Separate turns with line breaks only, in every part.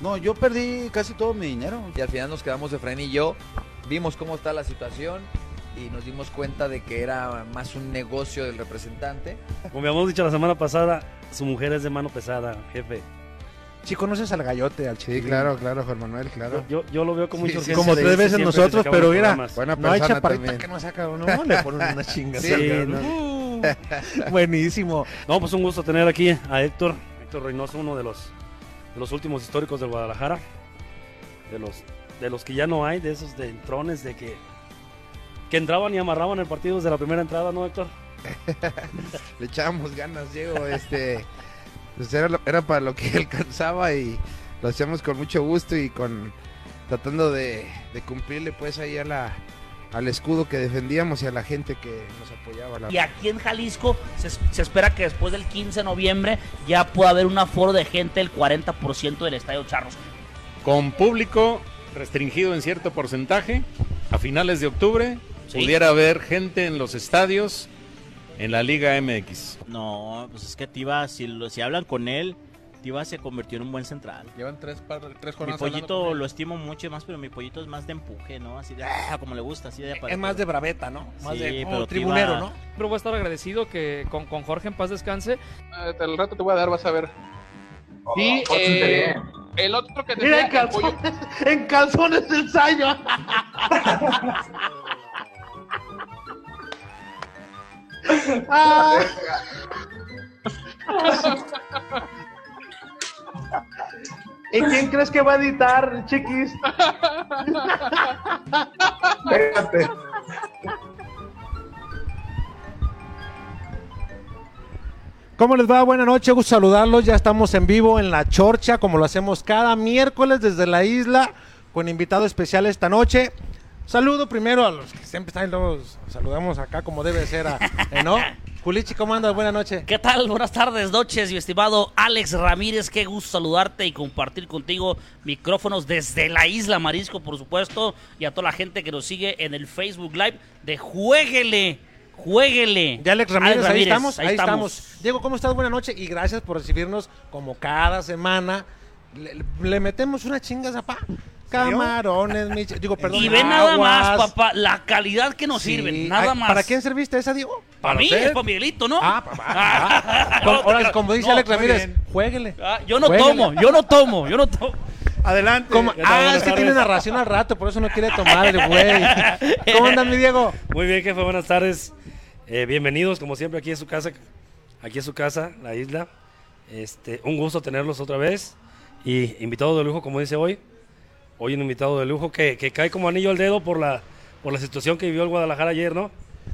No, yo perdí casi todo mi dinero.
Y al final nos quedamos Efraín y yo, vimos cómo está la situación y nos dimos cuenta de que era más un negocio del representante.
Como habíamos dicho la semana pasada, su mujer es de mano pesada, jefe.
Sí, conoces Pues al gallote, al
Sí,
chiquilín.
claro, claro, Juan Manuel, claro.
Yo, yo lo veo como
Sí,
mucha
sí,
urgencia
como
de
tres
irse
veces
siempre, se
nosotros,
acaban
pero
los
mira,
programas.
Buena
No hay
persona
chaparrita
también.
que no saca, no, le ponen una chinga.
Sí,
saca,
no.
Uh, Buenísimo.
No, pues un gusto tener aquí a Héctor, Héctor Reynoso, uno de los, de los últimos históricos del Guadalajara, de los, de los que ya no hay, de esos de entrones de que, que entraban y amarraban el partido desde la primera entrada, ¿no, Héctor?
Le echábamos ganas, Diego, este... pues era, lo- era para lo que alcanzaba y lo hacíamos con mucho gusto y con... Tratando de, de cumplirle pues ahí a la, al escudo que defendíamos y a la gente que nos apoyaba. La...
Y aquí en Jalisco se, es- se espera que después del 15 de noviembre ya pueda haber un aforo de gente del 40% del Estadio Charros.
Con público restringido en cierto porcentaje, a finales de octubre
Sí.
pudiera haber gente en los estadios en la Liga MX.
No, pues es que Tiva, si, lo- si hablan con él, Tiva se convirtió en un buen central.
Llevan tres, par- tres
Mi
jornadas. hablando
pollito
con él.
lo estimo mucho y más, pero mi pollito es más de empuje, ¿no? Así de, "Ah", como le gusta, así de
Eh, Es más de braveta, ¿no? Más
Sí,
de como
pero te iba-
tribunero, ¿no?
Siempre voy a estar agradecido que con, con Jorge en paz descanse.
Eh, El rato te voy a dar, vas a ver.
Oh,
Y eh, el otro que te
Mira, en calzones, en calzones el Sayo. Ah, ¿Y quién crees que va a editar, chiquis?
¿Cómo les va? Buenas noches, gusto saludarlos. Ya estamos en vivo en La Chorcha, como lo hacemos cada miércoles desde la isla, con invitado especial esta noche. Saludo primero a los que siempre están, los saludamos acá como debe ser, a- eh, ¿no? Culichi, ¿cómo andas? Buenas noches.
¿Qué tal? Buenas tardes, noches, mi estimado Alex Ramírez. Qué gusto saludarte y compartir contigo micrófonos desde la isla Marisco, por supuesto, y a toda la gente que nos sigue en el Facebook Live de Jueguele. Jueguele.
De Alex Ramírez, ahí estamos, ahí estamos. Diego, ¿cómo estás? Buenas noches y gracias por recibirnos como cada semana. Le, le metemos una chinga, zapá. Camarones, mi ch- digo, perdón.
y ve nada más,
aguas.
papá, la calidad que nos
Sí.
sirven, nada
Ay,
más.
¿Para quién serviste esa, Diego?
Para mí,
usted?
es para Miguelito, ¿no?
Ah, papá. ah. Como- ahora, como dice
No,
Alex
muy
Ramírez,
bien.
jueguele.
Ah, yo no
Juéguele.
tomo, yo no tomo, yo no tomo.
Adelante.
Como-
tal?
ah,
Buenas
es que
tardes.
tiene narración al rato, por eso no quiere tomar el güey. ¿Cómo andan, mi Diego?
Muy bien, jefe, buenas tardes. Eh, bienvenidos, como siempre, aquí a su casa, aquí a su casa, la isla. Este, un gusto tenerlos otra vez. Y invitado de lujo, como dice hoy. Hoy un invitado de lujo que, que cae como anillo al dedo por la, por la situación que vivió el Guadalajara ayer, ¿no?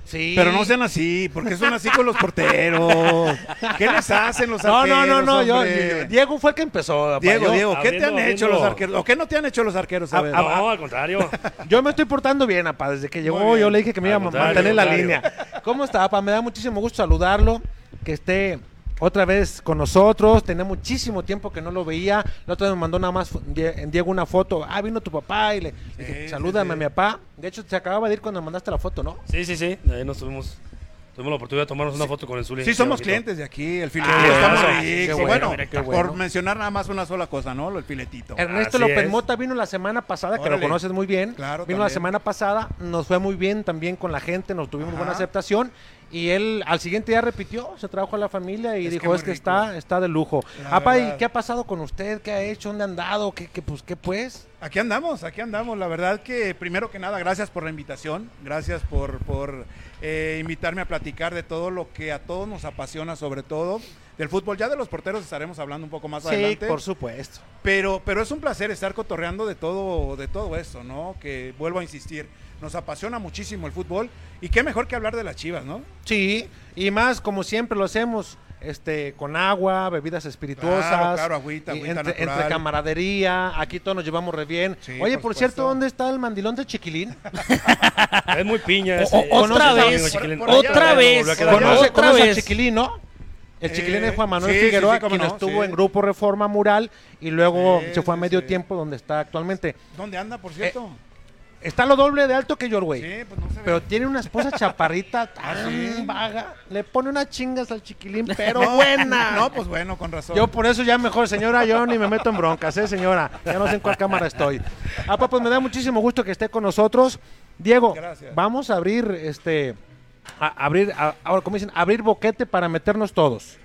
Sí.
Pero no sean así, porque son así con los porteros. ¿Qué les hacen los
No, no,
arqueros?
no, no, yo-
hombre?
yo- Diego fue el que empezó. papá.
Diego,
Yo-
Diego, ¿qué te han
Abriendo,
hecho
abriendo.
los arqueros? ¿O qué no te han hecho los arqueros? A
Ah,
ver.
ah,
no, al contrario.
Yo me estoy portando bien, apa, desde que
Muy
llegó.
bien.
Yo le dije que me iba a
Al contrario,
mantener la
contrario.
línea. ¿Cómo está, apa? Me da muchísimo gusto saludarlo, que esté otra vez con nosotros. Tenía muchísimo tiempo que no lo veía. La otra vez me mandó nada más fo- Die- en Diego una foto. Ah, vino tu papá y le dije,
sí,
salúdame
sí.
a mi papá. De hecho, se acababa de ir cuando me mandaste la foto, ¿no?
Sí, sí, sí. Ahí nos tuvimos, tuvimos la oportunidad de tomarnos una foto con el Zuli.
Sí, somos
Ojito.
clientes de aquí, el
Ah,
filetito está muy
bueno,
rico.
qué bueno,
bueno,
qué bueno.
por mencionar nada más una sola cosa, ¿no? El filetito.
Ernesto
Así
López
es.
Mota vino la semana pasada, que lo
Órale.
conoces muy bien.
Claro,
vino la
también.
semana pasada, nos fue muy bien también con la gente, nos tuvimos buena
Ajá.
aceptación. Y él al siguiente día repitió, se trajo a la familia y
Es que
dijo,
muy
es que
rico.
está, está de lujo.
La
Apa, ¿y
verdad.
qué ha pasado con usted? ¿Qué ha hecho? ¿Dónde ha andado? ¿Qué, qué, pues, qué pues?
Aquí andamos, aquí andamos. La verdad que primero que nada, gracias por la invitación, gracias por, por eh, invitarme a platicar de todo lo que a todos nos apasiona, sobre todo del fútbol. Ya de los porteros estaremos hablando un poco más adelante.
por supuesto.
Pero, pero es un placer estar cotorreando de todo, de todo esto, ¿no? Que vuelvo a insistir, nos apasiona muchísimo el fútbol y qué mejor que hablar de las chivas, ¿no?
Sí, y más como siempre lo hacemos, este, con agua, bebidas espirituosas,
Claro, claro, agüita,
y
agüita
entre,
natural.
entre camaradería, aquí todos nos llevamos re bien.
Sí,
Oye, por,
por
cierto,
supuesto.
¿dónde está el mandilón de Chiquilín?
Es muy piña.
Este,
este, ese-
O- o-
ese
otra
amigo
vez,
Chiquilín.
por- por allá,
otra
bueno,
vez,
volvió a quedar
¿Conoce,
otra
conoce
vez.
a Chiquilín, no? El
Eh,
Chiquilín es Juan Manuel
sí, sí,
Figueroa,
sí, cómo
quien
no,
estuvo
sí.
en Grupo Reforma Mural y luego
Sí,
se fue a
sí,
medio
sí.
tiempo donde está actualmente.
¿Dónde anda, por cierto?
Está lo doble de alto que yo, el güey.
Sí, pues no se ve. Ah,
Pero tiene una esposa chaparrita tan ah, vaga. Le pone unas chingas al chiquilín, pero
No,
buena.
No, pues bueno, con razón.
Yo por eso ya mejor, señora, yo ni me meto en broncas, ¿eh, señora? Ya no sé en cuál cámara estoy. Ah, pa, pues me da muchísimo gusto que esté con nosotros. Diego,
Gracias.
vamos a abrir, este, a- abrir, a- ahora, como dicen, abrir boquete para meternos todos.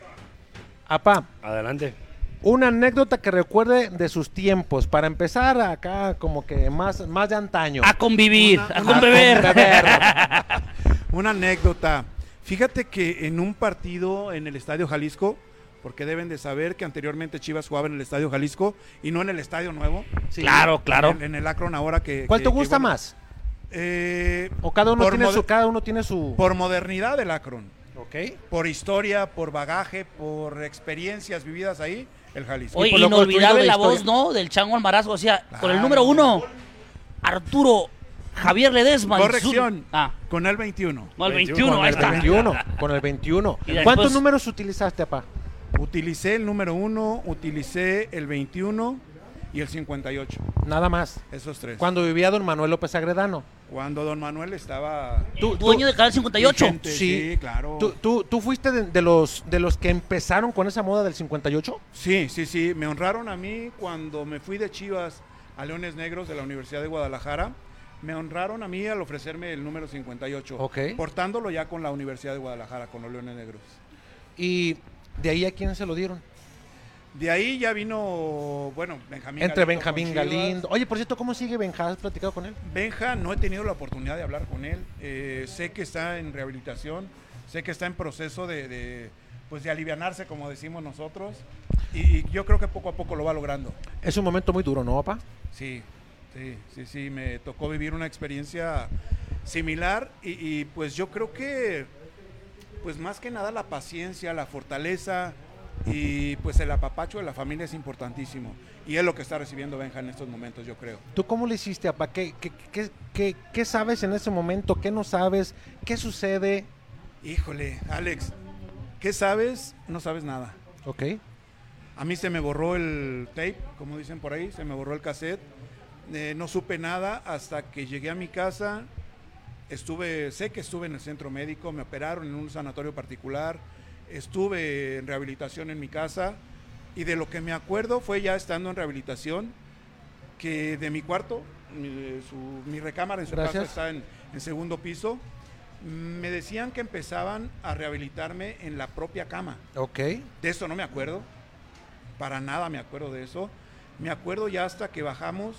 Apá,
Adelante.
una anécdota que recuerde de sus tiempos, para empezar acá como que más, más de antaño.
A convivir,
Una-
a
una-
conbeber.
Una anécdota. Fíjate que en un partido en el Estadio Jalisco, porque deben de saber que anteriormente Chivas jugaba en el Estadio Jalisco y no en el Estadio Nuevo.
Claro, claro.
En, el- en el Akron ahora que...
¿Cuál
que-
te
que,
gusta
bueno,
más?
eh,
O cada uno
por
tiene su,
moder-
cada uno tiene su.
Por modernidad el Akron.
Ok.
Por historia, por bagaje, por experiencias vividas ahí, el Jalisco.
Oye,
por lo construido
inolvidable
de
la
historia.
voz, ¿no? Del Chango Almarazgo. O sea, con el
Claro.
número uno, Arturo Javier Ledesma.
Corrección.
Su- Ah,
Con el 21.
no, el 21,
21,
ahí
Con el
está.
21, con el 21.
Y después-
¿Cuántos números utilizaste, apá?
Utilicé el número 1, utilicé el 21 y el 58.
Nada más.
Esos tres.
Cuando vivía don Manuel López Agredano.
Cuando don Manuel estaba...
Tú- tú-
Dueño de Canal 58.
vigente,
Sí.
Sí, claro.
¿Tú, tú, tú fuiste de, de los, de los que empezaron con esa moda del 58?
Sí, sí, sí. Me honraron a mí cuando me fui de Chivas a Leones Negros de la Universidad de Guadalajara. Me honraron a mí al ofrecerme el número 58.
Ok.
Portándolo ya con la Universidad de Guadalajara, con los Leones Negros.
Y de ahí a quién se lo dieron.
De ahí ya vino, bueno, Benjamín
Entre
Galindo con
Benjamín
Chivas.
Galindo. Oye, por cierto, ¿cómo sigue Benja? ¿Has platicado con él?
Benja, no he tenido la oportunidad de hablar con él. Eh, sé que está en rehabilitación, sé que está en proceso de, de, pues de alivianarse, como decimos nosotros. Y, y yo creo que poco a poco lo va logrando.
Es un momento muy duro, ¿no, papá?
Sí, sí, sí, sí. Me tocó vivir una experiencia similar y, y, pues yo creo que, pues más que nada la paciencia, la fortaleza y pues el apapacho de la familia es importantísimo. Y es lo que está recibiendo Benja en estos momentos, yo creo.
¿Tú cómo le hiciste, papá? ¿Qué, qué, qué, qué- qué sabes en ese momento? ¿Qué no sabes? ¿Qué sucede?
Híjole, Alex, ¿qué sabes? No sabes nada.
Ok.
A mí se me borró el tape, como dicen por ahí, se me borró el cassette. Eh, no supe nada hasta que llegué a mi casa. Estuve, sé que estuve en el centro médico, me operaron en un sanatorio particular, estuve en rehabilitación en mi casa y de lo que me acuerdo fue ya estando en rehabilitación que de mi cuarto, mi, su- mi recámara en su
Gracias.
casa está en, en segundo piso, me decían que empezaban a rehabilitarme en la propia cama.
Ok.
De eso no me acuerdo. Para nada me acuerdo de eso. Me acuerdo ya hasta que bajamos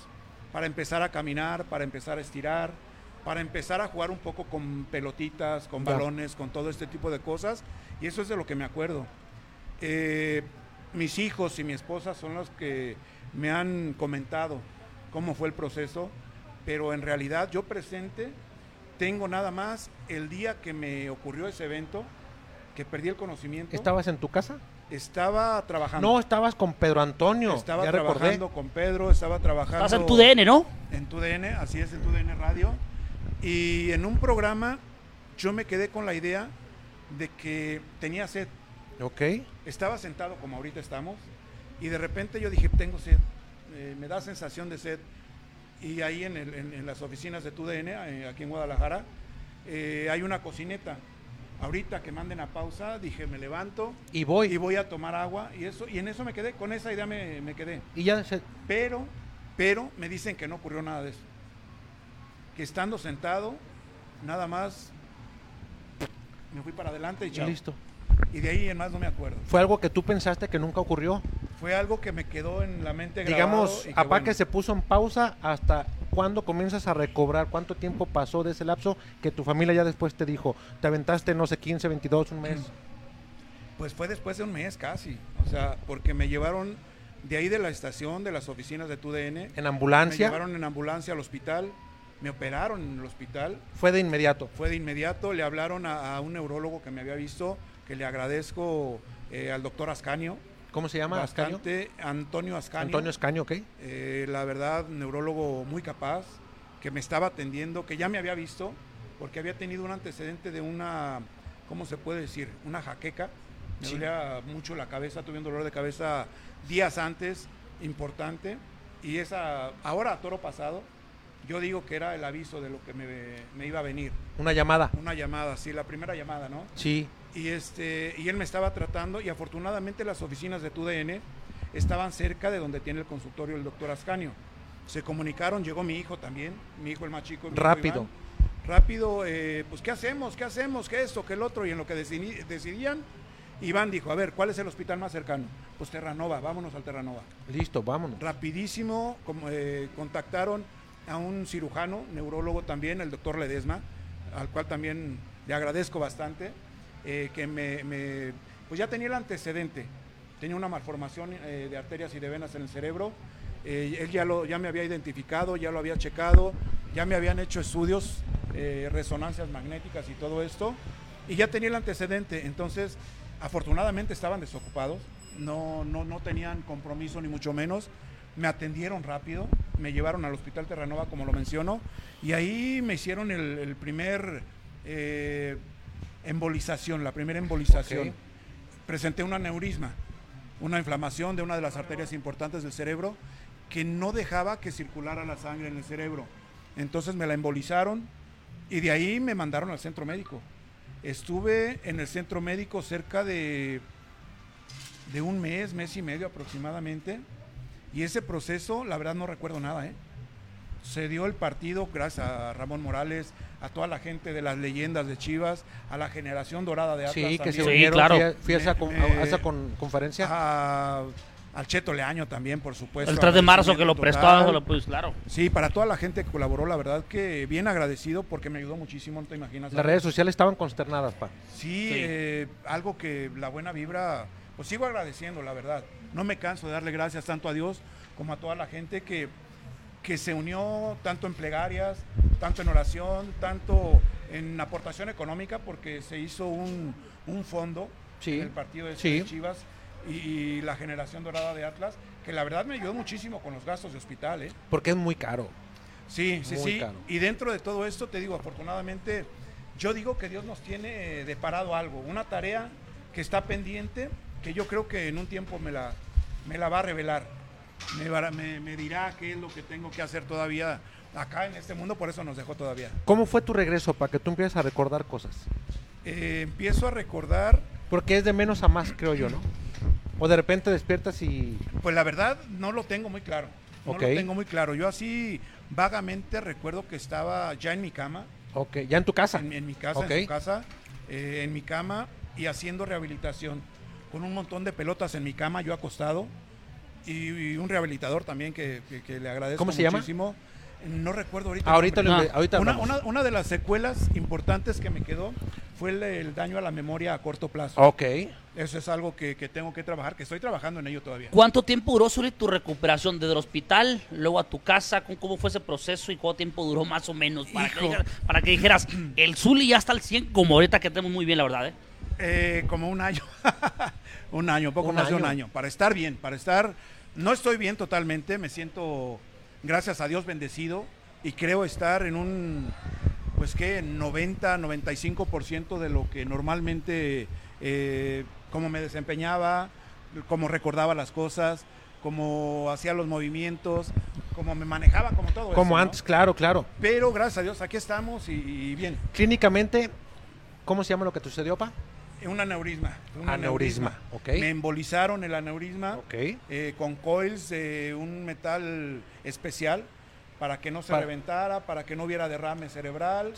para empezar a caminar, para empezar a estirar, para empezar a jugar un poco con pelotitas, con
Ya.
balones, con todo este tipo de cosas. Y eso es de lo que me acuerdo. Eh, mis hijos y mi esposa son los que me han comentado cómo fue el proceso, pero en realidad yo presente tengo nada más el día que me ocurrió ese evento, que perdí el conocimiento.
¿Estabas en tu casa?
Estaba trabajando.
No, estabas con Pedro Antonio.
estaba
ya recordé.
trabajando con Pedro, estaba trabajando.
Estás en tu DN, ¿no?
En tu DN, así es, en tu DN Radio. Y en un programa yo me quedé con la idea de que tenía sed.
Ok.
Estaba sentado como ahorita estamos y de repente yo dije, tengo sed. Eh, me da sensación de sed. Y ahí en, el- en- en las oficinas de tu DN, eh, aquí en Guadalajara, eh, hay una cocineta. Ahorita que manden a pausa, dije, me levanto
Y voy.
y voy a tomar agua y eso y en eso me quedé con esa idea me, me quedé
Y ya se-
pero pero me dicen que no ocurrió nada de eso que estando sentado nada más me fui para adelante y
y
chao.
listo.
y de ahí en más no me acuerdo
Fue algo que tú pensaste que nunca ocurrió.
fue algo que me quedó en la mente grabado
Digamos,
y que
apá
bueno,
que se puso en pausa hasta cuándo comienzas a recobrar, cuánto tiempo pasó de ese lapso que tu familia ya después te dijo, te aventaste, no sé, 15, 22, un
Mm,
mes.
pues fue después de un mes casi o sea porque me llevaron de ahí de la estación de las oficinas de tu DN
En
me
ambulancia,
llevaron en ambulancia al hospital me operaron en el hospital
fue de inmediato.
Fue de inmediato, le hablaron a, a un neurólogo que me había visto, que le agradezco eh, al doctor Ascanio,
¿Cómo se llama? Ascanio?
bastante, Antonio Ascanio,
Antonio Escaño, ¿ok?
eh, la verdad, neurólogo muy capaz, que me estaba atendiendo, que ya me había visto, porque había tenido un antecedente de una, ¿cómo se puede decir? Una jaqueca, me dolía mucho la cabeza, tuve un dolor de cabeza días antes, importante, y esa, ahora a toro pasado, Yo digo que era el aviso de lo que me, me iba a venir.
Una llamada.
Una llamada, sí, la primera llamada, ¿no?
Sí.
Y, este, y él me estaba tratando y afortunadamente las oficinas de TUDN estaban cerca de donde tiene el consultorio el doctor Ascanio. Se comunicaron, llegó mi hijo también, mi hijo el más chico. mi hijo
Rápido.
Iván. Rápido, eh, pues ¿qué hacemos? ¿Qué hacemos? ¿Qué esto? ¿Qué el otro? Y en lo que decidi- decidían, Iván dijo, a ver, ¿cuál es el hospital más cercano? Pues Terranova, vámonos al Terranova.
Listo, vámonos.
Rapidísimo como, eh, contactaron a un cirujano, neurólogo también, el doctor Ledesma, al cual también le agradezco bastante, eh, que me, me- pues ya tenía el antecedente, tenía una malformación eh, de arterias y de venas en el cerebro, eh, él ya, lo, ya me había identificado, ya lo había checado, ya me habían hecho estudios, eh, resonancias magnéticas y todo esto, y ya tenía el antecedente, entonces afortunadamente estaban desocupados, no, no, no tenían compromiso ni mucho menos, me atendieron rápido, me llevaron al Hospital Terranova, como lo menciono, y ahí me hicieron el, el primer eh, embolización, la primera embolización.
Ok.
Presenté un aneurisma, una inflamación de una de las arterias importantes del cerebro que no dejaba que circulara la sangre en el cerebro. Entonces me la embolizaron y de ahí me mandaron al centro médico. Estuve en el centro médico cerca de, de un mes, mes y medio aproximadamente. Y ese proceso, la verdad, no recuerdo nada, ¿eh? Se dio el partido gracias a Ramón Morales, a toda la gente de las leyendas de Chivas, a la generación dorada de Atlas.
Sí, que se
también.
unieron. Fui a- Fui a esa,
Me-
con-
me-
a esa con- conferencia.
a- al Eh, ah, Cheto Leaño también, por supuesto.
El 3 de marzo que lo
Agradecimiento
prestó,
total.
lo- pues, claro.
Sí, para toda la gente que colaboró, la verdad que bien agradecido porque me ayudó muchísimo, no te imaginas.
Las redes sociales estaban consternadas, pa.
Sí,
Sí.
eh, algo que la buena vibra, pues sigo agradeciendo, la verdad. No me canso de darle gracias tanto a Dios como a toda la gente que, que se unió tanto en plegarias, tanto en oración, tanto en aportación económica, porque se hizo un, un fondo en el partido de
sí.
Chivas y, y la generación dorada de Atlas, que la verdad me ayudó muchísimo con los gastos de hospital, ¿eh?
Porque es muy caro.
Sí, sí,
Muy
sí.
caro.
Y dentro de todo esto, te digo, afortunadamente, yo digo que Dios nos tiene eh, deparado algo, una tarea que está pendiente, que yo creo que en un tiempo me la, me la va a revelar. Me, va- me- me dirá qué es lo que tengo que hacer todavía acá en este mundo, por eso nos dejó todavía.
¿Cómo fue tu regreso, pa? Que tú empieces a recordar cosas.
Eh, empiezo a recordar
Porque es de menos a más, creo yo, ¿no? O de repente despiertas y.
Pues la verdad no lo tengo muy claro. No
Ok.
lo tengo muy claro. Yo así vagamente recuerdo que estaba ya en mi cama,
Ok, ya en tu casa.
en, en mi casa,
Ok.
en su casa, eh, en mi cama y haciendo rehabilitación. Con un montón de pelotas en mi cama, yo acostado. Y, y un rehabilitador también que, que- que le agradezco
¿Cómo se llama?
muchísimo. No recuerdo ahorita.
Ah,
el
ahorita
nombre.
lo- Ah. ahorita
una,
hablamos.
una- una de las secuelas importantes que me quedó fue el, el daño a la memoria a corto plazo.
Ok.
Eso es algo que, que tengo que trabajar, que estoy trabajando en ello todavía.
¿Cuánto tiempo duró Zuli tu recuperación desde el hospital, luego a tu casa? ¿Cómo- ¿Cómo fue ese proceso y cuánto tiempo duró más o menos? Para, que
Hijo.
dijeras, para que dijeras, el Zuli ya está al 100, como ahorita que tenemos muy bien, la verdad. ¿eh?
Eh, como un año. un año, un poco
Un
más de un
año.
año. Para estar bien, para estar. No estoy bien totalmente, me siento, gracias a Dios, bendecido y creo estar en un, pues que 90, 95% de lo que normalmente, eh, como me desempeñaba, como recordaba las cosas, como hacía los movimientos, como me manejaba, como todo. eso,
Como
¿no?
antes, claro, claro.
Pero gracias a Dios, aquí estamos y, y bien.
Clínicamente, ¿cómo se llama lo que te sucedió, pa?
Un aneurisma. un
Aneurisma, ok.
Me embolizaron el aneurisma eh, con coils de un metal especial para que no se
Para-
reventara, para que no hubiera derrame cerebral.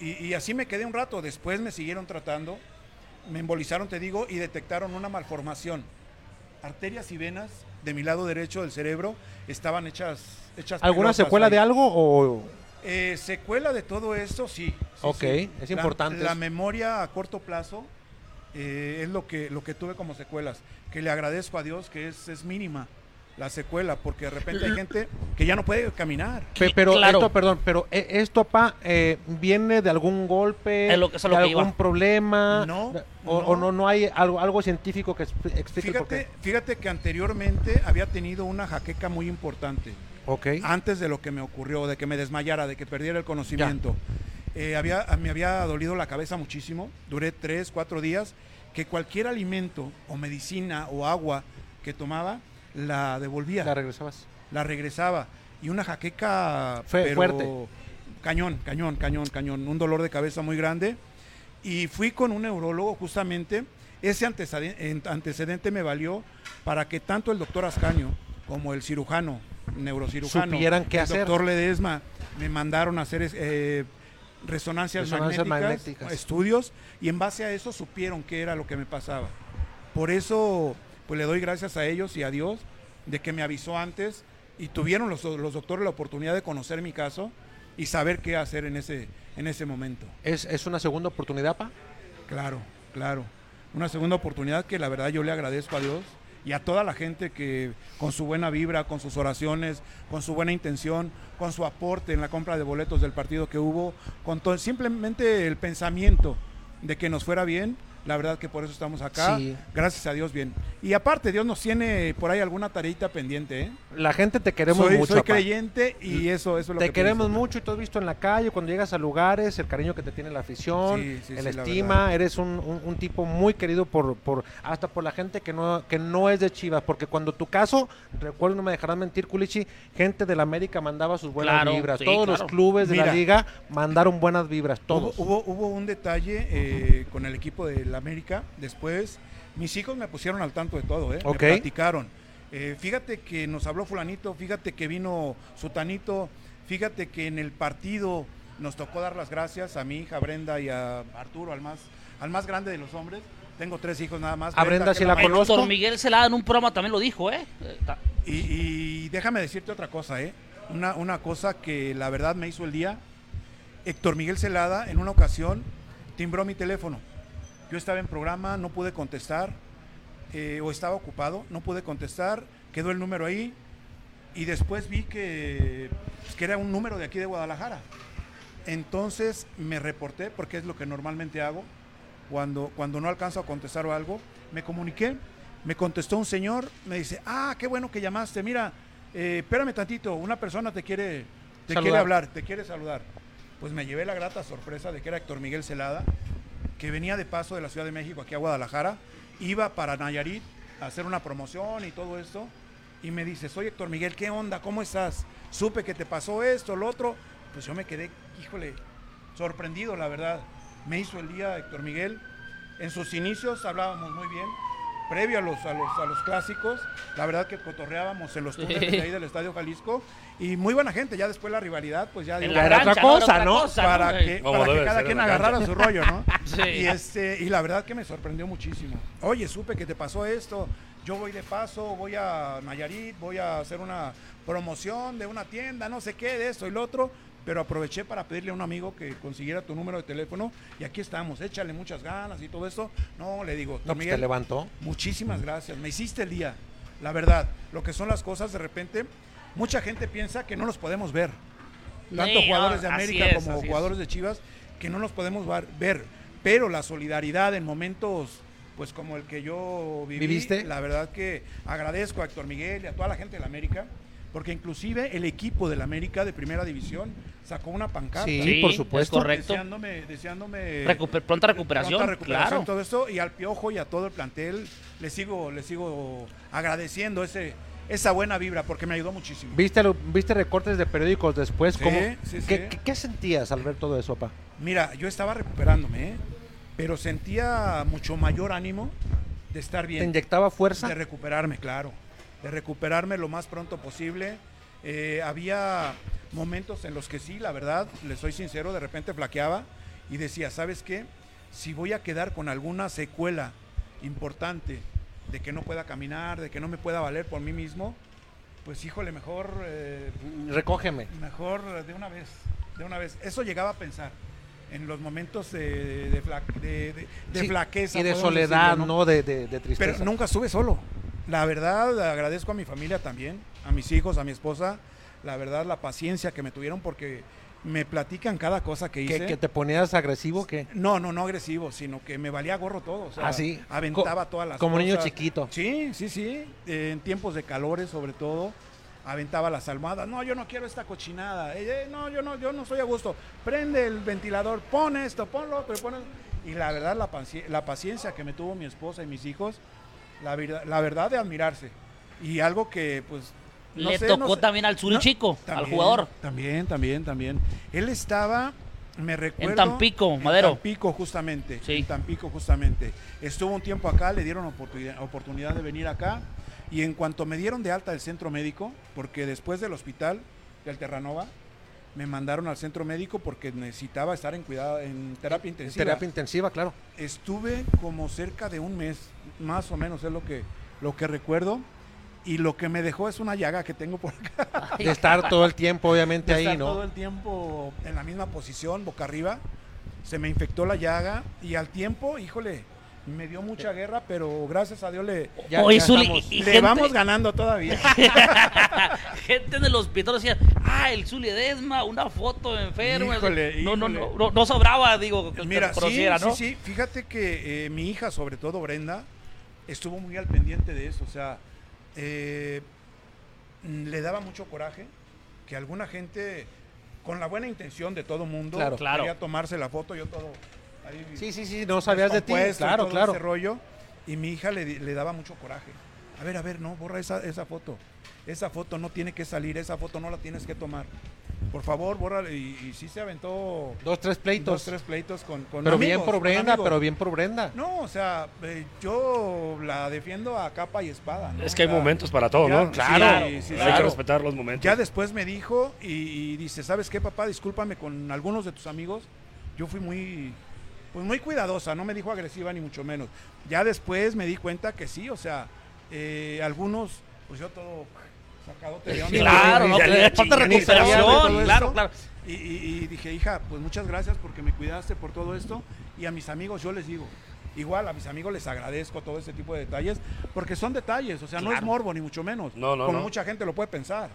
Y, y así me quedé un rato. Después me siguieron tratando. Me embolizaron, te digo, y detectaron una malformación. Arterias y venas de mi lado derecho del cerebro estaban hechas. hechas
¿Alguna
pelotas
secuela
ahí.
de algo o.?
Eh, secuela de todo esto, sí. sí,
Ok,
sí.
es
La-
importante
La,
eso.
memoria a corto plazo eh, es lo que, lo que tuve como secuelas, que le agradezco a Dios que es, es mínima la secuela, porque de repente hay gente que ya no puede caminar.
Pe- pero esto, perdón, pero eh, esto, pa, eh, viene de algún golpe,
Es lo que- eso es lo
de
que iba.
algún problema,
No,
o,
no.
o no, no hay algo, algo científico que expl- explique por
Fíjate,
qué.
fíjate que anteriormente había tenido una jaqueca muy importante.
Ok.
Antes de lo que me ocurrió, de que me desmayara, de que perdiera el conocimiento. Eh, había, a- me había dolido la cabeza muchísimo. Duré tres, cuatro días. Que cualquier alimento o medicina o agua que tomaba, la devolvía.
La regresabas.
La regresaba. y una jaqueca
Fue
pero
fuerte.
Cañón, cañón, cañón, cañón. Un dolor de cabeza muy grande. Y fui con un neurólogo justamente. Ese antecede- en- antecedente me valió para que tanto el doctor Ascaño como el cirujano, neurocirujano,
Supieran qué
el
hacer.
doctor Ledesma, me mandaron a hacer es- eh, resonancias,
Resonancias
magnéticas,
magnéticas.
estudios, y en base a eso supieron qué era lo que me pasaba. Por eso, pues le doy gracias a ellos y a Dios de que me avisó antes y tuvieron los, los doctores la oportunidad de conocer mi caso y saber qué hacer en ese, en ese momento.
¿Es, es una segunda oportunidad, pa?
Claro, claro. Una segunda oportunidad que la verdad yo le agradezco a Dios y a toda la gente que con su buena vibra, con sus oraciones, con su buena intención, con su aporte en la compra de boletos del partido que hubo, con todo, simplemente el pensamiento de que nos fuera bien, la verdad que por eso estamos acá.
Sí.
Gracias a Dios bien. Y aparte Dios nos tiene por ahí alguna tareita pendiente, ¿eh?
La gente te queremos
Soy-
mucho.
Soy
pa.
creyente y eso, eso es lo
te
que
queremos
pienso.
mucho y tú has visto en la calle, cuando llegas a lugares, el cariño que te tiene la afición,
Sí, sí,
el
sí, la
estima, eres un, un- un tipo muy querido por, por hasta por la gente que no, que no es de Chivas, porque cuando tu caso, recuerdo, no me dejarán mentir, Culichi, gente de la América mandaba sus buenas
Claro,
vibras,
sí,
todos
claro.
los clubes de la
Mira.
liga mandaron buenas vibras, todos.
Hubo, hubo, hubo un detalle eh, con el equipo del América. Después, mis hijos me pusieron al tanto de todo, ¿eh?
Ok.
Me platicaron. Eh, fíjate que nos habló fulanito, fíjate que vino sutanito, fíjate que en el partido nos tocó dar las gracias a mi hija Brenda y a Arturo, al más, al más grande de los hombres. Tengo tres hijos nada más.
A Brenda
que
sí
es
la
más-
conozco.
Don Miguel Celada en un programa también lo dijo, ¿eh? Eh, ta-
Y, y déjame decirte otra cosa, ¿eh? Una, una cosa que la verdad me hizo el día. Héctor Miguel Celada, en una ocasión, timbró mi teléfono. Yo estaba en programa, no pude contestar, eh, o estaba ocupado, no pude contestar, quedó el número ahí, y después vi que, pues, que era un número de aquí de Guadalajara. Entonces me reporté, porque es lo que normalmente hago, cuando, cuando no alcanzo a contestar o algo, me comuniqué, me contestó un señor, me dice, ah, qué bueno que llamaste, mira, eh, espérame tantito, una persona te quiere, te
Saludar.
quiere hablar, te quiere saludar. Pues me llevé la grata sorpresa de que era Héctor Miguel Celada, que venía de paso de la Ciudad de México aquí a Guadalajara, iba para Nayarit a hacer una promoción y todo esto, y me dice, soy Héctor Miguel, ¿qué onda? ¿Cómo estás? Supe que te pasó esto, lo otro. Pues yo me quedé, híjole, sorprendido, la verdad. Me hizo el día Héctor Miguel. En sus inicios hablábamos muy bien, previo a los, a los, a los clásicos. La verdad que cotorreábamos en los túneles de ahí del Estadio Jalisco. Y muy buena gente, ya después la rivalidad, pues ya...
En
digo,
la
era otra
cancha, ¿no? Era
cosa,
otra
¿no?
cosa,
para
¿no?
que,
Eh,
Como
para que
debe
cada
ser
quien
en la
agarrara
cancha.
su rollo, ¿no?
Sí.
Y, este, y la verdad que me sorprendió muchísimo. Oye, supe que te pasó esto, yo voy de paso, voy a Nayarit, voy a hacer una promoción de una tienda, no sé qué, de esto y lo otro, pero aproveché para pedirle a un amigo que consiguiera tu número de teléfono y aquí estamos, échale muchas ganas y todo esto. No, le digo,
No, pues, te
Miguel,
levantó.
Muchísimas gracias. Me hiciste el día. La verdad, lo que son las cosas de repente, mucha gente piensa que no los podemos ver. Tanto
Sí,
jugadores de
ah, así
América
es,
como
así es.
jugadores de Chivas, que no los podemos var- ver. Pero la solidaridad en momentos pues como el que yo viví,
¿Viviste?
la verdad que agradezco a Héctor Miguel y a toda la gente de la América, porque inclusive el equipo de la América de primera división sacó una pancarta
Sí,
Sí,
por
es
supuesto.
correcto.
deseándome, deseándome
Recuper- pronta recuperación,
pronta recuperación,
claro.
todo esto y al piojo y a todo el plantel le sigo le sigo agradeciendo ese esa buena vibra porque me ayudó muchísimo
¿Viste, lo- ¿Viste recortes de periódicos después?
Sí,
¿Cómo- ¿Qué,
sí, sí.
qué- qué sentías al ver todo eso, pa?
mira yo estaba recuperándome ¿eh? pero sentía mucho mayor ánimo de estar
¿Te
bien
inyectaba fuerza?
De recuperarme, claro. De recuperarme lo más pronto posible. Eh, había momentos en los que sí, la verdad, le soy sincero, de repente flaqueaba y decía, ¿sabes qué? Si voy a quedar con alguna secuela importante de que no pueda caminar, de que no me pueda valer por mí mismo, pues híjole, mejor... eh,
Recógeme.
Mejor de una vez, de una vez. Eso llegaba a pensar en los momentos eh, de, de, fla- de- de- de
Sí,
flaqueza.
Y de
podemos
soledad,
decirlo,
¿no? De, de- de tristeza.
pero nunca sube solo. La verdad, agradezco a mi familia también, a mis hijos, a mi esposa. La verdad, la paciencia que me tuvieron porque me platican cada cosa que hice.
¿Que, que te ponías agresivo? ¿Qué?
No, no, no agresivo, sino que me valía gorro todo. O sea,
Ah, sí.
Aventaba
Co-
todas las
como niño
cosas.
chiquito.
Sí, sí, sí. eh, en tiempos de calores, sobre todo, aventaba las almohadas. No, yo no quiero esta cochinada. eh, eh, no, yo no, yo no estoy a gusto. Prende el ventilador, pon esto, pon lo otro, y pon el- Y la verdad, la, paci- la paciencia que me tuvo mi esposa y mis hijos, la, verdad- la verdad de admirarse. Y algo que, pues, No
Le
sé, no
tocó
sé.
también al Suri
No,
Chico, al
también,
jugador.
También, también, también. Él estaba, me recuerdo.
Tampico, Madero.
En Tampico, justamente. En Tampico, justamente. Estuvo un tiempo acá, le dieron oportunidad, oportunidad de venir acá. Y en cuanto me dieron de alta del centro médico, porque después del hospital del Terranova, me mandaron al centro médico porque necesitaba estar en cuidado, en terapia intensiva.
terapia intensiva, claro.
Estuve como cerca de un mes, más o menos es lo que, lo que recuerdo. Y lo que me dejó es una llaga que tengo por acá.
De estar todo el tiempo, obviamente,
De
ahí,
estar
¿no?
todo el tiempo en la misma posición, boca arriba. Se me infectó la llaga y al tiempo, híjole, me dio mucha guerra, pero gracias a Dios le,
Ya- Oye, Zuli,
estamos-
y- y
le
gente-
vamos ganando todavía.
Gente en el hospital decía, ah, el Zuli Edesma, una foto enfermo.
Híjole,
no, no,
híjole.
no, no, no sobraba, digo, que
Mira,
te
sí,
conociera, ¿no?
sí, sí. Fíjate que eh, mi hija, sobre todo Brenda, estuvo muy al pendiente de eso. O sea, eh, mm, le daba mucho coraje que alguna gente, con la buena intención de todo mundo,
Claro. Claro.
quería tomarse la foto. Yo todo. ahí
Sí, sí, sí, no sabías de ti.
descompuesto y
Claro,
todo
claro.
ese rollo. Y mi hija le, di- le daba mucho coraje. A ver, a ver, no, borra esa, esa foto. Esa foto no tiene que salir, esa foto no la tienes que tomar. Por favor, borra. Y, y sí se aventó.
Dos, tres pleitos.
Dos, tres pleitos con. con
Pero bien
amigos,
por
con
Brenda,
amigos.
pero bien por Brenda.
No, o sea, eh, yo la defiendo a capa y espada. ¿no?
Es que hay
O sea,
momentos para todo,
ya-
¿no?
Claro,
Sí,
sí,
hay
claro.
que respetar los momentos.
Ya después me dijo y, y dice, ¿sabes qué, papá? Discúlpame con algunos de tus amigos. Yo fui muy, pues muy cuidadosa, no me dijo agresiva ni mucho menos. Ya después me di cuenta que sí, o sea, eh, algunos, pues yo todo sacadote de onda.
Claro, no, claro, falta
Ni
recuperación,
sabía de todo
claro,
esto.
claro.
Y, y- y dije, hija, pues muchas gracias porque me cuidaste por todo esto. Y a mis amigos yo les digo, igual a mis amigos les agradezco todo este tipo de detalles, porque son detalles, o sea, no es
Claro.
morbo ni mucho menos.
No, no,
como
no.
mucha gente lo puede pensar.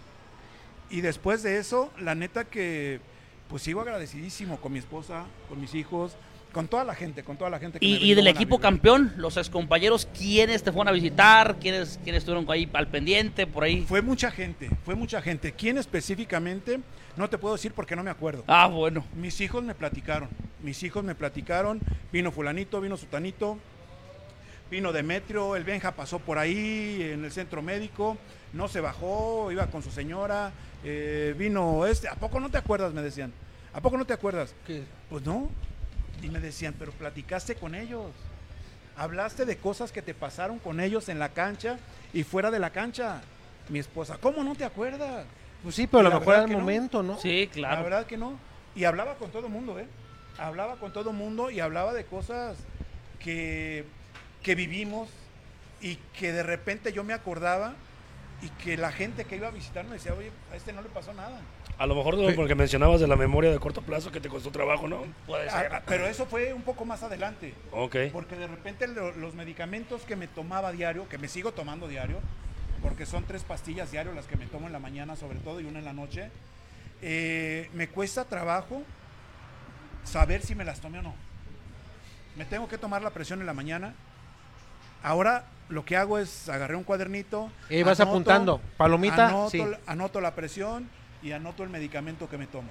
Y después de eso, la neta que pues sigo agradecidísimo con mi esposa, con mis hijos, con toda la gente, con toda la gente que me
Y, y
brindó
del
buena
equipo campeón, los excompañeros, ¿quiénes te fueron a visitar? ¿Quiénes, quiénes estuvieron ahí al pendiente, por ahí?
Fue mucha gente, fue mucha gente. ¿Quién específicamente? No te puedo decir porque no me acuerdo.
Ah, bueno.
Mis hijos me platicaron. Mis hijos me platicaron. Vino fulanito, vino sutanito, vino Demetrio, el Benja pasó por ahí en el centro médico, no se bajó, iba con su señora, eh, vino este. ¿A poco no te acuerdas? Me decían. ¿A poco no te acuerdas? Pues no. Y me decían, pero platicaste con ellos. Hablaste de cosas que te pasaron con ellos en la cancha y fuera de la cancha. Mi esposa, ¿cómo no te acuerdas?
Pues sí, pero a
Y
lo
la
mejor
verdad
al
que no.
momento, ¿no?
Sí,
La verdad que no. Y hablaba con todo el mundo, ¿eh? Hablaba con todo el mundo y hablaba de cosas que, que vivimos y que de repente yo me acordaba y que la gente que iba a visitar me decía, oye, a este no le pasó nada.
A lo mejor
Sí.
porque mencionabas de la memoria de corto plazo que te costó trabajo, ¿no?
Ah, ah, pero eso fue un poco más adelante.
Ok.
Porque de repente lo- los medicamentos que me tomaba diario, que me sigo tomando diario, porque son tres pastillas diario las que me tomo en la mañana sobre todo y una en la noche, eh, me cuesta trabajo saber si me las tomé o no. Me tengo que tomar la presión en la mañana. Ahora lo que hago es agarré un cuadernito.
Eh, vas apuntando. Palomita,
Anoto,
sí.
anoto la presión y anoto el medicamento que me tomo.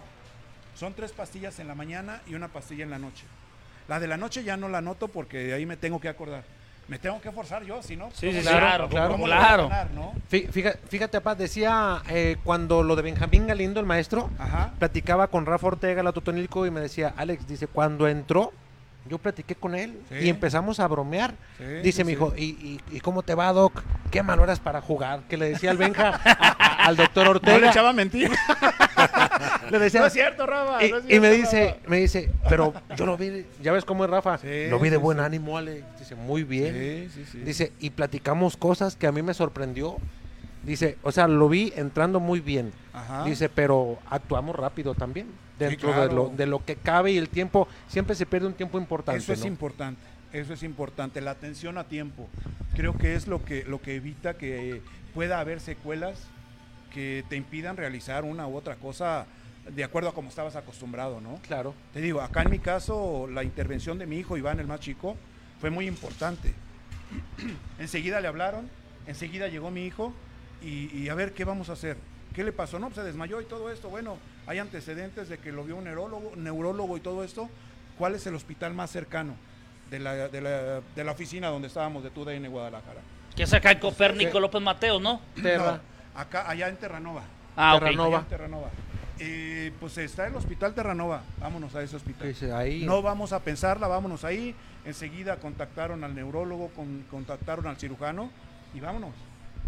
Son tres pastillas en la mañana y una pastilla en la noche. La de la noche ya no la anoto porque de ahí me tengo que acordar. Me tengo que forzar yo, si no.
Sí, sí,
¿cómo-
sí, claro,
cómo-
claro,
cómo le voy a
claro.
ganar, no?
Fí- Fíjate, fíjate, papá, decía eh, cuando lo de Benjamín Galindo, el maestro,
Ajá.
platicaba con Rafa Ortega, la Totonilco, y me decía, Alex, dice, cuando entró, yo platiqué con él
Sí.
y empezamos a bromear.
Sí,
dice,
sí,
mi hijo, ¿Y, y, y cómo te va, Doc? ¿Qué mano eras para jugar? Que le decía al Benja, a- a- al doctor Ortega.
No le echaba mentira.
Le decía,
No es cierto, Rafa.
Y,
no es
y me
cierto,
dice,
Rafa.
me dice, pero yo lo vi, ya ves cómo es Rafa,
Sí,
lo vi de
sí,
buen
sí.
ánimo, Ale. Dice, muy bien.
Sí, sí, sí.
Dice, y platicamos cosas que a mí me sorprendió. Dice, o sea, lo vi entrando muy bien.
Ajá.
Dice, pero actuamos rápido también. Dentro de,
claro.
lo, de lo que cabe y el tiempo, siempre se pierde un tiempo importante.
Eso es
¿no?
importante, eso es importante, la atención a tiempo. Creo que es lo que, lo que evita que pueda haber secuelas que te impidan realizar una u otra cosa de acuerdo a como estabas acostumbrado, ¿no?
Claro.
Te digo, acá en mi caso, la intervención de mi hijo Iván, el más chico, fue muy importante. enseguida le hablaron, enseguida llegó mi hijo y, y a ver qué vamos a hacer. ¿Qué le pasó? No, pues, se desmayó y todo esto. Bueno, hay antecedentes de que lo vio un neurólogo, neurólogo y todo esto. ¿Cuál es el hospital más cercano de la, de la- de la oficina donde estábamos de TUDN Guadalajara? eh,
Que saca el Copérnico López Mateos, ¿no?
No, Acá, allá en Terranova.
Ah, ok.
Terranova. Allá en Terranova. Eh, pues está el hospital Terranova. Vámonos a ese hospital.
Dice, ahí.
No vamos a pensarla, vámonos ahí. Enseguida contactaron al neurólogo, con- contactaron al cirujano y vámonos.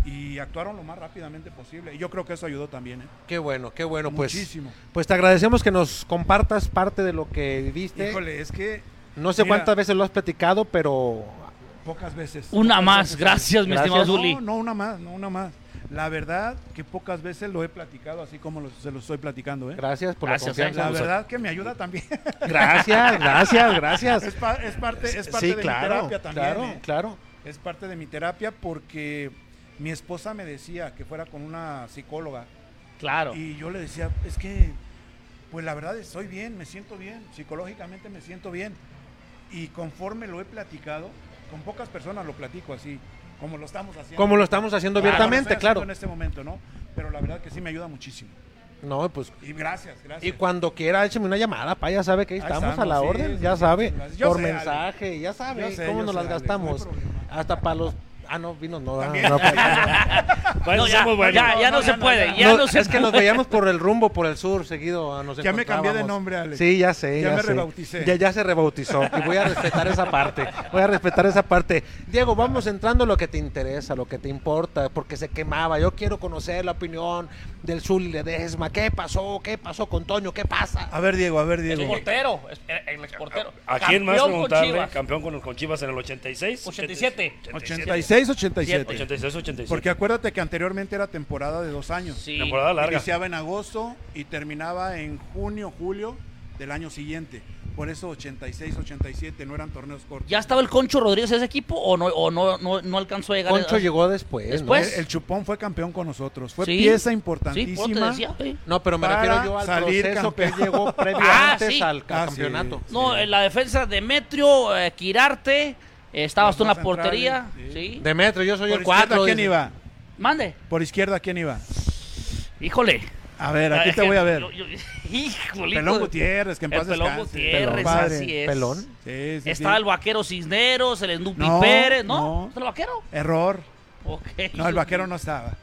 Y actuaron lo más rápidamente posible. Y yo creo que eso ayudó también. ¿eh?
Qué bueno, qué bueno, pues.
Muchísimo.
Pues te agradecemos que nos compartas parte de lo que viviste.
Híjole, es que.
No sé
mira,
cuántas veces lo has platicado, pero
Pocas veces.
Una
Pocas
más,
veces.
gracias, mi estimado Zuli.
No, no, una más, no, una más. La verdad que pocas veces lo he platicado así como lo- se lo estoy platicando. ¿eh?
gracias por
Gracias,
la
eh.
confianza.
La verdad que me ayuda también.
Gracias, gracias, gracias.
Es, pa- es parte, es
Sí,
parte de
claro,
mi terapia también.
claro,
¿eh?
claro.
Es parte de mi terapia porque mi esposa me decía que fuera con una psicóloga.
Claro.
Y yo le decía, es que, pues la verdad estoy bien, me siento bien, psicológicamente me siento bien. Y conforme lo he platicado, con pocas personas lo platico así, como lo estamos haciendo.
Como lo estamos haciendo
Como lo estoy
abiertamente, claro.
En este momento, ¿no? Pero la verdad que sí me ayuda muchísimo.
No, pues.
Y gracias, gracias.
Y cuando quiera, écheme una llamada, pa, ya sabe que ahí
Ahí
estamos, a
estamos,
la
sí,
orden,
sí,
ya
sí,
sabe,
muchas gracias. Yo
por
sé, Ale.
mensaje, ya sabe
Yo sé,
cómo
yo
nos
sé,
las
Ale,
gastamos.
no hay problema.
Hasta para los... Ah, no, vinos no. ah,
También.
no, pa-
Para eso
No, ya,
somos buenos.
ya, ya no,
No,
se
ya no,
puede.
ya.
Ya no,
No,
se
es que nos veíamos por el rumbo, por el sur, seguido ah, nos
Ya me cambié de
encontrábamos.
nombre, Alex.
Sí, ya sé.
Ya me
sé.
rebauticé.
Ya, ya se rebautizó. Y voy a respetar esa parte. Voy a respetar esa parte. Diego, vamos entrando a lo que te interesa, lo que te importa, porque se quemaba. Yo quiero conocer la opinión del Zuli Ledesma. ¿Qué pasó? ¿Qué pasó con Toño? ¿Qué pasa?
A ver, Diego, a ver,
El
Diego.
portero, es- eh, el exportero.
¿A quién más
Campeón con
preguntarle?
Chivas.
Campeón con, con Chivas en el 86.
87.
86, 87.
86, 87.
Porque acuérdate que anteriormente era temporada de dos años.
Sí.
Temporada larga.
Iniciaba en agosto y terminaba en junio, julio del año siguiente. Por eso 86, 87 no eran torneos cortos.
¿Ya estaba el Concho Rodríguez en ese equipo o no, o no, no, no alcanzó a llegar?
Concho
a-
llegó después. Pues, ¿no?
Después.
el, el Chupón fue campeón con nosotros. Fue
Sí.
pieza
Sí, por eso te
importantísima.
decía, güey.
No, pero me
Para
refiero yo al
salir
proceso
campeón.
que llegó previo
Ah,
antes
sí.
al ca-
Ah, sí.
campeonato.
No, en la defensa Demetrio, eh, Quirarte, eh, estabas
Los
tú en la
más centrales,
portería.
sí.
Sí.
Demetrio, yo soy
Por
el
izquierda,
4.
¿quién iba?
Mande.
Por izquierda, ¿quién iba?
Híjole. Ah,
A ver, aquí te voy a ver.
Yo- yo- Híjolito.
Pelón Gutiérrez, que en
El
paz
Pelón
descanse.
Gutiérrez,
Pelón. Padre.
así es.
Pelón.
Sí, sí,
Estaba
sí.
el vaquero Cisneros, el Snoopy
No,
Pérez, ¿no?
no.
¿El vaquero?
Error.
Ok.
No, el vaquero no estaba.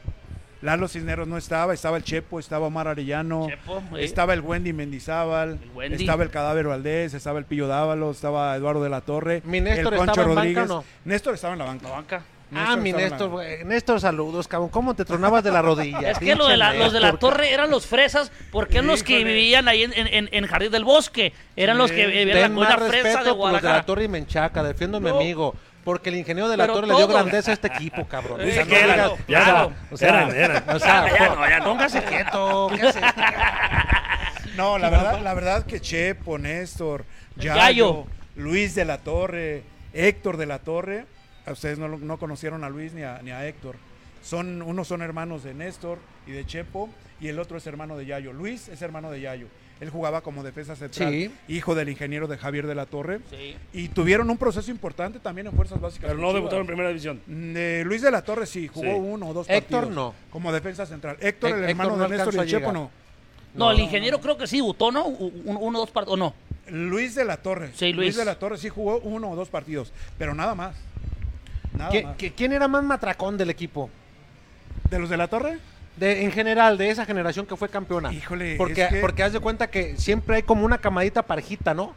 Lalo Cisneros no estaba, estaba el Chepo, estaba Omar Arellano,
Chepo, eh.
estaba el Wendy Mendizábal,
El Wendy.
estaba el Cadáver Valdés, estaba el Pillo Dávalo, estaba Eduardo de la Torre,
¿Mi Néstor
el Concho
estaba en banca o
Rodríguez.
no?
Néstor estaba en la banca.
La banca.
Ah, mi
estaba en la
Néstor,
banca.
güey. Néstor, saludos, cabrón. ¿Cómo te tronabas de la rodilla?
Es que lo de la-
Pinche
los de la
Néstor,
torre eran los fresas, porque eran los que
Híjole.
vivían ahí en, en- en- en Jardín del Bosque. Eran los que vivían la,
Ten
una
más
fresa de
respeto por los de
Guadalajara.
la Torre y Menchaca, defiendo a mi
No.
amigo. Porque el ingeniero de la
Pero
Torre le dio
todo.
grandeza a este equipo, cabrón.
Dice
O sea,
que
no
eran,
digas-
ya
o sea,
eran,
o sea,
eran, eran.
o sea, Pues,
Ya, ya no, ya no.
póngase quieto. ¿qué hace?
No, la verdad, la verdad que Chepo, Néstor, Yayo,
Gallo.
Luis de la Torre, Héctor de la Torre, a ustedes no, lo- no conocieron a Luis ni a, ni a Héctor. Son, unos son hermanos de Néstor y de Chepo, y el otro es hermano de Yayo. Luis es hermano de Yayo. Él jugaba como defensa central,
Sí.
hijo del ingeniero de Javier de la Torre.
Sí.
Y tuvieron un proceso importante también en Fuerzas Básicas.
Pero
con
no
Chivas.
debutaron en primera división.
Mm, eh, Luis de la Torre sí, jugó
Sí.
uno o dos
Héctor
partidos.
no.
Como defensa central. Héctor,
Hec-
el
Héctor
hermano
no
de Néstor y
alcanzó
el
a
Chepo
llegar.
no.
No, el ingeniero creo que sí debutó, ¿no? U- Uno, uno, dos partidos, ¿o no?
Luis de la Torre.
Sí, Luis.
de la Torre sí jugó uno o dos partidos, pero nada más. Nada
¿Qui-
más.
qui- ¿Quién era más matracón del equipo?
¿De los de la Torre?
De, en general, de esa generación que fue campeona.
Híjole,
Porque,
es que-
porque haz de cuenta que siempre hay como una camadita parejita, ¿no?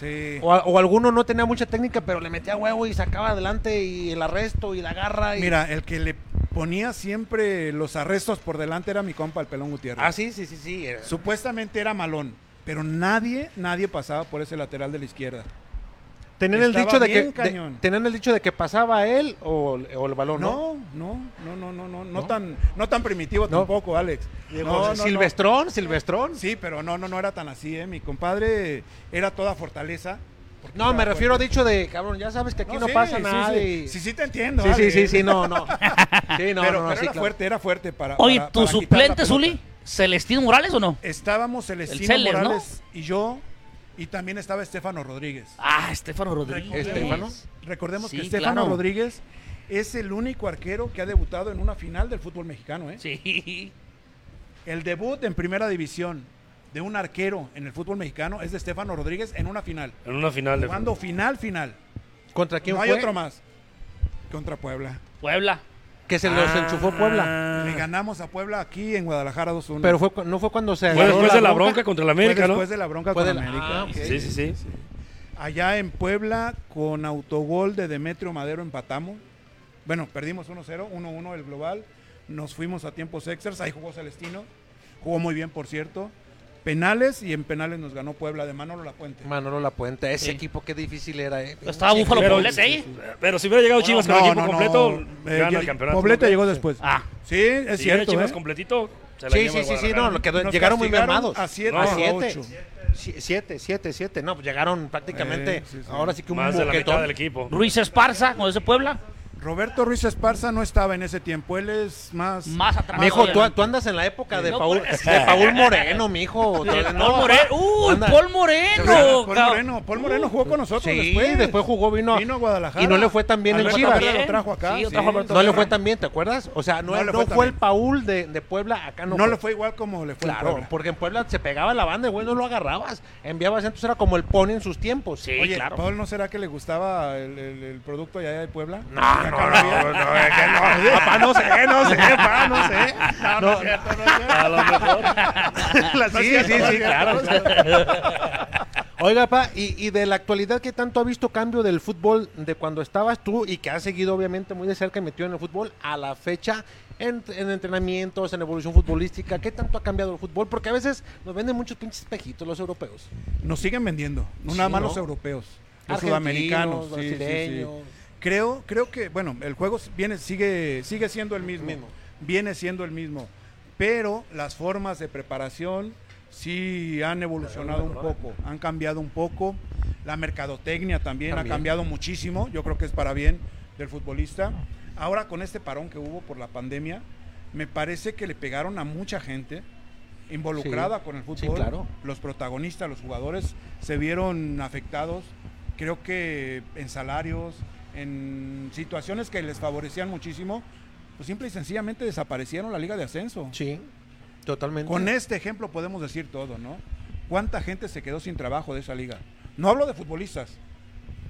Sí.
O, a- o alguno no tenía mucha técnica, pero le metía huevo y sacaba adelante y el arresto y la garra. Y...
Mira, el que le ponía siempre los arrestos por delante era mi compa, el Pelón Gutiérrez.
Ah, sí, sí, sí, sí. era-
Supuestamente era malón, pero nadie, nadie pasaba por ese lateral de la izquierda.
Tenían el
Estaba
dicho de que
bien
de-
cañón.
tenían el dicho de que pasaba él o, o el balón, ¿no?
No, no, no, no, no, no, no tan, no tan primitivo
No.
tampoco, Alex. No, no, no.
Silvestrón, Silvestrón.
Sí, pero no, no, no era tan así, eh. Mi compadre era toda fortaleza. porque
No, me
estaba
refiero a
fuerte.
dicho de, cabrón, ya sabes que aquí no,
sí,
pasa
sí,
nada.
Sí,
y-
sí, sí te entiendo.
sí, sí,
Ale.
sí, sí, no, no. Sí, no,
pero
no, no,
pero
sí,
era
claro.
fuerte, era fuerte para.
Oye,
para-
¿tu
para quitar la
suplente,
pelota.
Zuli? ¿Celestino Morales o no?
Estábamos Celestino
El Celes, ¿no?
Morales y yo, y también estaba Estefano Rodríguez.
Ah, Estefano Rodríguez.
Estefano.
Recordemos que
Sí,
Estefano
claro.
Rodríguez es el único arquero que ha debutado en una final del fútbol mexicano. ¿eh?
Sí.
El debut en primera división de un arquero en el fútbol mexicano es de Estefano Rodríguez en una final.
En una final de.
Jugando final, final.
¿Contra quién
no
fue?
hay otro más. Contra Puebla. Ah.
Puebla.
que se los enchufó Puebla.
Le ganamos a Puebla aquí en Guadalajara 2-1.
Pero fue, cu- no fue cuando se.
Fue
agarró
después de la bronca contra la
Fue
América, ¿no?
Después de la bronca
Fue
con
de la-
América.
Ah, ok. Sí, sí, sí. Allá en Puebla, con autogol de Demetrio Madero empatamos. Bueno, perdimos 1-0, 1-1 el global. Nos fuimos a tiempos extras. Ahí jugó Celestino. Jugó muy bien, por cierto. Penales y en penales nos ganó Puebla de Manolo La Puente.
Manolo La Puente, ese
Sí.
equipo qué difícil era, ¿eh?
Estaba Búfalo Poblete ahí.
Pero si hubiera llegado Chivas
No,
con
no,
el equipo
no,
completo,
no. Eh,
gana
ya-
el campeonato.
Poblete
¿no?
llegó después.
Ah.
Sí, es
Si llega
cierto.
Chivas
¿eh?
completito, se la
Sí,
lleva
sí, sí, sí,
Guadalajara.
no, lo quedó-
Nos
llegaron muy
castigaron
mermados.
a siete,
No,
a
a
ocho.
siete. Sí, Siete, siete, siete. No, pues llegaron prácticamente.
Eh, sí, sí.
Ahora sí que un
Más de la
boquetón.
mitad del
equipo.
Ruiz Esparza, con ese Puebla.
Roberto Ruiz Esparza no estaba en ese tiempo. Él es más.
Más atrás.
Mijo, tú, tú andas en la época de, Paul, de Paul Moreno, mijo.
De
No,
Paul Moreno. ¡Uy,
anda-
Paul Moreno!
Paul
ca-
Moreno, Paul Moreno jugó con nosotros
Sí,
después.
después, jugó, vino,
Vino a Guadalajara.
Y no le fue tan bien en
Alberto
Chivas.
Herrera lo trajo acá.
Sí, lo
sí.
trajo Alberto
No le fue tan bien, ¿te acuerdas? O sea, no,
No le
no
fue
fue,
tan
el Paul de, de Puebla, acá no.
No le fue igual como le fue en
Claro,
Puebla.
porque en Puebla se pegaba la banda, güey, no lo agarrabas. Enviabas, entonces era como el pone en sus tiempos. Sí,
Oye,
claro.
Paul, ¿no será que le gustaba el, el- el producto allá de Puebla?
No, no, no, no, es que no, Ah, papá, no sé, no sé, papá, no sé.
No, no,
No.
es cierto, no es cierto.
A lo mejor.
No es
sí,
cierto,
sí,
no es
sí,
cierto,
claro.
no es cierto.
Oiga, papá, y, y de la actualidad, ¿qué tanto ha visto cambio del fútbol de cuando estabas tú y que has seguido obviamente muy de cerca y metido en el fútbol a la fecha en, en entrenamientos, en evolución futbolística? ¿Qué tanto ha cambiado el fútbol? Porque a veces nos venden muchos pinches espejitos los europeos.
Nos siguen vendiendo, no
Sí,
nada más
¿no?
los europeos, los
Argentinos,
sudamericanos, sí, sí, sí.
brasileños.
Creo, creo que, bueno, el juego viene, sigue, sigue siendo el mismo,
Mismo.
viene siendo el mismo, pero las formas de preparación sí han evolucionado un poco, han cambiado un poco, la mercadotecnia también,
También.
ha cambiado muchísimo, yo creo que es para bien del futbolista. Ahora con este parón que hubo por la pandemia, me parece que le pegaron a mucha gente involucrada
Sí.
con el fútbol.
Sí, claro.
Los protagonistas, los jugadores, se vieron afectados, creo que en salarios, en situaciones que les favorecían muchísimo, pues simple y sencillamente desaparecieron la liga de ascenso.
Sí, totalmente.
Con este ejemplo podemos decir todo, ¿no? ¿Cuánta gente se quedó sin trabajo de esa liga? No hablo de futbolistas,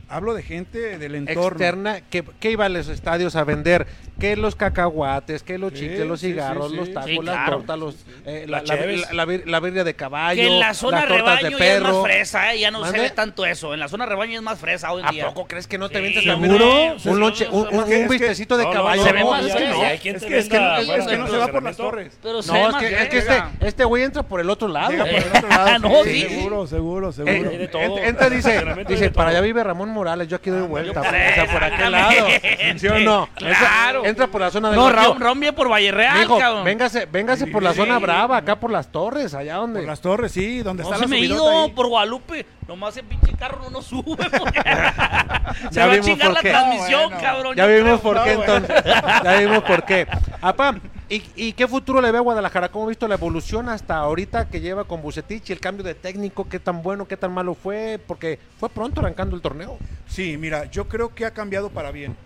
hablo de gente del entorno.
externa que, que iba a los estadios a vender que los cacahuates que los
Sí,
chicles los
sí, sí,
cigarros
sí.
los tacos
Sí,
las
claro.
tortas los, eh,
La
la, la,
cheves.
la- la vir- la birria de caballo
Que en la zona
las tortas
rebaño
de
ya es más
perro
fresa, ¿eh? Ya no se
¿Mande?
ve tanto eso. En la zona rebaño es más fresa hoy en
¿A
día.
poco crees que no te
Sí,
vendes
seguro.
también
Sí,
un
sí,
lonche,
sí,
un,
sí,
un-
sí,
un
es que-
vistecito de
no, no,
caballo?
no,
Se ve más
es que
fresa.
no.
Y hay quien
Es
te
que, es que no-
venda
es- es
fuera
que no
del
se va por las
entrenamiento.
torres.
Pero se
No,
ve
es
más
que, es que este,
fresa.
este güey entra por el otro lado.
Llega por el
Eh,
otro lado,
No,
sí,
sí.
Seguro, seguro, seguro.
eh,
Hay de todo.
ent- entra dice,
Entrenamiento hay
dice
de todo.
para allá vive Ramón Morales, yo aquí doy vuelta,
Ah, creo.
o sea, por aquel lado.
Exactamente.
¿Sí o no? Entra-
Claro.
Entra por la zona de
No, Raúl, Raúl viene por Valle Real,
Mijo,
cabrón.
véngase, véngase por la zona brava, acá por las torres, allá donde.
Por las torres, sí, donde
No
está
se
la
me he
subidota
ido
ahí.
por Guadalupe. Nomás ese pinche carro no nos sube. porque se
Ya
va a
vimos
chingar
por
la
qué.
transmisión,
No, Ah, bueno.
cabrón.
Ya
yo
vimos
creo. Ah,
por qué
no,
entonces. Ya vimos por qué. Apá, ¿y, y qué futuro le ve a Guadalajara? ¿Cómo ha visto la evolución hasta ahorita que lleva con Bucetich y el cambio de técnico? ¿Qué tan bueno, qué tan malo fue? Porque fue pronto arrancando el torneo.
Sí, mira, yo creo que ha cambiado para bien.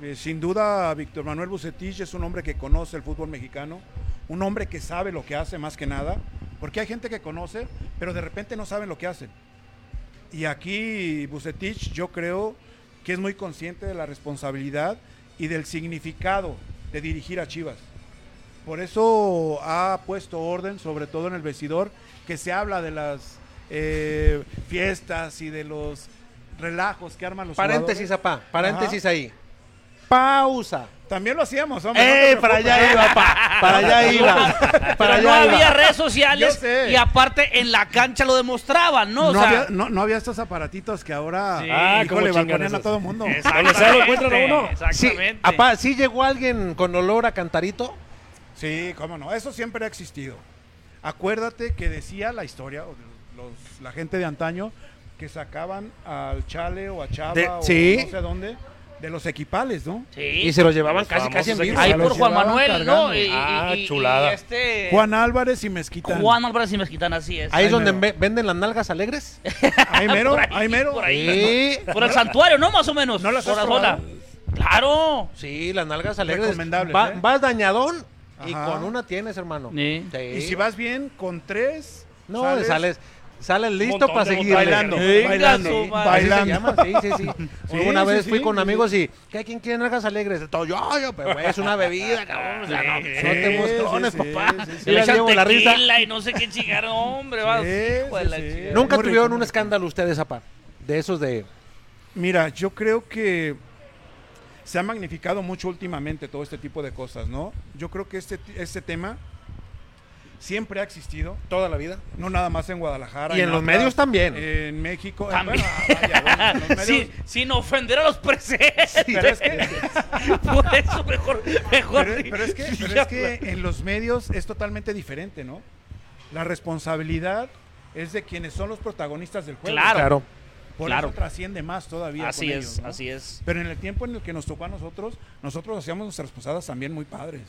Eh, sin duda, Víctor Manuel Bucetich es un hombre que conoce el fútbol mexicano, un hombre que sabe lo que hace más que nada, porque hay gente que conoce, pero de repente no saben lo que hacen. Y aquí Bucetich yo creo que es muy consciente de la responsabilidad y del significado de dirigir a Chivas. Por eso ha puesto orden, sobre todo en el vestidor, que se habla de las eh, fiestas y de los relajos que arman los
Paréntesis,
jugadores.
apá, paréntesis
Ajá.
ahí. Pausa.
También lo hacíamos, hombre. no te
¡Eh! Para
preocupes.
allá iba, pa. Para allá iba. Para
Pero no
allá
había
iba.
redes sociales
Yo sé.
y aparte en la cancha lo demostraban, ¿no?
No,
O sea,
había, no, no había estos aparatitos que ahora
Sí.
ah,
Ah, cómo
híjole,
chingan
balconean a
esos.
todo el mundo.
Donde sea lo encuentran a uno.
Sí,
Exactamente.
apá, ¿sí llegó alguien con olor a cantarito?
Sí, cómo no. Eso siempre ha existido. Acuérdate que decía la historia, o los- la gente de antaño, que sacaban al Chale o a Chava
De-
o
sí.
no sé a dónde, de los equipales, ¿no?
Y
Sí.
se lo llevaban
Los
casi, casi en
famosos
vivo.
Ahí
se
por
los
Juan
llevaban
Manuel,
cargando.
¿no? Y, y-
Ah,
y- y
chulada.
este...
Juan Álvarez y Mezquitán.
Juan Álvarez y Mezquitán, así es.
Ahí es
Ahí
donde
mero.
ve- venden las nalgas alegres.
Ahí mero,
Por ahí,
ahí mero.
por
Sí.
Por el santuario, ¿no? Más o menos.
¿No las
por
has
la zona. Claro.
Sí, las nalgas alegres.
Recomendables,
Va-
¿eh?
Vas dañadón y
Ajá.
con una tienes, hermano.
Sí.
Sí.
Y si vas bien con tres,
No,
sales
sales. Sales listo
Montón
para
de
seguir
bailando, Venga, bailando, su madre.
bailando.
bailando.
Así se llama, Sí, sí, sí.
Sí,
Una
sí,
vez
sí,
fui con
sí,
amigos y ¿qué quién quiere nalgas alegres? Todo yo, yo, pero güey, es una bebida, cabrón. O sea, no,
Sí,
no te
sí,
mostrones,
sí,
papá.
sí, sí.
Y
Le
les
echan
llevo la risa.
tequila y no sé qué chingaron, hombre, vas, hijo de la chingada.
Nunca
Muy rico,
tuvieron
muy
un escándalo ustedes, apa. De esos de
Mira, yo creo que se ha magnificado mucho últimamente todo este tipo de cosas, ¿no? Yo creo que este, este tema siempre ha existido. Toda la vida. No nada más en Guadalajara.
Y en los
otras-
medios también.
En México.
También.
Bueno, vaya, bueno, en los medios-
sin, sin ofender a los presentes.
Pero es que-
Por eso mejor, mejor.
pero, pero es que, pero es que en los medios es totalmente diferente, ¿no? La responsabilidad es de quienes son los protagonistas del juego.
Claro. Claro.
Por
Claro.
eso trasciende más todavía.
Así
con
es,
ellos, ¿no?
así es.
Pero en el tiempo en el que nos tocó a nosotros, nosotros hacíamos nuestras posadas también muy padres.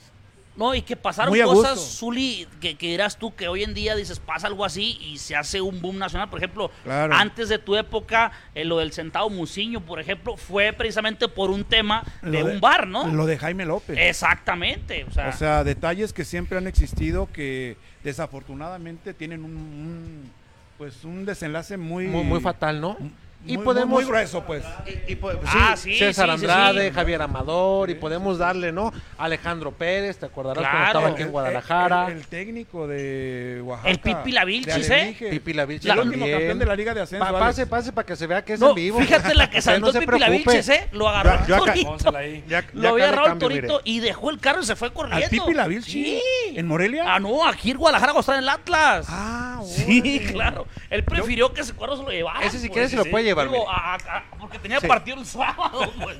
No, y que pasaron
Muy a
cosas,
gusto.
Zuli, que, que dirás tú que hoy en día dices, pasa algo así y se hace un boom nacional. Por ejemplo,
Claro.
antes de tu época, eh, lo del sentado Muciño, por ejemplo, fue precisamente por un tema de,
Lo
un bar, ¿no?
Lo de Jaime López.
Exactamente. O sea,
O sea, detalles que siempre han existido que desafortunadamente tienen un, un, pues un desenlace muy Mm,
muy, muy fatal, ¿no?
muy- muy- muy grueso, pues.
Y, y po-
Ah,
sí,
sí,
César
sí, sí,
Andrade,
sí.
Javier Amador, y podemos darle, ¿no? Alejandro Pérez, ¿te acordarás cuando
Claro.
estaba aquí en Guadalajara?
El, el técnico de Oaxaca.
El Pipi La Vilchis,
de
¿eh?
Alebrije.
Pipi la Vilchis
El último
también.
campeón de la Liga de Ascenso.
Pa-
Alex.
pase, pase para que se vea que es
no,
en vivo.
fíjate la que
Usted
saltó
no se
Pipi la
preocupe.
Vilches, ¿eh? Lo agarró
Yo-
el
yo acá-
torito,
Pónsela ahí.
Ya-
Lo había
ya acá le
agarrado el
cambio, mire.
torito y dejó el carro y se fue corriendo.
¿Al Pipi La Vilchis?
Sí.
¿En Morelia?
Ah, no, aquí en Guadalajara cuando estaba en el Atlas.
Ah,
Sí, claro. Él prefirió que ese cuadro se lo llevara. pues.
Ese si quieres se lo puede llevar,
Digo, ah,
mire.
a- a- porque tenía
Sí.
partido el sábado, pues.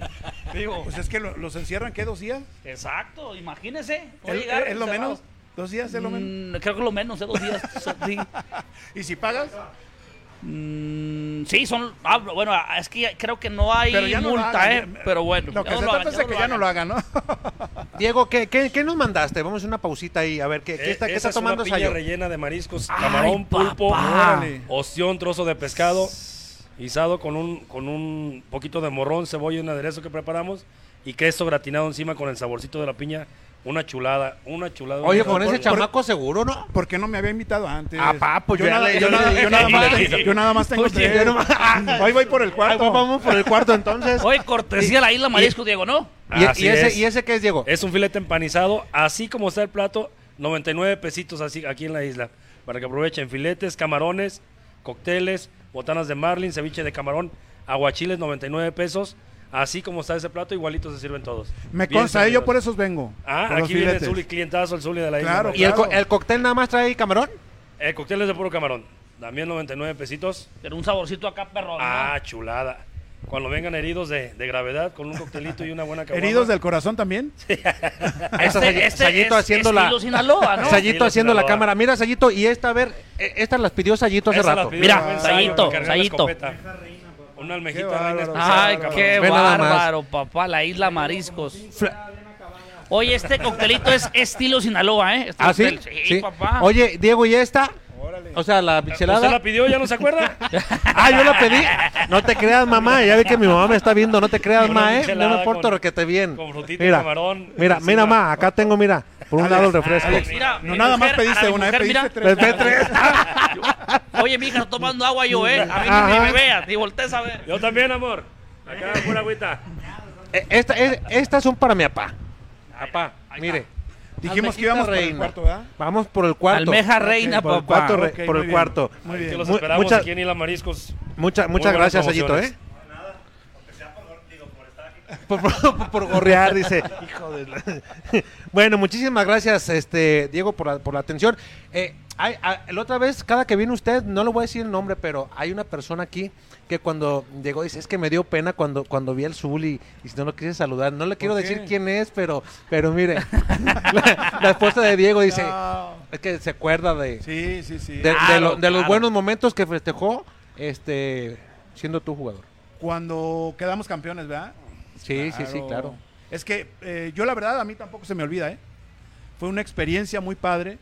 Digo,
Pues es que lo- los encierran, ¿qué? ¿Dos días?
exacto, imagínese. no
¿Es,
llegar
es lo
encerrados.
menos? ¿Dos días es lo menos?
Mm, creo que lo menos, eh, dos días. so- sí.
¿Y si pagas?
Mm, sí, son. ah, bueno, ah, es que ya- creo que no hay
Pero ya no lo
multa,
hagan,
¿eh?
ya-
Pero bueno.
Lo que
ya no
se
lo hagan,
trata es de que ya no lo hagan, ¿no?
Diego, ¿qué, qué, qué nos mandaste? Vamos a una pausita ahí, a ver, ¿qué, qué
Eh,
está, qué
esa
está tomando
es una
Sayo?
piña rellena de mariscos,
Ay,
camarón, pulpo,
papá.
órale, ostión, trozo de pescado, guisado con un, con un poquito de morrón, cebolla y un aderezo que preparamos y queso gratinado encima con el saborcito de la piña. Una chulada, una chulada.
Oye,
una
con ese
chulada.
chamaco seguro, ¿no?
¿Por qué no me había invitado antes?
Ah, pa, pues
yo,
yo ya
nada,
le-
yo
yo le-
nada- yo
yo
nada
le
más,
dije.
yo nada más tengo
Oye,
tres.
yo no-
Hoy voy por el
Ah,
cuarto.
pues vamos por el cuarto entonces.
Oye, cortesía la isla Marisco, Diego, ¿no?
¿Y, y
Así
ese,
es.
¿Y ese qué es, Diego?
Es un filete empanizado, así como está el plato, 99 pesitos así aquí en la isla. Para que aprovechen filetes, camarones, cócteles, botanas de marlin, ceviche de camarón, aguachiles 99 pesos. Así como está ese plato, igualito se sirven todos.
Me
Bien
consta, eh, yo
servidos.
por esos vengo.
Ah,
por los
aquí viene el
filetes.
Zuli, clientazo, el Zuli de la isla.
Claro,
¿Y el, co-
claro.
el cóctel nada más trae camarón?
El cóctel es Eh, de puro camarón. También 99 pesitos.
Pero un saborcito acá, perro. ¿no?
Ah, chulada. Cuando vengan heridos de, de gravedad, con un coctelito y una buena caguama.
¿Heridos del corazón también?
Ahí está Sayi- Sayito
Este es
haciendo
estilo
la-
Sinaloa, ¿no?
Sayito
Estilo
haciendo la
Sinaloa.
cámara. Mira, Sayito, y esta, a ver, e- estas las pidió Sayito hace
Esas las
rato.
pidió
Mira,
Rubén Sayo,
Sayito,
me cargué la
Sayito.
escopeta. Una
Qué
almejita
bárbaro.
reina especial
Ay,
de camarón.
qué
Ve nada más.
bárbaro, papá, la isla Mariscos. Oye, este coctelito es estilo Sinaloa, ¿eh? Este
¿Ah, sí?
cóctel. Sí, papá.
Oye, Diego, ¿y esta? O sea, la
¿Usted
pichelada.
la pidió? ¿Ya no se acuerda?
Ah, yo la pedí. No te creas, mamá. Ya ve que mi mamá me está viendo. No te creas,
Una
ma, ¿eh? No
michelada
me porto
con-
requete bien.
con frutita y
mira,
camarón
Mira,
encima.
mira, ma. Acá tengo, mira. Por un lado el refresco.
Alex, mira,
No,
mi
nada más
mujer- a
pediste
mi
una, eh,
mujer,
pediste
mira,
tres.
Les ve tres.
Oye, mija, está tomando agua yo, ¿eh? A mí ni
Ajá.
me veas, ni voltees a ver.
Yo también, amor. Acá, pura agüita.
Eh, esta- es- estas son para mi papá. Papá,
ahí
mire.
Dijimos
Almejita
que íbamos por el
reina.
cuarto, ¿verdad?
Vamos por el cuarto.
Almeja reina,
por el
papá.
cuarto, re-
Ok,
por
muy
el
bien,
cuarto.
Muy
Que
bien.
los
Mu-
esperamos
muchas-
aquí en Isla Mariscos.
Muchas,
Muy
muchas
buenas
gracias, Sayito, ¿eh?
promociones.
Por, por- por gorrear, dice. Hijo de la- Bueno, muchísimas gracias, este Diego, por la, por la atención. Eh, hay- a- la otra vez, cada que viene usted, no le voy a decir el nombre, pero hay una persona aquí que cuando llegó dice, es que me dio pena cuando, cuando vi al Zuli y si no lo quise saludar. No le quiero
qué?
decir quién es, pero, pero mire, la, la esposa de Diego dice, es que se acuerda de,
Sí, sí, sí.
de, de
Claro,
lo- de los
claro.
buenos momentos que festejó este siendo tu jugador.
Cuando quedamos campeones, ¿verdad?
Sí, sí, sí, claro.
Es que eh, yo la verdad a mí tampoco se me olvida, ¿eh? Fue una experiencia muy padre.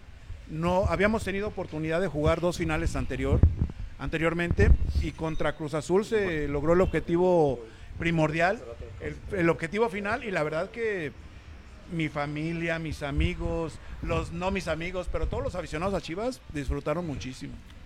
No habíamos tenido oportunidad de jugar dos finales anterior, anteriormente y contra Cruz Azul se logró el objetivo primordial, el, el objetivo final y la verdad que mi familia, mis amigos, los no mis amigos, pero todos los aficionados a Chivas disfrutaron muchísimo.
Y,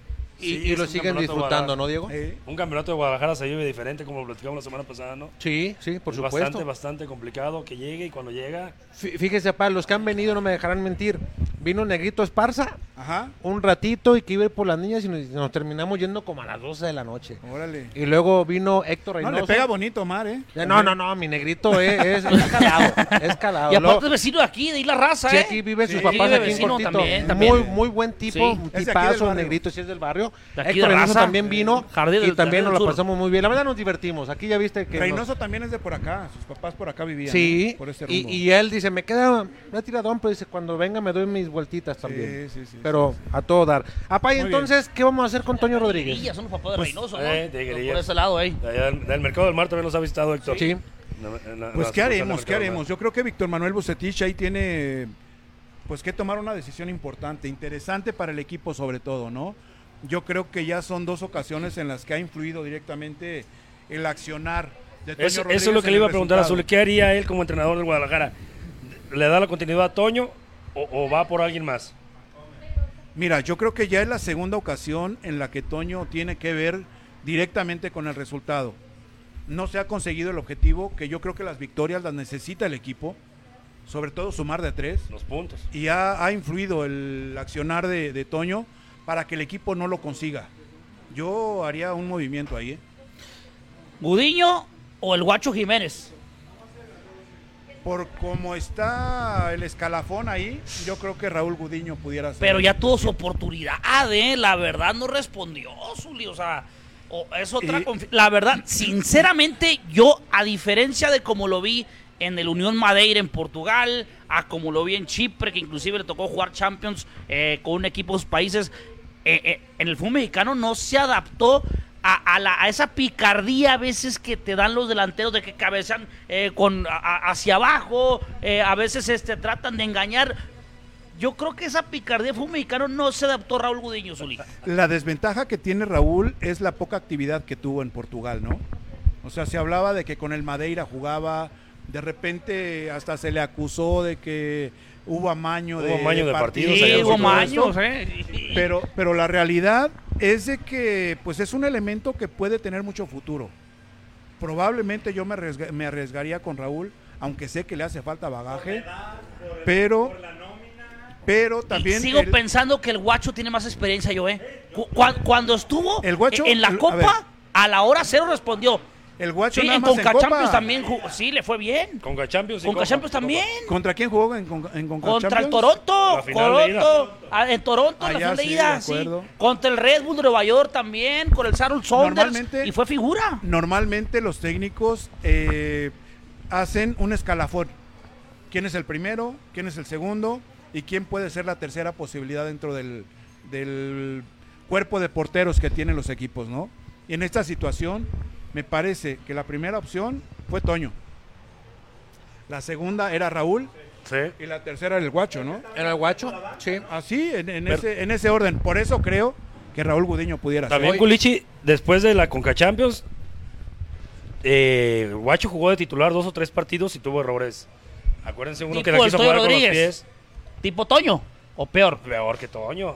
Sí,
y
es
lo
un
siguen
campeonato de
disfrutando, ¿no, Diego?
Guadalajara. Un campeonato de Guadalajara se vive diferente, como lo platicamos la semana pasada, ¿no?
Sí, sí, por
pues
Es
supuesto.
Bastante, bastante complicado que llegue y cuando llega.
Fí- Fíjese, para los que han venido no me dejarán mentir. Vino Negrito Esparza un ratito y que iba a ir por las niñas y nos, nos terminamos yendo como a las 12 de la noche.
Órale.
Y luego vino Héctor
No,
Reynoso.
le pega bonito Omar, ¿eh?
Ya, No, no, no, mi negrito eh, es, es calado, es calado.
Y aparte
Luego-
es vecino de aquí, de Isla Raza,
Sí,
¿eh?
aquí vive sus
Sí,
papás aquí
vive
en
vecino
Cortito.
también, también.
Muy, muy buen tipo,
Sí.
un
Es de aquí del
tipazo, un
barrio.
negrito, si es del barrio.
De aquí
Héctor
de
Reynoso
raza.
también vino
Jardín
y también
del- Jardín
nos
del
la
Sur.
pasamos muy bien. La verdad nos divertimos. Aquí ya viste que... nos-
Reynoso también es de por acá, sus papás por acá vivían.
Sí,
¿eh? por ese
y,
rumbo.
y él dice, me queda una tiradón, pero dice, cuando venga me doy mis vueltitas también.
sí, sí,
pero a todo dar. Apá, y
Muy
entonces, ¿qué vamos a hacer con Toño Rodríguez?
Grilla, son los papás de
Pues,
Reynoso, ¿no?
eh, de Grilla.
Por ese lado, ahí.
De allá del, del Mercado del Mar también los ha visitado Héctor.
Sí.
En la- en
Pues
la
qué
sucursal del
haremos, qué
Mercado del
haremos. Yo creo que Víctor Manuel Bucetich ahí tiene pues que tomar una decisión importante, interesante para el equipo sobre todo, ¿no? Yo creo que ya son dos ocasiones en las que ha influido directamente el accionar de Toño
Eso, eso
Rodríguez
es lo
en
que le iba a
el
preguntar a
resultado.
Azul. ¿Qué haría él como entrenador del Guadalajara? ¿Le da la continuidad a Toño o, o va por alguien más?
Mira, yo creo que ya es la segunda ocasión en la que Toño tiene que ver directamente con el resultado. No se ha conseguido el objetivo, que yo creo que las victorias las necesita el equipo, sobre todo sumar de a tres.
Los puntos.
Y ha, ha influido el accionar de, de Toño para que el equipo no lo consiga. Yo haría un movimiento ahí. ¿eh?
¿Gudiño o el Guacho Jiménez?
Por cómo está el escalafón ahí, yo creo que Raúl Gudiño pudiera ser.
Pero ya tuvo su oportunidad, ¿eh? La verdad no respondió, Zuli. O sea, o- es otra
Y-
confi- La verdad, sinceramente, yo, a diferencia de como lo vi en el Unión Madeira en Portugal, a como lo vi en Chipre, que inclusive le tocó jugar Champions eh, con un equipo de sus países, eh, eh, en el fútbol mexicano no se adaptó. A, a la- a esa picardía a veces que te dan los delanteros de que cabezan eh, con, a- a- hacia abajo, eh, a veces este, tratan de engañar. Yo creo que esa picardía fue un mexicano, no se adaptó Raúl Gudiño, Zuli.
La desventaja que tiene Raúl es la poca actividad que tuvo en Portugal, ¿no? O sea, se hablaba de que con el Madeira jugaba, de repente hasta se le acusó de que hubo amaño de,
Hubo amaño de partidos
Sí, allá en hubo
amaño,
amaños, ¿eh?
Pero, pero la realidad es de que pues es un elemento que puede tener mucho futuro. Probablemente yo me, arriesga- me arriesgaría con Raúl, aunque sé que le hace falta bagaje, pero... Pero también...
Sigo
el-
pensando que el Guacho tiene más experiencia yo, ¿eh? Cu- cuan- cuando estuvo
El Guacho,
en la
el- a
Copa, a, la hora cero respondió.
el guacho
sí,
nada
en
más en
Conca Champions
Copa.
también jugó- sí, le fue bien.
Con Gachampios.
Conca Champions también.
¿Contra quién jugó en, Conca- en Conca
Contra el
Champions?
Toronto,
La final de
Toronto, ah, en Toronto, en la
Allá
final de
sí,
ida,
de
sí.
acuerdo.
Contra el Red Bull de Nueva York también, con el Sarul Saunders,
Normalmente-
y fue figura.
Normalmente los técnicos eh, hacen un escalafón. ¿Quién es el primero? ¿Quién es el segundo? ¿Y quién puede ser la tercera posibilidad dentro del, del cuerpo de porteros que tienen los equipos, no? Y en esta situación, me parece que la primera opción fue Toño. La segunda era Raúl. Y la tercera era el Guacho, ¿no?
¿Era el Guacho? Sí.
Así, en, en
Pero-
ese, en ese orden. Por eso creo que Raúl Gudiño pudiera ser.
También Culichi, después de la Conca Champions, eh, Guacho jugó de titular dos o tres partidos y tuvo errores. Acuérdense uno que la
Tipo el
quiso
Toño
jugar con los
Rodríguez.
pies.
¿Tipo Toño? ¿O peor?
Peor que Toño.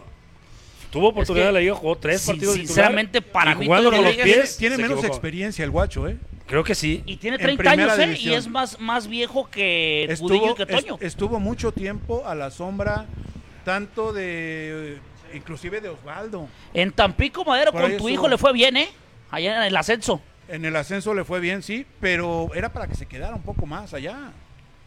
Tuvo oportunidad
que,
de la liga, jugó tres
sin-
partidos de titular
sinceramente, para
y
mí
jugando
Toño
con los
Rodríguez
pies,
Tiene
se
menos
equivocó.
experiencia el Guacho, ¿eh?
Creo que sí.
Y tiene
En
30
primera
años, ¿eh? Y
división.
es más, más viejo que Gudiño y
estuvo,
que
es-
Toño.
estuvo mucho tiempo a la sombra, tanto de, eh, inclusive de Osvaldo.
En Tampico Madero
Por
con
ahí
tu
estuvo.
hijo le fue bien, ¿eh? Allá en el ascenso.
En el ascenso le fue bien, sí, pero era para que se quedara un poco más allá.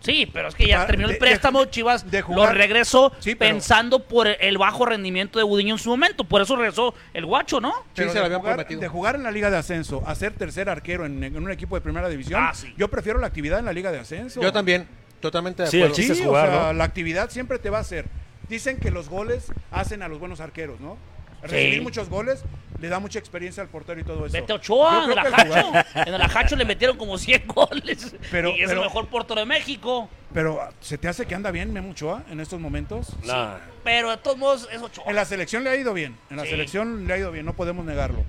Sí, pero es que ya
Para-
terminó el
de-
préstamo, Chivas.
jugar-
lo regresó
Sí, pero-
pensando por el bajo rendimiento de Gudiño en su momento. Por eso regresó el guacho, ¿no?
Pero de, jugar, de jugar en la liga de ascenso a ser tercer arquero en, en un equipo de primera división,
Ah, sí.
yo prefiero la actividad en la liga de ascenso.
Yo también, totalmente de
Sí, el
acuerdo.
chiste es
Sí, o
jugar,
sea,
¿no?
la actividad siempre te va a hacer. Dicen que los goles hacen a los buenos arqueros, ¿no? Recibir
Sí.
muchos goles le da mucha experiencia al portero y todo eso.
Vete
Yo
Ochoa, en
creo
el
que el
Ajacho.
jugar-
En el Ajacho le metieron como 100 goles.
Pero-
y es
pero-
el mejor portero de México.
Pero ¿se te hace que anda bien Memo Ochoa en estos momentos?
Nah.
Pero de todos modos es Ochoa.
En la selección le ha ido bien. En la
Sí.
selección le ha ido bien, no podemos negarlo.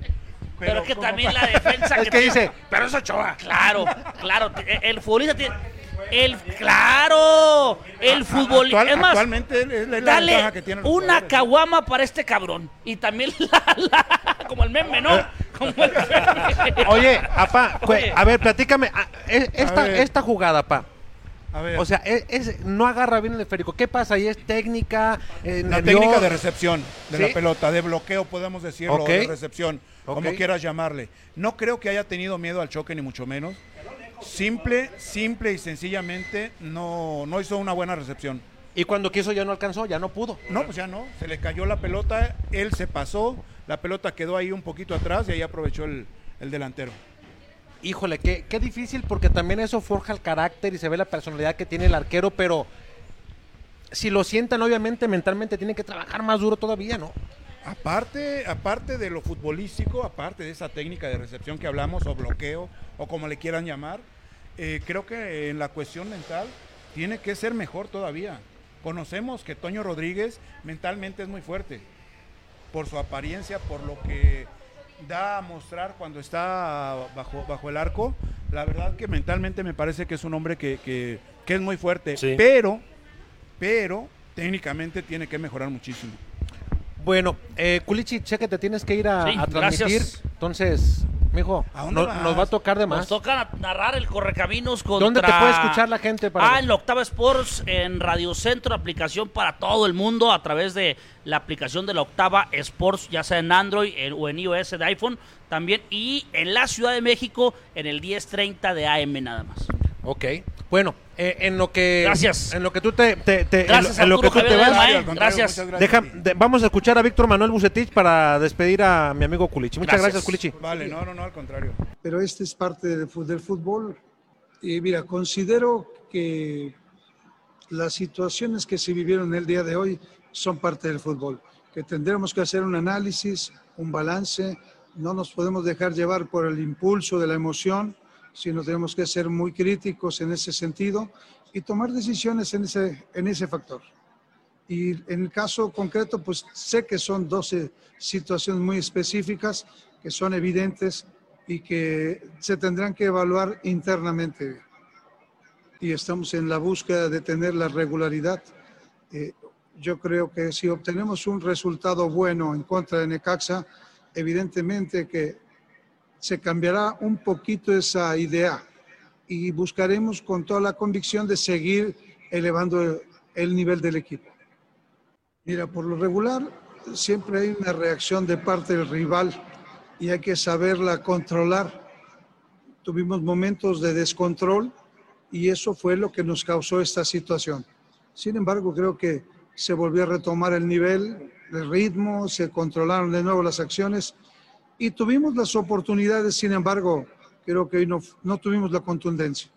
Pero, es que
como
también
pa-
la defensa
Es que
tiene-
dice, pero es Ochoa.
Claro, claro. El e, futbolista tiene, El, claro, el futbolista.
Actual-
es más,
actualmente es la
dale
ventaja que tienen los
una
jugadores.
caguama para este cabrón. Y también la, la- como el meme, ¿no? Como el meme.
Oye, apá, cu-
Oye.
a ver, platícame. a- e-
A
esta,
ver.
esta jugada, apá.
A ver.
O sea, e- es- no agarra bien el esférico. ¿Qué pasa ahí? ¿Es técnica? Eh,
La
nervio-
técnica de recepción de
¿Sí?
la pelota, de bloqueo, podemos decirlo, o de
Ok.
recepción,
Ok.
como quieras llamarle. No creo que haya tenido miedo al choque, ni mucho menos. Simple, simple y sencillamente no, no hizo una buena recepción.
Y cuando quiso ya no alcanzó, ya no pudo.
No, pues ya no. Se le cayó la pelota, él se pasó, la pelota quedó ahí un poquito atrás y ahí aprovechó el, el delantero.
Híjole, qué, qué difícil porque también eso forja el carácter y se ve la personalidad que tiene el arquero, pero si lo sientan, obviamente, mentalmente tienen que trabajar más duro todavía, ¿no?
Aparte, aparte de lo futbolístico, aparte de esa técnica de recepción que hablamos, o bloqueo, o como le quieran llamar, eh, creo que en la cuestión mental tiene que ser mejor todavía. Conocemos que Toño Rodríguez mentalmente es muy fuerte, por su apariencia, por lo que da a mostrar cuando está bajo, bajo el arco. La verdad que mentalmente me parece que es un hombre que, que- que es muy fuerte,
Sí.
pero, pero técnicamente tiene que mejorar muchísimo.
Bueno, eh, Culichi, sé que te tienes que ir a,
Sí,
a transmitir.
gracias.
Entonces, mijo,
¿A dónde
no-
vas?
nos va a tocar de
Nos
más.
toca narrar el Correcaminos contra...
¿Dónde te puede escuchar la gente? Para
Ah, en la Octava Sports, en Radio Centro, aplicación para todo el mundo a través de la aplicación de la Octava Sports, ya sea en Android en- o en iOS de iPhone también. Y en la Ciudad de México, en el 1030 de AM nada más.
Ok. Bueno, eh, en lo que.
Gracias.
En lo que tú te. te- te- en
Gracias,
lo- en lo,
Arturo
que tú te
Javier
vas.
Mael,
al contrario,
gracias.
muchas gracias.
Deja, de- vamos a escuchar a Víctor Manuel Bucetich para despedir a mi amigo Culichi. Muchas
Gracias.
gracias, Culichi.
Vale, no, no, no, al contrario.
pero este es parte del, fu- del fútbol. Y mira, considero que las situaciones que se vivieron el día de hoy son parte del fútbol, que tendremos que hacer un análisis, un balance, no nos podemos dejar llevar por el impulso de la emoción, sino tenemos que ser muy críticos en ese sentido y tomar decisiones en ese, en ese factor. Y en el caso concreto, pues sé que son 12 situaciones muy específicas que son evidentes y que se tendrán que evaluar internamente. Y estamos en la búsqueda de tener la regularidad. Eh, yo creo que si obtenemos un resultado bueno en contra de Necaxa, evidentemente que se cambiará un poquito esa idea y buscaremos con toda la convicción de seguir elevando el nivel del equipo. Mira, por lo regular siempre hay una reacción de parte del rival y hay que saberla controlar. Tuvimos momentos de descontrol y eso fue lo que nos causó esta situación. Sin embargo, creo que se volvió a retomar el nivel, el ritmo, se controlaron de nuevo las acciones y tuvimos las oportunidades, sin embargo, creo que hoy no, no tuvimos la contundencia.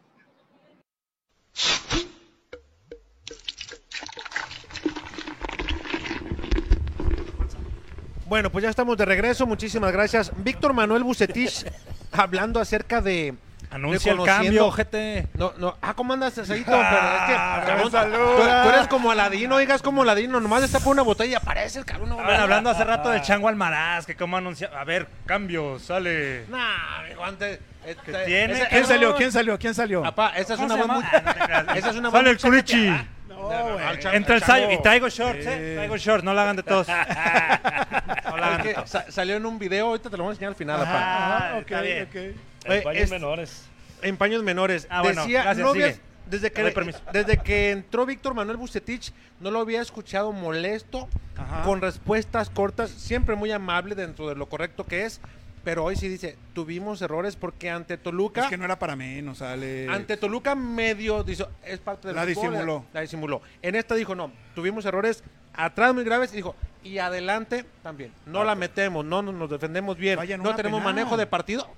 Bueno, pues ya estamos de regreso. Muchísimas gracias. Víctor Manuel Bucetich hablando acerca de.
Anuncia
de
el cambio,
conociendo-
gente.
No, no. Ah, ¿cómo andas, Cesarito?
Ah,
Pero es que,
me
cabrón, tú,
saluda.
tú eres como Aladino, oigas como Aladino. Nomás está por una botella y aparece el cabrón. no,
Estaban
hombre.
hablando hace rato del Chango Almaraz, que cómo anuncia. A ver, cambio, sale.
Nah, amigo, antes. este,
tiene,
esa-
¿Quién
esa-
salió? ¿Quién salió? ¿Quién salió?
Papá, esa es
¿Cómo
una
se
voz muy.
llama? Ah, no te creas.
Esa es una
Sale
voz Ah,
el Culichi. Entra el Sayo.
Sayo
Y traigo shorts, ¿eh? Traigo shorts, no la hagan de todos. No la hagan de
que
todos.
sa- salió en un video, ahorita te lo voy a enseñar al final, papá.
Ah,
ok,
está bien.
ok.
Oye,
En paños
es-
menores.
En paños menores.
Ah, bueno,
Decía,
gracias,
no habías-
sigue.
desde
Te doy
que,
permiso.
desde que entró Víctor Manuel Bucetich, no lo había escuchado molesto,
Ajá.
con respuestas cortas, siempre muy amable dentro de lo correcto que es, pero hoy sí dice, tuvimos errores porque ante Toluca...
Es que no era para menos, sale.
Ante Toluca medio dice, es parte del
La
fútbol,
disimuló.
La disimuló. En esta dijo, no, tuvimos errores atrás muy graves y dijo, y adelante también. No la metemos, no nos- nos defendemos bien,
Vayan
no
una
tenemos
penal.
manejo de partido.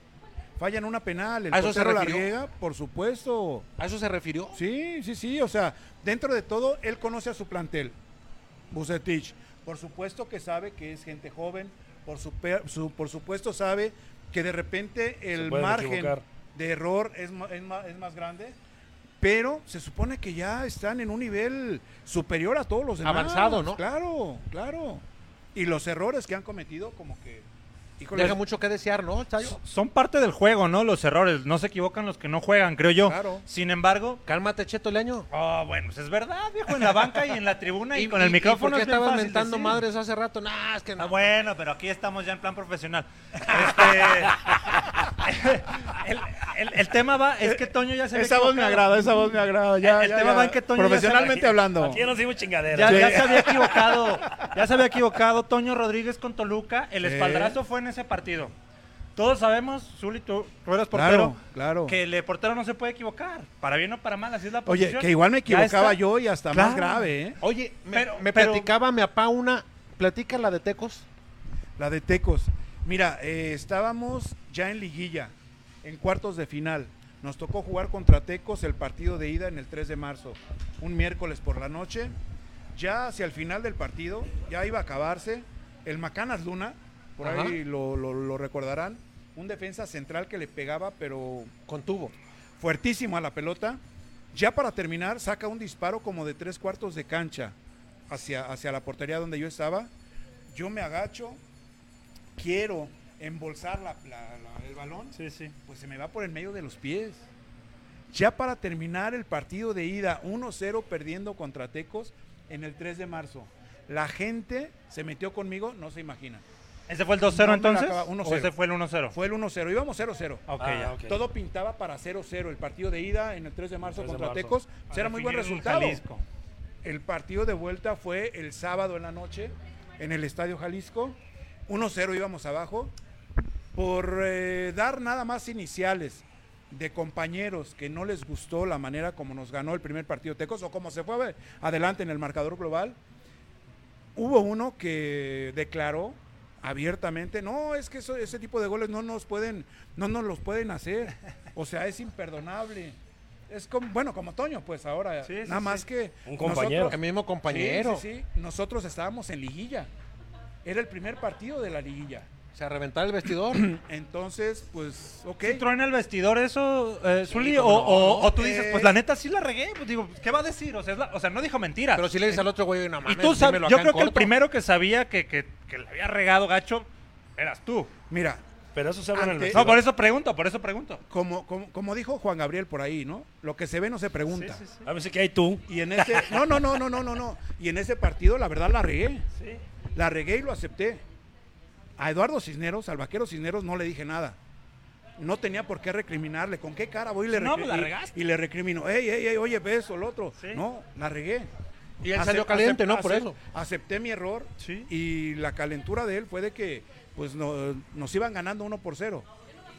Fallan una penal, el
¿A eso se
portero la
refirió?
riega, por supuesto.
¿A eso se refirió?
Sí, sí, sí, o sea, dentro de todo, él conoce a su plantel, Bucetich. Por supuesto que sabe que es gente joven, por, supe- su- por supuesto sabe que de repente el
pueden
margen
equivocar.
de error es, ma- es ma- es más grande, pero se supone que ya están en un nivel superior a todos los demás.
Avanzado, ¿no?
Claro, claro. Y los errores que han cometido como que
Híjole, Deja mucho que desear, ¿no, Chayo?
Son parte del juego, ¿no? Los errores. No se equivocan los que no juegan, creo yo.
Claro.
Sin embargo.
Cálmate, Cheto Leaño.
Ah, bueno, pues es verdad, viejo. En la banca y en la tribuna y,
Y-
con
y-
el
y
micrófono.
¿por qué
es bien
estabas
fácil
mentando
decir.
madres hace rato? Nah, es que no.
Ah, bueno, pero aquí estamos ya en plan profesional. Este, el, el- el tema va, es que Toño ya se había
Esa voz me
equivocado.
agrada, esa voz me agrada. Ya,
el
ya,
tema
ya.
va en que Toño ya se-
Profesionalmente hablando.
Aquí nos dimos
Ya,
chingaderas.
ya se había equivocado, ya se había equivocado Toño Rodríguez con Toluca. El
Sí.
espaldarazo fue en ese partido. Todos sabemos, Zuli, tú, tú eres portero,
Claro, claro.
que el portero no se puede equivocar, para bien o para mal, así es la
Oye,
posición.
que igual me
Ya
equivocaba
está.
yo y hasta más
Claro.
grave, ¿eh?
Oye, me,
Pero-
me
pero-
platicaba mi papá una. Platica la de Tecos.
La de Tecos. Mira, eh, estábamos ya en liguilla, en cuartos de final. Nos tocó jugar contra Tecos el partido de ida en el 3 de marzo, un miércoles por la noche. Ya hacia el final del partido, ya iba a acabarse. El Macanas Luna, por
Ajá.
ahí lo, lo- lo recordarán, un defensa central que le pegaba, pero
Con tubo.
fuertísimo a la pelota. Ya para terminar, saca un disparo como de tres cuartos de cancha hacia, hacia la portería donde yo estaba. Yo me agacho, quiero embolsar la- la- la- el balón, pues se me va por el medio de los pies. Ya para terminar el partido de ida, 1-0 perdiendo contra Tecos en el 3 de marzo. La gente se metió conmigo, no se imagina.
¿Ese fue el 2-0
No me la
entonces?
acaba,
¿O ese fue el 1-0?
Fue el 1-0, íbamos 0-0.
Ok, Ah, ya. ok.
Todo pintaba para 0-0. El partido de ida en el 3 de marzo
3 de
contra
marzo.
Tecos
A
será muy buen
definir en
resultado.
Jalisco.
El partido de vuelta fue el sábado en la noche en el Estadio Jalisco. 1-0 íbamos abajo. Por eh, dar nada más iniciales de compañeros que no les gustó la manera como nos ganó el primer partido Tecos o como se fue adelante en el marcador global, hubo uno que declaró abiertamente, no, es que eso- ese tipo de goles no nos pueden, no nos los pueden hacer. O sea, es imperdonable. Es como, bueno, como Toño, pues ahora,
Sí, sí,
nada
sí.
más que...
Un compañero. El mismo compañero.
Sí, sí, sí. Nosotros estábamos en liguilla. Era el primer partido de la liguilla.
Se reventaba el vestidor.
Entonces, pues, ok.
¿Sí truena el vestidor eso, eh, Zuli?
cómo
o,
no.
o- o tú dices,
Eh.
pues la neta sí la regué. Pues digo, ¿qué va a decir? O sea, es la- o sea, no dijo mentira.
Pero si le dices al otro güey, no
Y
mames,
tú sabes,
dímelo
yo
acá en
creo que el
corto.
primero que sabía que, que, que le había regado gacho eras tú.
Mira,
Pero eso se habla en el
ante-
No, por eso pregunto, por eso pregunto.
como, como, como dijo Juan Gabriel por ahí, ¿no? Lo que se ve no se pregunta.
A ver si que hay tú.
Y en ese, no, no, no, no, no, no, no. Y en ese partido, la verdad, la regué. La regué y lo acepté. A Eduardo Cisneros, al vaquero Cisneros, no le dije nada. No tenía por qué recriminarle. ¿Con qué cara voy y le,
No,
recri-
pues la
y-
regaste.
y, le recrimino? Ey, ey, ey, oye, ves o lo otro. No, la regué.
Y él
Acep-
salió caliente, ¿no? Por
acep-
eso.
Acepté mi error y la calentura de él fue de que pues no- nos iban ganando uno por cero.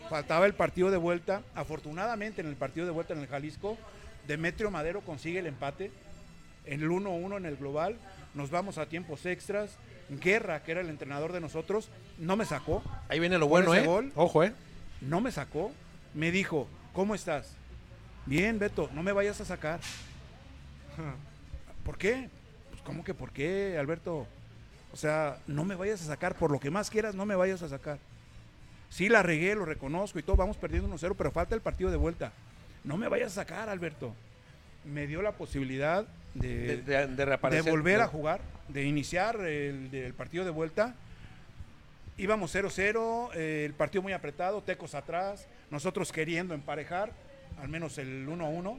Faltaba el partido de vuelta. Afortunadamente en el partido de vuelta en el Jalisco, Demetrio Madero consigue el empate. En el 1-1 en el global, nos vamos a tiempos extras. Guerra, que era el entrenador de nosotros, no me sacó.
Ahí viene lo
Con
bueno,
ese
¿eh?
gol.
Ojo, ¿eh?
No me sacó. Me dijo, ¿cómo estás? Bien, Beto, no me vayas a sacar. ¿Por qué? Pues, ¿Cómo que por qué, Alberto? O sea, no me vayas a sacar, por lo que más quieras, no me vayas a sacar. Sí, la regué, lo reconozco y todo, vamos perdiendo 1-0, pero falta el partido de vuelta. No me vayas a sacar, Alberto. Me dio la posibilidad de,
De, de- de
de
reaparecer.
volver a
¿no?
jugar, de iniciar el, del partido de vuelta. Íbamos 0-0, eh, el partido muy apretado, Tecos atrás, nosotros queriendo emparejar, al menos el 1-1.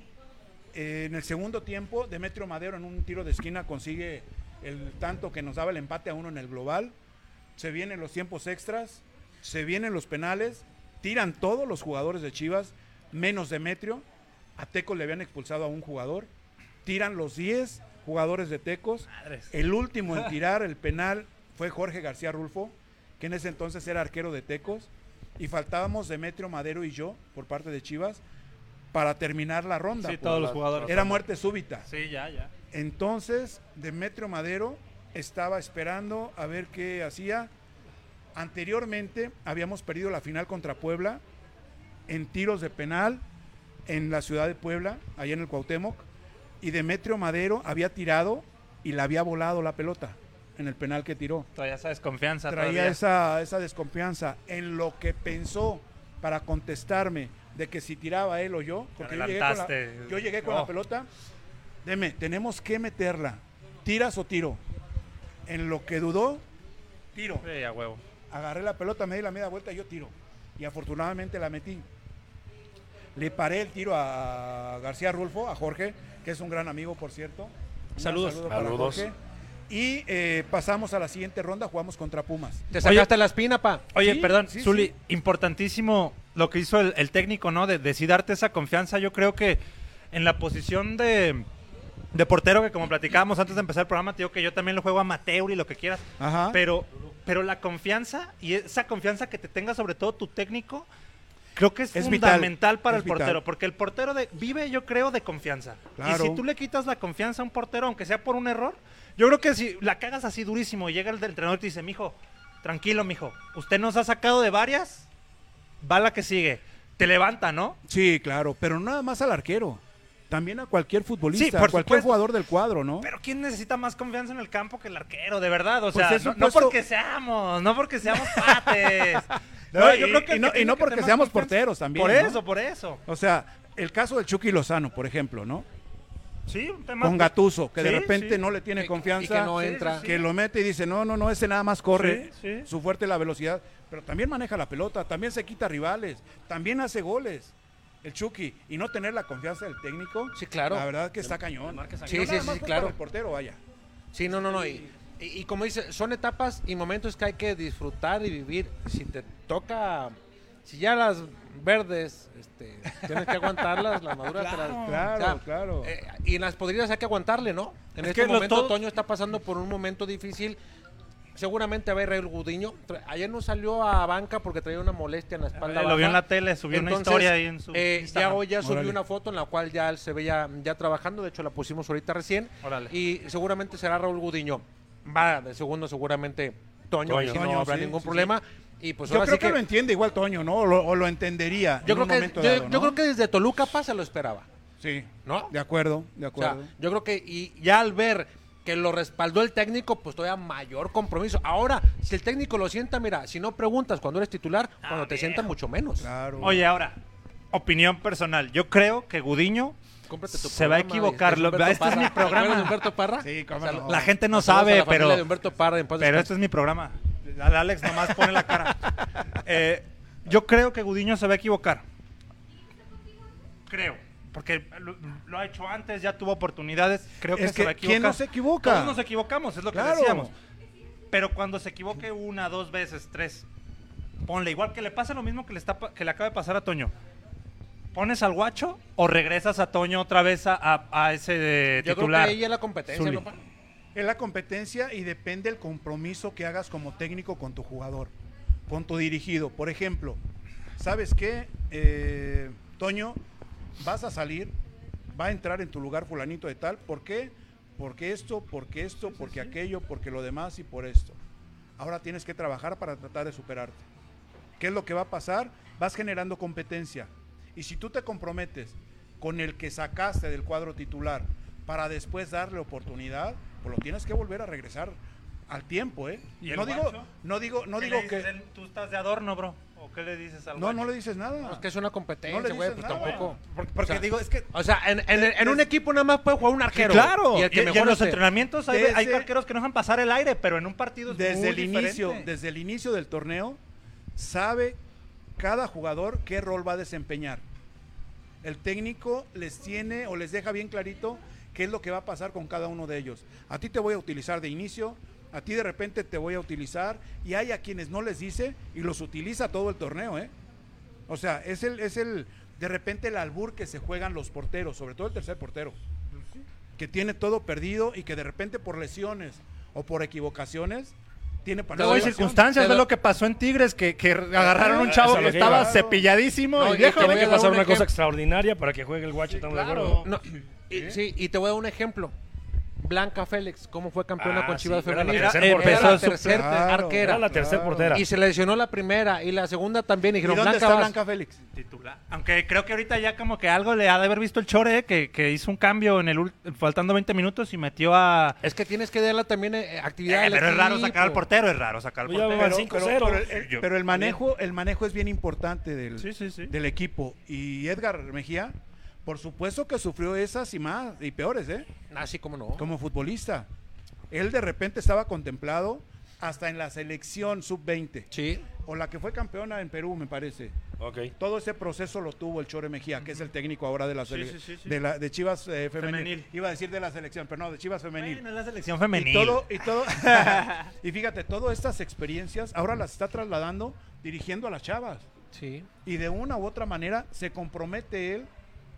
Eh, en el segundo tiempo, Demetrio Madero en un tiro de esquina consigue el tanto que nos daba el empate a uno en el global. Se vienen los tiempos extras, se vienen los penales, tiran todos los jugadores de Chivas, menos Demetrio. A Tecos le habían expulsado a un jugador. Tiran los 10 jugadores de Tecos. El último en tirar el penal fue Jorge García Rulfo, que en ese entonces era arquero de Tecos. Y faltábamos Demetrio Madero y yo, por parte de Chivas, para terminar la ronda.
Sí,
pues.
todos los jugadores.
Era muerte súbita.
Sí, ya, ya.
Entonces, Demetrio Madero estaba esperando a ver qué hacía. Anteriormente habíamos perdido la final contra Puebla en tiros de penal en la ciudad de Puebla, allá en el Cuauhtémoc, y Demetrio Madero había tirado y le había volado la pelota en el penal que tiró.
Traía esa desconfianza.
Traía
todavía.
esa, esa desconfianza en lo que pensó para contestarme de que si tiraba él o yo, porque yo llegué con la,
Adelantaste.
yo llegué con la
No.
pelota, deme, tenemos que meterla, tiras o tiro. En lo que dudó, tiro.
Sí, a huevo.
agarré la pelota, me di la media vuelta y yo tiro. Y afortunadamente la metí. Le paré el tiro a García Rulfo, a Jorge, que es un gran amigo, por cierto. Un
Saludos.
saludo para
Saludos.
Jorge. Y eh, pasamos a la siguiente ronda, jugamos contra Pumas.
Te sacaste la espina, pa.
Oye,
Sí,
perdón,
sí,
Zuli,
sí.
importantísimo lo que hizo el, el técnico, ¿no? De, de sí darte esa confianza. Yo creo que en la posición de, de portero, que como platicábamos antes de empezar el programa, te digo que yo también lo juego amateur y lo que quieras.
Ajá.
Pero, pero la confianza y esa confianza que te tenga sobre todo tu técnico, creo que es,
Es vital,
fundamental para
es
el portero.
vital.
Porque el portero de, vive, yo creo, de confianza.
Claro.
Y si tú le quitas la confianza a un portero, aunque sea por un error, yo creo que si la cagas así durísimo, llega el del entrenador y te dice, mijo, tranquilo, mijo, usted nos ha sacado de varias, va la que sigue. Te levanta, ¿no?
Sí, claro, pero no nada más al arquero, también a cualquier futbolista,
Sí, por
a cualquier
supuesto.
jugador del cuadro, ¿no?
Pero ¿quién necesita más confianza en el campo que el arquero, de verdad? O
Pues
sea,
es
no,
un
no
puesto-
porque seamos, no porque seamos pates.
No, y- y
el
no-
que
y
tiene
no
que
porque
tener más
seamos
confianza-
porteros también,
Por
¿no?
eso, por eso.
O sea, el caso del Chucky Lozano, por ejemplo, ¿no?
Sí, un tema-
Con Gatuso, que de
Sí,
repente
sí.
no le tiene
Y-
confianza,
y que no Sí, entra. sí,
que
sí.
lo mete y dice, no, no, no, ese nada más corre,
Sí, sí.
su fuerte es la velocidad, pero también maneja la pelota, también se quita rivales, también hace goles. El Chucky, y no tener la confianza del técnico, sí,
claro.
la verdad que está cañón.
Sí,
No
sí,
nada
sí,
más
sí,
fue
claro.
para El portero, vaya.
Sí, no, no, no. Y, y- y como dice, son etapas y momentos que hay que disfrutar y vivir. Si te toca, si ya las verdes, este, tienes que aguantarlas, las maduras. te las-
Claro,
o sea,
claro, claro.
eh, y las podridas hay que aguantarle, ¿no? En
Es
este
que lo
momento
todo-
Toño está pasando por un momento difícil. Seguramente va a ir el Gudiño. Tra- Ayer no salió a banca porque traía una molestia en la espalda.
Eh, lo vio en
baja.
la tele, subió una
Entonces,
historia ahí en su
eh, ya
Instagram.
hoy ya subió
Órale.
una foto en la cual ya él se ve ya, ya trabajando. De hecho, la pusimos ahorita recién. Y seguramente será Raúl Gudiño. Va de segundo, seguramente Toño.
Toño.
y no
Toño,
habrá
sí,
ningún
sí,
problema. Y pues
yo
ahora
creo
sí
que, lo entiende igual Toño, ¿no? O lo, o lo
yo
entendería. en
creo
un
que
momento
yo-
dado,
yo
¿no?
creo que desde Toluca Paz se lo esperaba.
Sí.
¿No?
De acuerdo, de
O sea,
acuerdo.
yo creo que y ya al ver que lo respaldó el técnico, pues todavía mayor compromiso. Ahora, si el técnico lo sienta, mira, si no preguntas cuando eres titular, cuando te sienta mucho menos.
Claro.
Ah, Oye, ahora, opinión personal. Yo creo que Gudiño
Cómprate tu
se va a
programa,
equivocar.
este es
Lo-
Humberto
este es
Parra.
mi
¿Te acuerdas de
programa.
Humberto Parra? O sea,
La gente no
saludos a la
sabe,
familia
pero.
de Humberto Parra, en paz
pero
descanse.
este es mi programa. Al Alex nomás pone la cara. Eh, yo creo que Gudiño se va a equivocar. Creo. Porque lo, lo ha hecho antes, ya tuvo oportunidades. Creo que,
Es
se va a
que, ¿quién
equivocar.
no se equivoca?
Todos nos equivocamos, es lo que
Claro.
decíamos. Pero cuando se equivoque una, dos veces, tres, ponle igual que le pasa lo mismo que le, está, pa- que le acaba de pasar a Toño. ¿Pones al guacho o regresas a Toño otra vez a, a- a ese de
Yo creo que
titular?
ahí es la competencia,
Zuli.
¿no, pa?
Es la competencia y depende el compromiso que hagas como técnico con tu jugador, con tu dirigido. Por ejemplo, ¿sabes qué? Eh, Toño, vas a salir, va a entrar en tu lugar fulanito de tal. ¿Por qué? Porque esto, porque esto, porque aquello, porque lo demás y por esto. Ahora tienes que trabajar para tratar de superarte. ¿Qué es lo que va a pasar? Vas generando competencia. Y si tú te comprometes con el que sacaste del cuadro titular para después darle oportunidad, pues lo tienes que volver a regresar al tiempo, ¿eh?
¿Y el
no digo,
guacho?
no digo, no
¿Qué
digo
le dices?
que
Él, Tú estás de adorno, bro. ¿O qué le dices al
no,
guacho?
no le dices nada.
Es Pues que es una competencia,
No le
güey,
dices
pues
nada.
tampoco.
Porque, porque
O sea,
digo, es que.
O sea, en, en- en un equipo nada más puede jugar un arquero.
claro.
güey,
Y,
Y el que
y
mejor
en los
esté.
entrenamientos hay, hay
Desde-
arqueros que no dejan pasar el aire, pero en un partido es muy
desde el inicio,
diferente.
desde el inicio del torneo, sabe cada jugador qué rol va a desempeñar. El técnico les tiene o les deja bien clarito qué es lo que va a pasar con cada uno de ellos. A ti te voy a utilizar de inicio, a ti de repente te voy a utilizar y hay a quienes no les dice y los utiliza todo el torneo, ¿eh? O sea, es el es el de repente el albur que se juegan los porteros, sobre todo el tercer portero que tiene todo perdido y que de repente por lesiones o por equivocaciones tiene para
Luego hay circunstancias, ve lo que pasó en Tigres, que, que agarraron a un chavo
Eso es
que
lo que iba.
estaba cepilladísimo
No,
y
y
viejo,
tiene
ve
que
que
pasar
un
una
ejemplo.
cosa extraordinaria para que juegue el guacho, estamos de acuerdo.
No, y- sí, y te voy a dar un ejemplo. Blanca Félix, cómo fue campeona
Ah,
con
sí,
Chivas
era la
Femenil.
tercer
Era
portera.
la
Empezó su-
tercer
Claro,
Ah,
arquera.
era la tercer
Claro.
portera.
Y se lesionó la primera y la segunda también. Y
¿Y
dijeron,
dónde
Blanca,
está
vas".
Blanca Félix?
Titular. Aunque creo que ahorita ya como que algo le ha de haber visto el Chore, ¿eh? que, que hizo un cambio en el ult- faltando 20 minutos y metió a...
Es que tienes que darle también eh, actividad
Eh,
al
pero es raro
equipo.
sacar al portero, es raro sacar al
Pues ya
portero.
van
Pero, pero-
5-0.
pero el-
Yo-
pero el manejo, el manejo es bien importante del,
Sí, sí, sí.
del equipo. Y Edgar Mejía, por supuesto que sufrió esas y más, y peores, ¿eh?
Ah, sí, cómo no.
Como futbolista. Él de repente estaba contemplado, hasta en la selección sub-20.
Sí.
O la que fue campeona en Perú, me parece.
Ok.
Todo ese proceso lo tuvo el Chore Mejía, que es el técnico ahora de la
Sí,
sele-
sí, sí, sí.
De, la- de Chivas eh, femenil.
Femenil.
Iba a decir de la selección, pero no, de Chivas femenil.
Bueno, es la selección femenil.
Y todo, y todo- y fíjate, todas estas experiencias ahora las está trasladando dirigiendo a las chavas.
Sí.
Y de una u otra manera se compromete él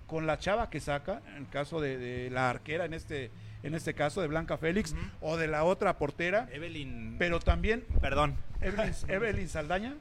con la chava que saca, en el caso de, de la arquera en este en este caso de Blanca Félix o de la otra portera,
Evelyn,
pero también
perdón.
Evelyn, Evelyn Saldaña.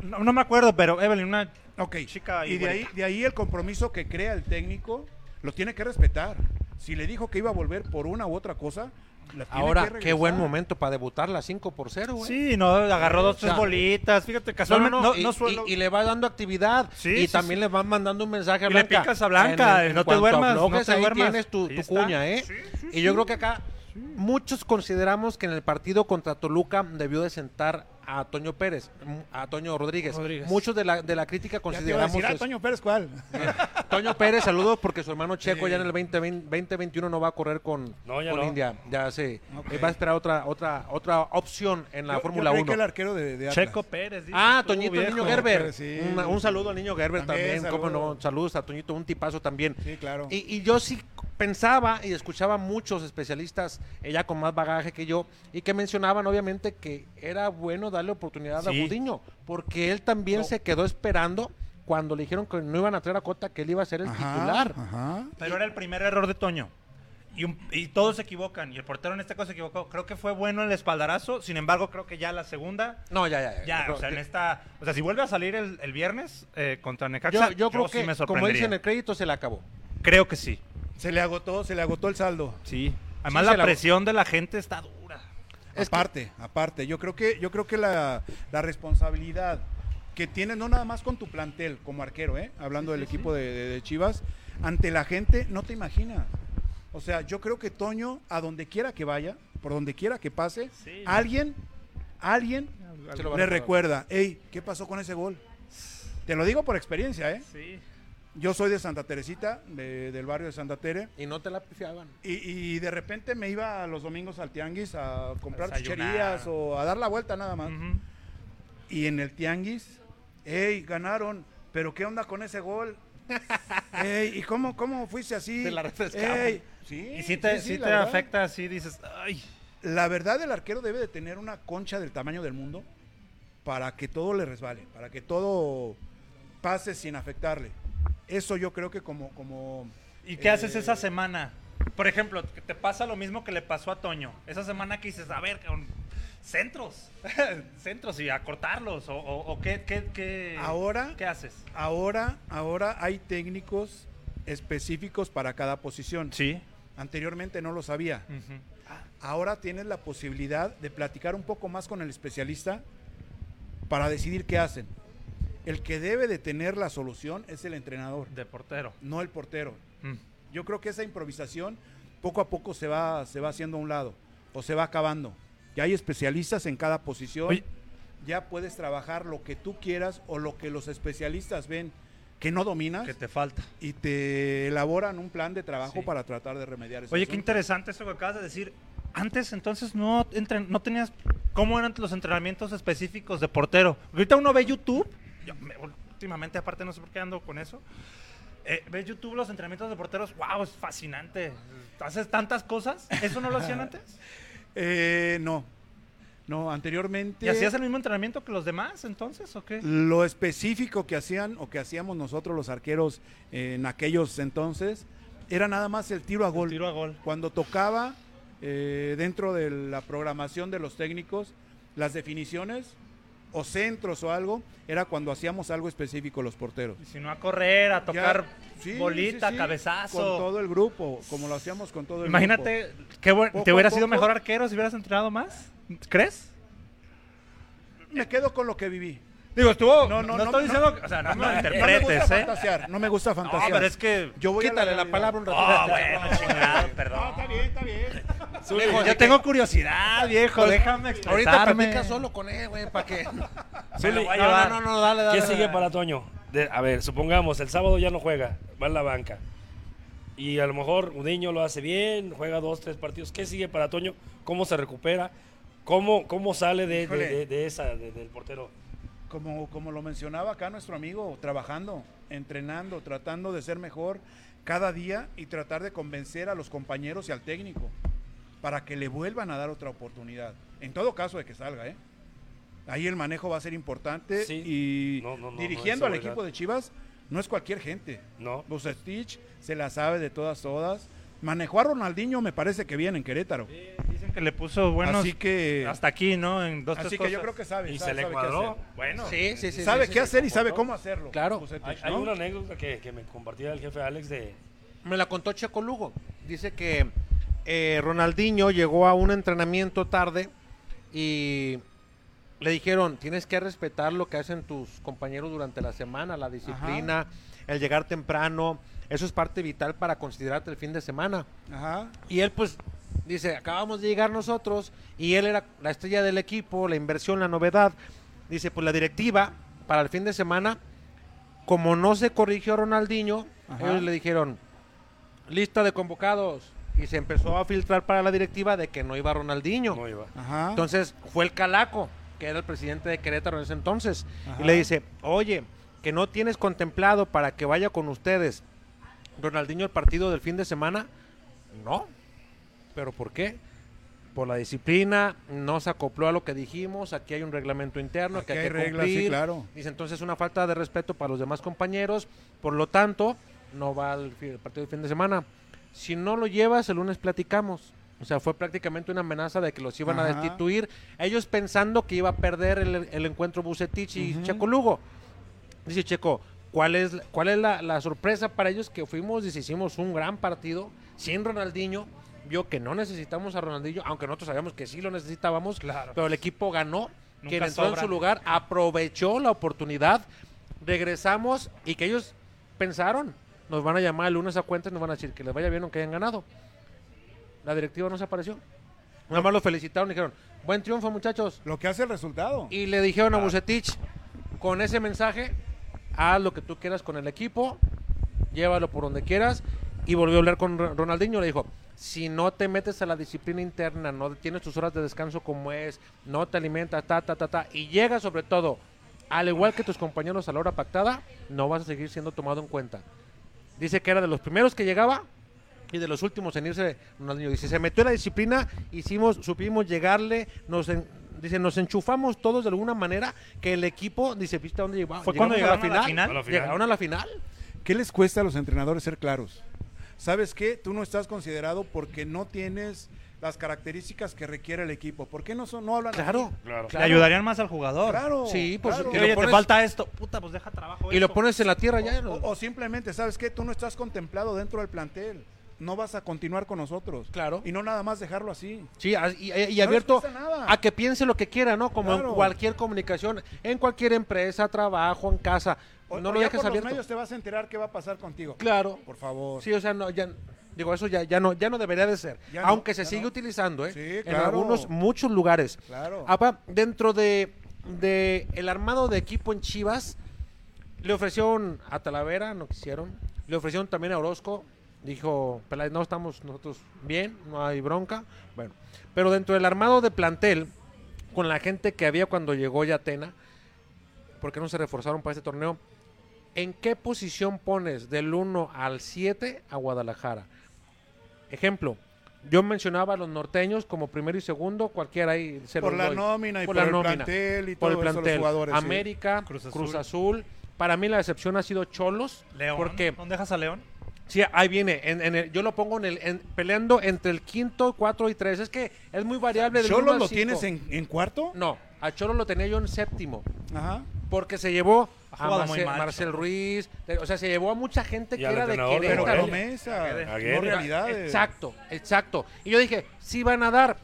No, no me acuerdo, pero Evelyn, una
Ok.
chica
Y de ahí,
igualita.
de ahí el compromiso que crea el técnico lo tiene que respetar. Si le dijo que iba a volver por una u otra cosa, la tiene
Ahora,
que
qué buen
regresar.
momento para debutar la 5 por 0, güey.
Sí, no, agarró dos, tres bolitas. Fíjate, casualmente,
No,
no,
no, no,
no,
y,
suelo-
y- y le va dando actividad.
Sí,
y
sí,
también
sí.
le van mandando un mensaje a
Y le
Blanca.
picas a Blanca, eh, no te
cuanto
duermas, no
aflojes,
te
ahí
duermas.
tienes tu,
Ahí
tu
está.
cuña, ¿eh? y yo creo que acá muchos consideramos que en el partido contra Toluca debió de sentar a Toño Pérez, mm, a Toño Rodríguez. Muchos de la, de la crítica
Ya te iba a
consideramos
decir, ah,
eso.
Toño Pérez, ¿cuál?
Toño Pérez, saludos porque su hermano Checo
Sí.
ya en el 2020 2021 no va a correr con,
No, ya
con
no.
India. Ya se
Ok.
eh, va a esperar otra otra otra opción en la
Yo- yo
Fórmula
creí
1.
que el arquero de- de Atlas.
Checo Pérez. dices
Ah,
tú,
Toñito
viejo.
Niño Gerber.
Pérez, sí.
Una- un saludo al Niño Gerber
También,
también, cómo
saludos.
no. Saludos a Toñito, un tipazo también.
Sí, claro.
Y, y yo sí pensaba y escuchaba muchos especialistas, ella con más bagaje que yo, y que mencionaban obviamente que era bueno darle oportunidad a
Sí.
Gudiño, porque él también se quedó esperando cuando le dijeron que no iban a traer a Cota, que él iba a ser el titular.
Pero era el primer error de Toño. Y, un- y todos se equivocan. Y el portero en este caso se equivocó. Creo que fue bueno el espaldarazo. Sin embargo, creo que ya la segunda.
No, ya, ya.
Ya,
Yo
o sea, en
creo-
esta. O sea, si vuelve a salir el, el viernes eh, contra
yo,
Necaxa,
yo creo
sí
que,
me
como
sorprendería.
dicen, el crédito se le acabó.
Creo que sí.
Se le agotó, se le agotó el saldo.
Sí. Además,
Sí,
la
se la-
presión de la gente está dura.
aparte, aparte, yo creo que yo creo que la, la responsabilidad que tiene no nada más con tu plantel como arquero, ¿eh? hablando del equipo de, de- de Chivas, ante la gente no te imaginas. O sea, yo creo que Toño, a donde quiera que vaya, por donde quiera que pase, alguien, alguien
Se lo va a
le
recordar.
recuerda, hey, ¿qué pasó con ese gol? Te lo digo por experiencia, ¿eh?
Sí.
Yo soy de Santa Teresita, de- del barrio de Santa Tere.
Y no te la pifiaban.
Y, y de repente me iba los domingos al tianguis a comprar
Desayunar.
chucherías o a dar la vuelta nada más. Y en el tianguis, ¡ey, ganaron! ¿Pero qué onda con ese gol? ¡Ey, y cómo, cómo fuiste así!
Te la refrescaban.
Ey, sí,
Y si te,
sí, sí,
sí
la
te
verdad.
afecta así, dices, ay.
La verdad, el arquero debe de tener una concha del tamaño del mundo para que todo le resbale, para que todo pase sin afectarle. Eso yo creo que como... como
¿Y qué
eh,
haces esa semana? Por ejemplo, que te pasa lo mismo que le pasó a Toño. Esa semana que dices, a ver, cabrón, centros, centros y acortarlos. ¿O, o- o qué, qué, qué-
Ahora-
qué haces?
Ahora, ahora hay técnicos específicos para cada posición.
Sí.
Anteriormente no lo sabía. Ahora tienes la posibilidad de platicar un poco más con el especialista para decidir qué hacen. El que debe de tener la solución es el entrenador,
De portero.
no el portero.
Mm.
Yo creo que esa improvisación poco a poco se va, se va haciendo a un lado o se va acabando. Ya hay especialistas en cada posición.
Oye.
Ya puedes trabajar lo que tú quieras o lo que los especialistas ven que no dominas
Que te falta.
y te elaboran un plan de trabajo
Sí.
para tratar de remediar
Pues
eso.
Oye, qué interesante eso que acabas de decir. Antes entonces no, entren- no tenías cómo eran los entrenamientos específicos de portero. Ahorita uno ve YouTube, yo me- últimamente aparte no sé por qué ando con eso. Eh, ves YouTube los entrenamientos de porteros, wow, es fascinante. Haces tantas cosas, ¿eso no lo hacían antes?
Eh, no. No, anteriormente.
¿Y hacías el mismo entrenamiento que los demás entonces o qué?
Lo específico que hacían o que hacíamos nosotros los arqueros eh, en aquellos entonces era nada más el tiro a gol.
Tiro a gol.
Cuando tocaba eh, dentro de la programación de los técnicos las definiciones o centros o algo, era cuando hacíamos algo específico los porteros.
Y Si no a correr, a tocar
Ya, sí,
bolita,
sí, sí,
cabezazo.
Con todo el grupo, como lo hacíamos con todo el grupo.
Imagínate, qué buen-
Poco
¿te
a
hubiera sido
poco.
mejor arquero si hubieras entrenado más? ¿Crees?
Me quedo con lo que viví.
Digo, estuvo.
No,
No, no,
no, no,
estoy
no.
diciendo. o sea, no, me lo
me gusta
interpretes, ¿eh?
fantasear, no me gusta
No,
fantasear.
pero es que.
Yo voy
Quítale
a
la, palabra un ratito.
Oh, bueno, chingado,
No,
perdón.
está bien, está bien.
Viejo,
Yo
de
tengo
que-
curiosidad, viejo.
Pues,
déjame expresarme.
Ahorita platica solo con él, güey, para que.
Se lo
Zuli,
voy a
no,
llevar.
no, no, no, dale, dale.
¿Qué
dale,
sigue
dale.
para Toño? De- a ver, supongamos, el sábado ya no juega, va en la banca. Y a lo mejor Udiño lo hace bien, juega dos, tres partidos. ¿Qué sigue para Toño? ¿Cómo se recupera? ¿Cómo, cómo sale de, de-
Híjole.
de- de esa, de- del portero?
Como, como lo mencionaba acá nuestro amigo, trabajando, entrenando, tratando de ser mejor cada día y tratar de convencer a los compañeros y al técnico para que le vuelvan a dar otra oportunidad. En todo caso de que salga, ¿eh? Ahí el manejo va a ser importante y
no,
dirigiendo
no,
al
eso,
equipo de Chivas no es cualquier gente.
No.
Stitch se la sabe de todas todas. Manejó a Ronaldinho, me parece que bien en Querétaro.
Dicen que le puso buenos.
Así que
Hasta aquí, ¿no? En dos,
Así
tres
que
cosas.
yo creo que sabe.
Y
sabe-
se le
sabe qué
cuadró.
hacer.
Bueno.
Sí, sí, sí, Sabe sí, qué sí, hacer y sabe cómo hacerlo,
Claro.
Bucetich,
hay,
¿no?
hay una anécdota que, que me compartía el jefe Alex de...
Me la contó Checo Lugo. Dice que eh, Ronaldinho llegó a un entrenamiento tarde y le dijeron, tienes que respetar lo que hacen tus compañeros durante la semana, la disciplina, el llegar temprano, eso es parte vital para considerarte el fin de semana.
Ajá.
Y él pues dice, acabamos de llegar nosotros y él era la estrella del equipo, la inversión, la novedad. Dice, pues la directiva para el fin de semana, como no se corrigió Ronaldinho,
Ajá.
ellos le dijeron, lista de convocados. Y se empezó a filtrar para la directiva de que no iba Ronaldinho. No
iba.
Ajá.
Entonces fue el Calaco, que era el presidente de Querétaro en ese entonces,
Ajá.
y le dice, oye, que no tienes contemplado para que vaya con ustedes Ronaldinho el partido del fin de semana. No. ¿Pero por qué? Por la disciplina, no se acopló a lo que dijimos, aquí hay un reglamento interno que
Aquí
hay que
hay reglas, sí,
cumplir.
claro.
Dice entonces una falta de respeto para los demás compañeros, por lo tanto, no va al fi- al partido del fin de semana. Si no lo llevas, el lunes platicamos. O sea, fue prácticamente una amenaza de que los iban a
Ajá.
destituir. Ellos pensando que iba a perder el, el encuentro Bucetich y Checo Lugo. Dice Checo, ¿cuál es, cuál es la, la sorpresa para ellos? Que fuimos y hicimos un gran partido sin Ronaldinho. Vio que no necesitamos a Ronaldinho, aunque nosotros sabíamos que sí lo necesitábamos. Pero el equipo ganó.
Nunca
quien entró en
sobra.
su lugar aprovechó la oportunidad. Regresamos y que ellos pensaron, nos van a llamar el lunes a cuentas y nos van a decir que les vaya bien aunque hayan ganado. La directiva no se apareció. Nada más lo felicitaron y dijeron, buen triunfo muchachos.
Lo que hace el resultado.
Y le dijeron a Bucetich, con ese mensaje, haz lo que tú quieras con el equipo, llévalo por donde quieras. Y volvió a hablar con Ro- Ronaldinho, le dijo, si no te metes a la disciplina interna, no tienes tus horas de descanso como es, no te alimentas, ta, ta, ta, ta, y llega sobre todo, al igual que tus compañeros a la hora pactada, no vas a seguir siendo tomado en cuenta. Dice que era de los primeros que llegaba y de los últimos en irse Ronaldinho. Dice, se metió en la disciplina, hicimos, supimos llegarle, nos en- dice, nos enchufamos todos de alguna manera que el equipo, dice, ¿viste a dónde llegaba?
¿Fue cuando llegaron a la final?
Llegaron a la final.
¿Qué les cuesta a los entrenadores ser claros? ¿Sabes qué? Tú no estás considerado porque no tienes las características que requiere el equipo. ¿Por qué no, son, no hablan
Claro,
así?
claro.
Le ayudarían más al jugador.
Claro.
Sí, pues,
claro.
y lo
Oye,
pones-
te falta esto. Puta, pues deja trabajo.
Y lo pones en la tierra ya.
O, o simplemente, ¿sabes qué? Tú no estás contemplado dentro del plantel. No vas a continuar con nosotros.
Claro.
Y no nada más dejarlo así.
Sí, as- y, y- y
No les
abierto
cuesta nada.
a que piense lo que quiera, ¿no? Como en
Claro.
cualquier comunicación, en cualquier empresa, trabajo, en casa.
O-
no
o
lo
ya
dejes
por los
abierto.
medios te vas a enterar qué va a pasar contigo.
Claro.
Por favor.
Sí, o sea, no, ya, digo, eso ya, ya, no, ya no debería de ser.
Ya no,
aunque se
ya
sigue
no.
utilizando, ¿eh?
Sí,
En
claro.
algunos, muchos lugares.
Claro.
Apa, dentro de, de el armado de equipo en Chivas, le ofrecieron a Talavera, no quisieron. Le ofrecieron también a Orozco. Dijo, "Peláez, no estamos nosotros bien, no hay bronca. Bueno, pero dentro del armado de plantel, con la gente que había cuando llegó Yatena, ¿por qué no se reforzaron para este torneo? ¿En qué posición pones del 1 al 7 a Guadalajara? Ejemplo, yo mencionaba a los norteños como primero y segundo, cualquiera ahí se
Por
los
la
doy.
nómina y por el plantel y
por el
todo eso, los
plantel.
jugadores, sí.
América, Cruz
Cruz
Azul.
Azul.
Para mí la decepción ha sido Cholos.
León.
Porque
¿Dónde dejas a León?
Sí, ahí viene. En, en el- yo lo pongo en el, en- peleando entre el quinto, cuatro y tres. Es que es muy variable. del uno
¿Cholos
al
lo
cinco.
tienes en, en cuarto?
No, a Cholos lo tenía yo en séptimo.
Ajá.
Porque se llevó
Ha
a
jugado
Marce-
muy mal,
Marcel Ruiz. de- o sea, se llevó a mucha gente
Y
que
al
era de
entrenador de
Querétaro.
Pero promesa, no realidades.
Exacto, exacto. Y yo dije, sí van a dar.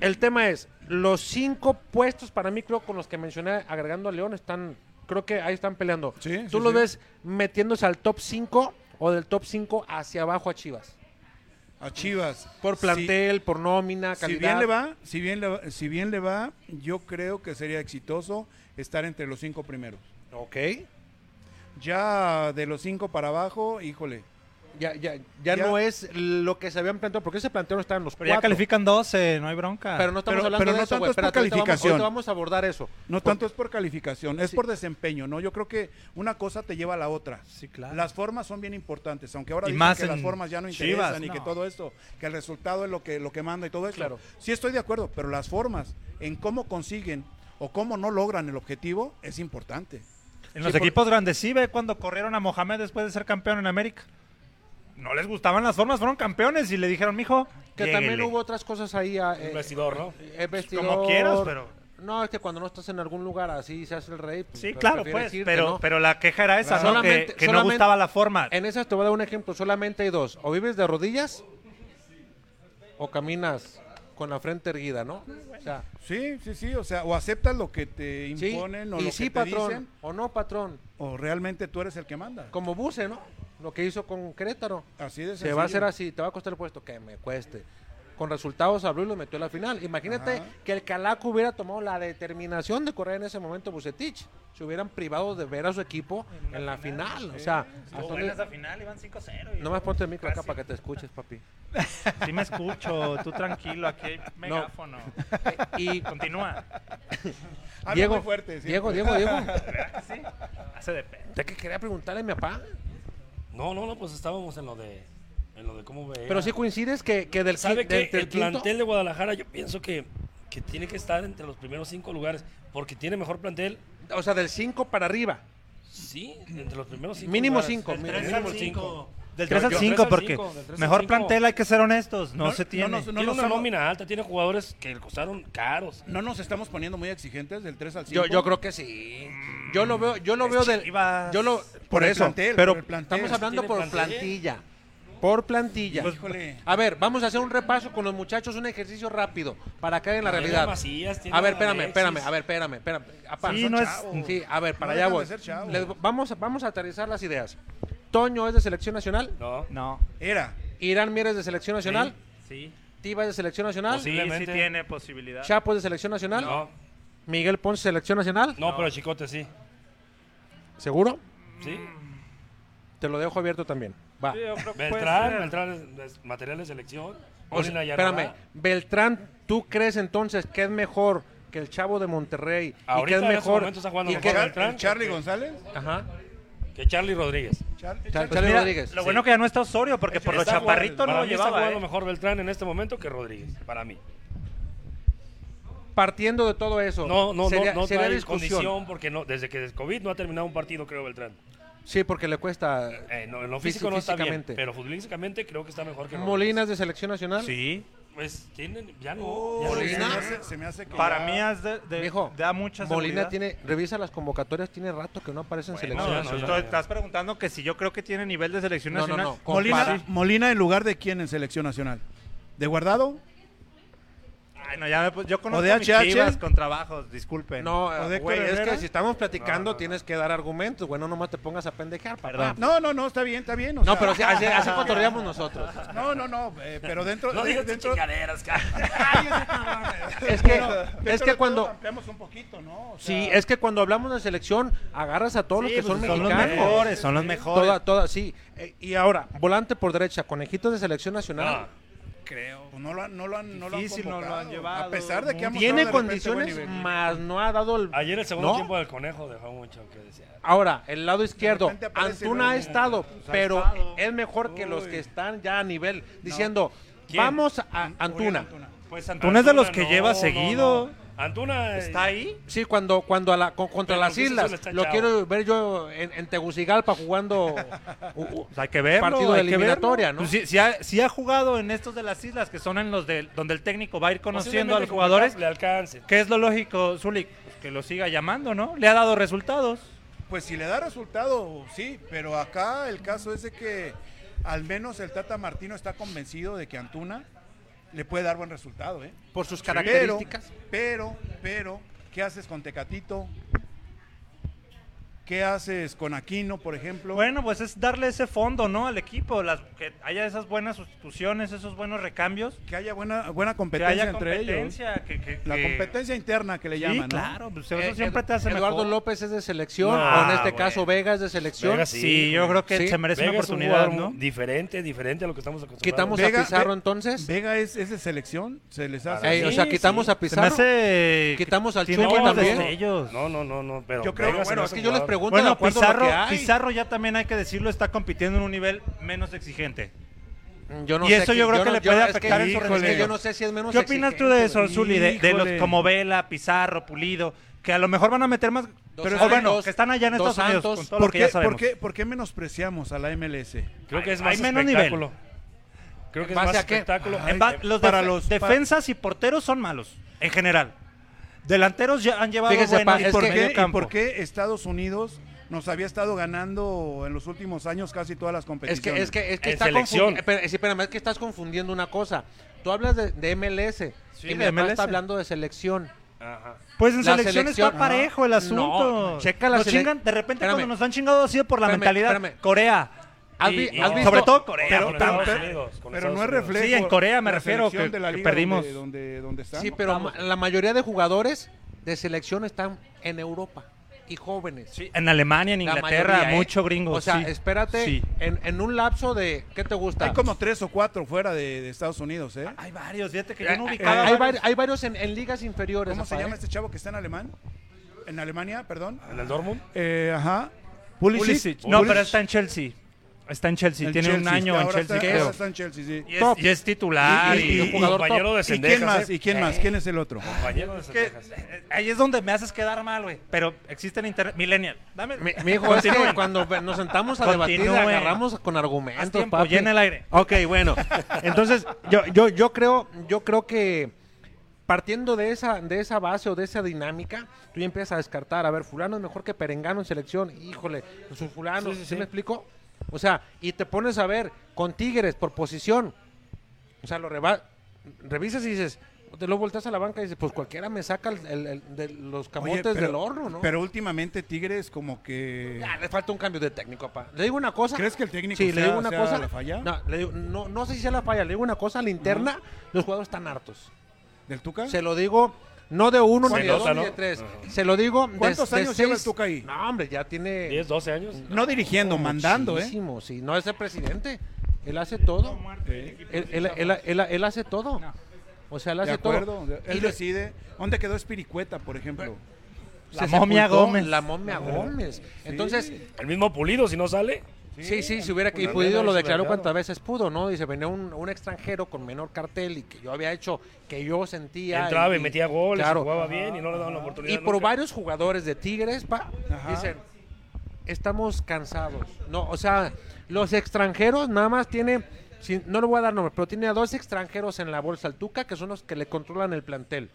El tema es, los cinco puestos para mí, creo, con los que mencioné, agregando a León, están, creo que ahí están peleando. ¿Tú
sí,
lo
sí.
ves metiéndose al top 5 o del top 5 hacia abajo a Chivas?
A Chivas.
Por plantel, por nómina, calidad.
Si bien le va, si bien le, va- si bien le va, yo creo que sería exitoso estar entre los cinco primeros.
Ok.
Ya de los cinco para abajo, híjole,
Ya, ya, ya,
Ya.
no es lo que se habían planteado, porque ese planteo no estaba en los
Pero ya
cuatro.
califican 12, no hay bronca.
Pero no estamos
Pero-
hablando
pero
de
no
eso,
tanto
güey.
es por
Espérate, ahorita vamos-
calificación.
ahorita vamos a abordar eso.
No tanto es por calificación, es por desempeño, ¿no? Yo creo que una cosa te lleva a la otra. Sí, claro. Las formas son bien importantes, aunque ahora
Y
dicen
más
que las
en
formas ya no
Chivas,
interesan y que
no.
todo esto, que el resultado es lo que, lo que manda y todo eso.
Claro.
Sí estoy de acuerdo, pero las formas en cómo consiguen o cómo no logran el objetivo es importante.
En los equipos grandes, sí ve cuando corrieron a Mohamed después de ser campeón en América. No les gustaban las formas, fueron campeones y le dijeron, mijo,
Que también
lléguele".
hubo otras cosas ahí. ah, eh,
vestidor, ¿no?
eh, vestidor.
Pues, Como quieras, pero-
No, es que cuando no estás en algún lugar así se hace el rey.
Sí, claro,
prefieres
pues,
irte,
pero-
¿no?
pero la queja era esa, ¿no?
Solamente-
Que- que no
solamente-
gustaba la forma.
En esas te voy a dar un ejemplo, solamente hay dos. O vives de rodillas o caminas con la frente erguida, ¿no? O sea,
Sí, sí, sí, o sea, o aceptas lo que te
sí.
imponen o
y
lo
sí,
que te
patrón.
dicen,
O no, patrón.
o realmente tú eres el que manda.
Como Buse, ¿no? Lo que hizo con Querétaro.
Así de
Se va a hacer
sencillo.
así, te va a costar el puesto, que me cueste. Con resultados, Abreu lo metió a la final. Imagínate
Ajá.
que el Calaco hubiera tomado la determinación de correr en ese momento Bucetich. Se hubieran privado de ver a su equipo en la final. O sea, hasta
Estuvo
dónde-
buena esa final, iban 5-0. y-
nomás ponte el micro acá
Casi.
para que te escuches, papi.
Sí me escucho, tú tranquilo, aquí hay megáfono.
Y
continúa.
Habla
Diego,
muy fuerte, siempre.
Diego, Diego, Diego.
¿Verdad que sí? Hace de pe-
Ya que quería preguntarle a mi papá.
No, no, no, pues estábamos en lo de, en lo de cómo veía.
Pero si coincides que, que del quin-
¿Sabe
del-
que
del
el
quinto-
plantel de Guadalajara yo pienso que, que tiene que estar entre los primeros cinco lugares porque tiene mejor plantel.
O sea, del 5 para arriba.
Sí, entre los primeros cinco.
Mínimo
lugares.
cinco,
Del
mínimo.
tres al
Mínimo
cinco.
cinco.
Del
Yo-
3 al
yo-
5,
tres
porque
cinco, del tres al
mejor
cinco.
plantel, hay que ser honestos, no, se tiene.
nos- no
tiene
nos
una
hemos-
nómina alta, tiene jugadores que costaron caros.
No nos estamos poniendo muy exigentes del 3 al 5.
Yo, yo creo que sí. Yo lo veo, yo lo veo del. Yo lo, por
Por el
eso.
plantel,
pero
por el plantel.
estamos hablando
¿Tiene
por
plantel?
plantilla. Por plantilla.
Híjole.
A ver, vamos a hacer un repaso con los muchachos, un ejercicio rápido para caer en la
Tiene
realidad.
Macías, tiene
a ver,
a
espérame,
Alexis.
espérame, a ver, espérame, espérame. Apa,
Sí,
son
no es-
chavos. Sí, a ver, para
No
allá
dejan de
voy.
ser chavos.
Les- vamos, a- vamos a aterrizar las ideas. Toño es de selección nacional.
No.
No.
Era.
Irán Mieres de selección nacional.
Sí.
Tiva es de selección nacional.
Sí, sí tiene posibilidad.
Chapo es pues de selección nacional.
No.
Miguel Ponce, selección nacional.
No, pero Chicote sí.
¿Seguro?
Sí.
Te lo dejo abierto también. Va.
Sí, yo creo que
puede
Beltrán,
ser.
Beltrán es- es material de selección.
O sea, Pues, espérame, Beltrán, ¿tú crees entonces que es mejor que el chavo de Monterrey? y que
Ahorita
es
en
mejor.
este momento está jugando
y
mejor
que-
Beltrán.
Charlie González.
Ajá.
este Que Charlie Rodríguez.
Char-
Pues
Charlie
mira,
Rodríguez.
Lo
sí.
bueno que ya no está Osorio, porque por los
Está jugando-
chaparritos no
para
lo
mí Está
llevaba.
jugando
¿eh?
mejor Beltrán en este momento que Rodríguez, para mí.
Partiendo de todo eso.
No, no,
sería,
no, no
sería
trae
discusión.
condición porque no, desde que es COVID no ha terminado un partido, creo, Beltrán.
Sí, porque le cuesta.
Eh, no, en lo
físi-
físico no está bien,
físicamente.
pero futbolísticamente creo que está mejor que
Molinas de selección nacional.
Sí.
Rodríguez. Pues tienen, ya no. ya no
Molina.
Molina.
Oh, Se me hace, se me hace que
Para
ya-
mí es de, de-
Mijo,
da mucha seguridad.
Molina tiene, revisa las convocatorias, tiene rato que no aparece en
No,
selección
no,
nacional.
estoy- estás preguntando que si yo creo que tiene nivel de selección
No, no,
nacional.
no, compara.
Molina, Molina en lugar de quién en selección nacional. ¿De guardado?
Ay, no, ya me pus- pues, yo conozco
de
mis
HH?
chivas con trabajos, disculpen.
No,
¿O de Héctor
güey, es
Herrera?
que si estamos platicando tienes que dar argumentos, güey, no nomás te pongas a pendejar, papá.
Perdón.
No, no, no, está bien, está bien. o
No,
sea-
pero así, así, así cotorreamos nosotros.
No, no, no, eh, pero dentro.
No
de-
digas
dentro-
chingaderas,
Es que-
eh. Bueno, dentro
es que
de todo
cuando-
ampliamos un poquito, ¿no? O sea,
Sí, es que cuando hablamos de selección, agarras a todos
Sí,
los que
pues,
son,
son los
mexicanos.
mejores, son los mejores.
Toda, toda, sí. Eh, y ahora, volante por derecha, conejitos de selección
Ah.
nacional.
Creo. pues no lo han, no lo han, no lo han
Difícil, no lo han
convocado,
llevado.
A pesar de que ha mostrado de
Tiene
repente
condiciones,
buen nivel.
más no ha dado el.
Ayer el segundo
¿No?
tiempo del conejo dejó mucho que desear.
Ahora, el lado izquierdo,
repente aparece
Antuna ha
luego,
estado,
pues, ha
pero
estado.
es mejor que los
Uy.
que están ya a nivel, diciendo, vamos a Antuna.
Pues
Antuna es de los que lleva seguido.
no. Antuna eh,
¿Está ahí?
Sí, cuando, cuando a la, con- contra
Pero
las
pues
Luis
islas.
Azul está
Lo
chavo.
quiero ver yo en, en Tegucigalpa jugando. u- u-
Pues hay que verlo.
Partido de
hay que verlo.
eliminatoria, ¿no?
Pues sí, sí ha, sí ha jugado en estos de las islas, que son en los de, donde el técnico va a ir conociendo a
posiblemente
los
con
jugadores.
Le alcance.
¿Qué es lo lógico, Zulik? Pues que lo siga llamando, ¿no? Le ha dado resultados.
Pues si le da resultado, sí, pero acá el caso es de que al menos el Tata Martino está convencido de que Antuna le puede dar buen resultado, ¿eh?
por sus
Pero,
características.
Pero, pero, ¿qué haces con Tecatito? ¿Qué haces con Aquino, por ejemplo?
Bueno, pues es darle ese fondo, ¿no? Al equipo, las- que haya esas buenas sustituciones, esos buenos recambios.
Que haya buena, buena competencia
que haya
entre
competencia,
ellos.
que- que-
la
que-
competencia interna que le
Sí,
llaman, ¿no?
claro, pues eso
Eh,
siempre
Edu-
te hace
Eduardo
mejor.
López es de selección,
No,
o en este
güey.
caso Vegas de selección.
Vegas
Sí, yo creo que se merece una
Vegas es un
oportunidad,
jugador
¿no?
Diferente, diferente a lo que estamos acostumbrados.
¿Quitamos a Pizarro entonces?
¿Vega es, es de selección? ¿Se les hace?
Ey, o sea, quitamos a Pizarro. Quitamos al Chucky también.
No, no, no, no, pero
Yo creo-
Vegas se
bueno,
me
es
hace
que
un
yo les
jugador-
pregunto de
Bueno,
acuerdo a lo
Pizarro,
que hay.
Pizarro ya también hay que decirlo, está compitiendo en un nivel menos exigente.
Yo no
y
sé
eso
que-
yo creo
yo
que
no-
le
yo-
puede
es que-
afectar en su
híjole,
rendimiento.
yo no sé si es menos
¿Qué opinas tú de eso, Zuli? De, de los como Vela, Pizarro, Pulido, que a lo mejor van a meter más. Pero o bueno, que están allá en Estados Unidos. Con todo
¿Por,
lo que
qué,
ya sabemos.
por qué- por qué menospreciamos a la MLS?
Creo que es
Hay
más
menos nivel.
espectáculo. Creo que es
¿En
más
base a qué?
espectáculo.
En ba- los
Para
defe-
los-
defensas y porteros son malos, en general. Delanteros ya han llevado
Fíjese,
buenas
pa, ¿y por,
medio
qué, y
campo.
por qué Estados Unidos nos había estado ganando en los últimos años casi todas las
Es que,
competiciones?
es que, es que está confundi- eh, pero- eh, sí, espérame, es que estás confundiendo una cosa. Tú hablas de, de MLS
Sí,
y mi
de
papá
MLS.
está hablando de selección.
Pues en
La
selección, está
selección-
parejo el
No,
asunto.
checa la
Nos
sele-
chingan, de repente
Espérame.
cuando nos han chingado ha sido por la
Espérame,
mentalidad.
espérame.
Corea.
¿Has
Y-
vi-
y
has
Sobre
visto-
todo Corea.
Pero-
con
pero-
Estados
pero-
Unidos, con
pero
Estados
no es
Unidos.
reflejo
Sí, en Corea me
la
refiero
selección
que,
de la
que
liga
perdimos.
donde-
donde, donde están.
Sí, pero ma- la mayoría de jugadores de selección están en Europa y jóvenes.
en Alemania, en
La
Inglaterra,
mayoría, ¿eh?
mucho gringo.
O sea,
sí.
espérate,
Sí.
en, en un lapso de. ¿Qué te gusta?
Hay como tres o cuatro fuera de, de Estados Unidos, ¿eh?
Hay varios, fíjate
Eh, eh, hay, varios, hay varios en, en ligas inferiores.
¿Cómo se
apa,
llama
¿eh?
este chavo que está en alemán? En Alemania, perdón.
¿En el Dortmund?
Eh, ajá. Pulisic.
No,
Pulisic.
pero está en Chelsea. Está en Chelsea.
El
Tiene un
Chelsea,
año
que
en
ahora
Chelsea,
está-
creo.
ahora está en Chelsea, sí.
Y es,
Top.
y es titular.
Y- y- y- y- ¿Y quién más? ¿Y quién más? ¿Quién es el otro?
Compañero de Cendejas.
¿eh? Ahí es donde me haces quedar mal, güey. Pero existe en internet. Millennial. Dame.
Mi, mi hijo, es que cuando ve- nos sentamos a debatir,
Continúen.
agarramos con argumentos,
Haz tiempo,
papi.
llena el aire.
Ok, bueno. Entonces, yo, yo, yo creo, yo creo que partiendo de esa, de esa base o de esa dinámica, tú ya empiezas a descartar, a ver, fulano es mejor que Perengano en selección, híjole, su fulano,
Sí, sí,
¿sí,
sí.
me explico? O sea, y te pones a ver con Tigres por posición, o sea, lo reba- revisas y dices, te lo volteas a la banca y dices, pues cualquiera me saca el- el- el- de los
Oye,
camotes
pero-
del horno, ¿no?
Pero últimamente Tigres como que...
Ya, Ah, le falta un cambio de técnico, papá. Le digo una cosa.
¿Crees que el técnico
Sí, le
sea-
digo una
sea
cosa.
la falla?
No, le digo- no, no sé si sea la falla. Le digo una cosa. A la interna, los jugadores están hartos.
¿Del Tuca?
Se lo digo, no de uno,
Se
ni de
nota,
dos, ni
¿no?
de tres.
Ajá.
Se lo digo. de-
¿Cuántos
de
años lleva el
seis-
Tuca ahí?
No, hombre, ya tiene.
10, 12 años.
No dirigiendo, mandando, ¿eh?
muchísimo, sí. No es el presidente. Él hace todo. Él, él- él- él- él hace todo. O sea, él
De
hace
acuerdo.
todo.
Él
Y lo-
decide. ¿Dónde quedó Espiricueta, por ejemplo? Ah,
se sepultó La momia Gómez. Entonces,
El mismo Pulido, si no sale.
Sí, sí, si
pues,
hubiera que y Pulido lo declaró cuantas veces pudo, ¿no? Dice, venía un, un extranjero con menor cartel y que yo había hecho, que yo sentía.
Entraba y metía goles,
claro.
jugaba bien y no le daban la oportunidad.
Y por
nunca.
varios jugadores de Tigres, pa,
Ajá.
dicen, estamos cansados. No, o sea, los extranjeros nada más tiene, sin- no le voy a dar nombre, pero tiene a dos extranjeros en la bolsa al Tuca, que son los que le controlan el plantel.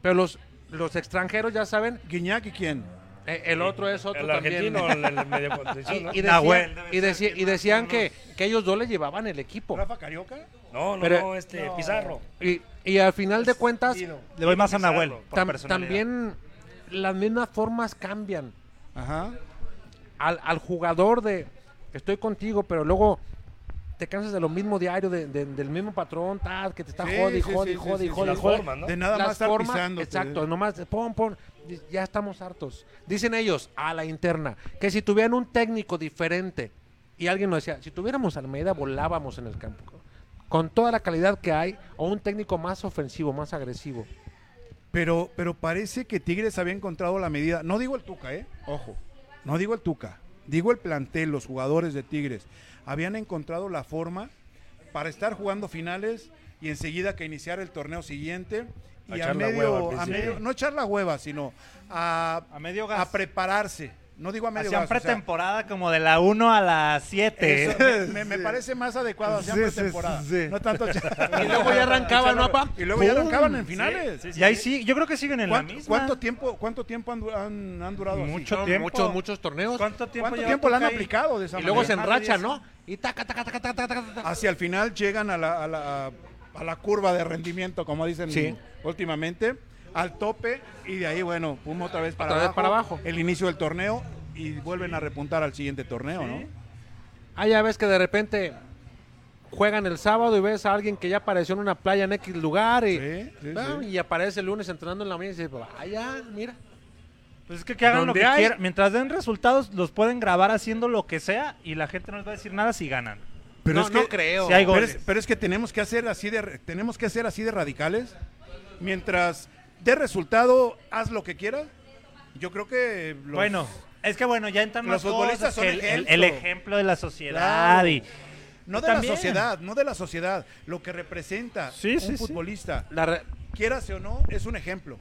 Pero los, los extranjeros ya saben. Eh,
¿Guiñac y quién?
el otro es otro
El
también.
argentino, el- el medio contención,
Y-
¿no?
y, decían,
Nahuel.
y decía- y decían que, que ellos dos le llevaban el equipo.
¿Rafa Carioca?
No, no,
Pero-
no, este, Pizarro.
Y, y al final de cuentas,
Le doy más a Nahuel. por
tam-
personalidad.
también las mismas formas cambian.
Ajá.
Al, al jugador de estoy contigo, pero luego te cansas de lo mismo diario, de- de- del mismo patrón, tal, que te está
Sí,
jode, y
sí,
jode,
sí,
y jode,
sí,
y
sí,
jode,
sí.
y jode.
Las formas, ¿no? De nada
Las
más estar
formas,
pisándote.
Exacto, nomás de pon, pon, ya estamos hartos. Dicen ellos a la interna que si tuvieran un técnico diferente y alguien nos decía, si tuviéramos a Almeida volábamos en el campo. Con toda la calidad que hay, o un técnico más ofensivo, más agresivo.
Pero, pero parece que Tigres había encontrado la medida. No digo el Tuca, ¿eh? Ojo. No digo el Tuca. Digo el plantel, los jugadores de Tigres. Habían encontrado la forma para estar jugando finales y enseguida que iniciar el torneo siguiente.
A
Y a,
echar la hueva
medio,
al
a
principio.
medio- no echar la hueva, sino a, a, prepararse. No digo a medio
Hacían
gas, o sea,
pretemporada como de la 1 a la 7.
eso me, me- me parece más adecuado hacer
Sí, sí,
pretemporada.
sí, sí.
pues, No tanto
Y luego ya arrancaban, ¿no, papá?
Y luego ya
¡Pum!
arrancaban en
Sí,
finales.
sí, sí, Y ahí sí. sí, yo creo que siguen en la
¿Cuánto-
misma.
¿Cuánto tiempo, cuánto tiempo han, du- han- han durado así?
Mucho No, tiempo.
muchos, muchos torneos.
¿Cuánto tiempo,
¿Cuánto
lleva
tiempo le han
Tuca ahí?
aplicado de esa
Y luego
manera?
se enracha, ¿no? Y taca, taca, taca, taca, taca, taca.
Hacia el final llegan a la, a la- a la curva de rendimiento, como dicen
Sí.
últimamente, al tope, y de ahí, bueno, pum, otra vez para
Otra vez
abajo.
para abajo.
El inicio del torneo, y vuelven a repuntar al siguiente torneo, ¿no?
Ah, ya ves que de repente juegan el sábado y ves a alguien que ya apareció en una playa en X lugar y, Ah, y aparece el lunes entrenando en la mañana y dices, vaya, mira.
Pues es que, que hagan lo
Donde
que
hay-
quieran. Mientras den resultados, los pueden grabar haciendo lo que sea y la gente no les va a decir nada si ganan.
es que-
Si hay
pero
goles.
es, pero es que tenemos que hacer así de tenemos que ser así de radicales. Mientras dé resultado, haz lo que quieras. Yo creo que los-
Bueno, es que bueno, ya entran
los
más cosas
futbolistas son
que el, el- el ejemplo de la sociedad
Claro.
y
no
y
de
también.
la sociedad, no de la sociedad, lo que representa
Sí,
un
sí, sí.
futbolista. Quieras o no, es un ejemplo.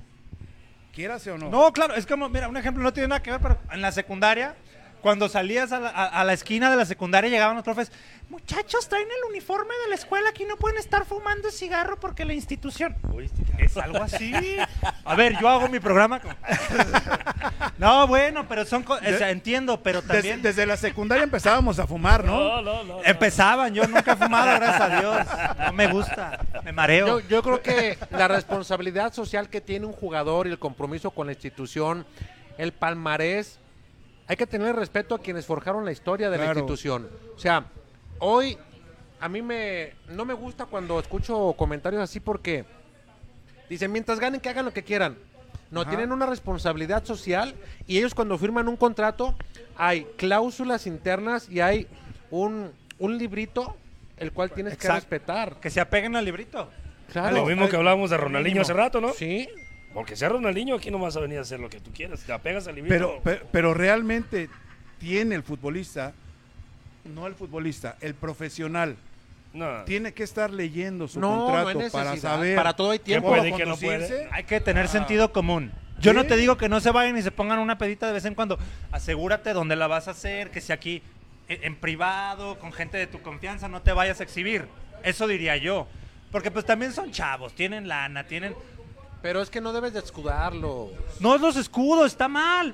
Quieras o no.
No, claro, es como, mira, un ejemplo no tiene nada que ver, pero en la secundaria, cuando salías a la, a- a la esquina de la secundaria, llegaban los profes, muchachos, traen el uniforme de la escuela, aquí no pueden estar fumando cigarro porque la institución... Es algo así. A ver, yo hago mi programa con... No, bueno, pero son... co- o sea, entiendo, pero
Des-
también...
desde la secundaria empezábamos a fumar, ¿no?
Empezaban, yo nunca he fumado, gracias a Dios. No me gusta, me mareo.
Yo, yo creo que la responsabilidad social que tiene un jugador y el compromiso con la institución, el palmarés, hay que tener respeto a quienes forjaron la historia de la
Claro.
institución. O sea, hoy a mí me no me gusta cuando escucho comentarios así porque dicen, mientras ganen, que hagan lo que quieran. No,
Ajá.
tienen una responsabilidad social y ellos cuando firman un contrato hay cláusulas internas y hay un, un librito el cual tienes que
Exacto.
respetar.
Que se apeguen al librito.
Claro.
Lo
Ah.
mismo que hablábamos de Ronaldinho hace rato, ¿no?
Sí.
Porque sea Ronaldinho, aquí no vas a venir a hacer lo que tú quieras. Te apegas al librito.
Pero, pe- pero realmente tiene el futbolista, no el futbolista, el profesional.
No.
Tiene que estar leyendo su
No, no hay
contrato para
necesidad.
saber
Para todo hay tiempo.
cómo
Que puede y que no puede. Ah.
conducirse.
Hay que tener sentido común. Yo no te digo que no se vayan y se pongan una pedita de vez en cuando. Asegúrate dónde la vas a hacer, que si aquí e- en privado, con gente de tu confianza, no te vayas a exhibir. Eso diría yo. Porque pues también son chavos, tienen lana, tienen...
Pero es que no debes de escudarlo.
No es los escudos, está mal.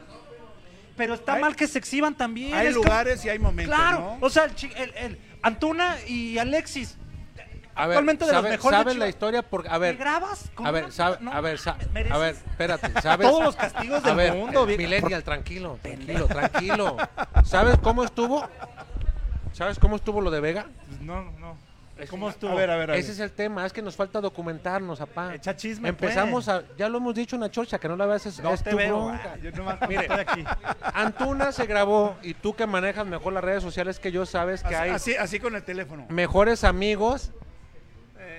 Pero está mal que se exhiban también.
Hay
es que-
lugares y hay momentos,
Claro,
¿no?
o sea, el, chi- el- el Antuna y Alexis,
A
Actualmente de los
¿sabe-
mejores de
¿Sabes la
Chivas?
historia? Porque, a
¿me
ver,
grabas? con
a ver,
una-
sabe-
no
a ver, sa-
mereces-
a ver, espérate, ¿sabes?
Todos los castigos
a
del
ver,
mundo,
eh,
viejo.
Millennial, tranquilo, tranquilo, tranquilo. ¿Sabes cómo estuvo? ¿Sabes cómo estuvo lo de Vega?
No, no. ¿Cómo estuvo?
Ese es el tema, es que nos falta documentarnos, apá.
Echa chisme,
Empezamos a, ya lo hemos dicho en la chorcha, que pues. no la veas es,
No
es
te
tu
veo,
bronca.
ah, yo nomás no
Mire,
estoy aquí.
Antuna se grabó y tú que manejas mejor las redes sociales que yo sabes que hay
Así, así con el teléfono.
mejores amigos.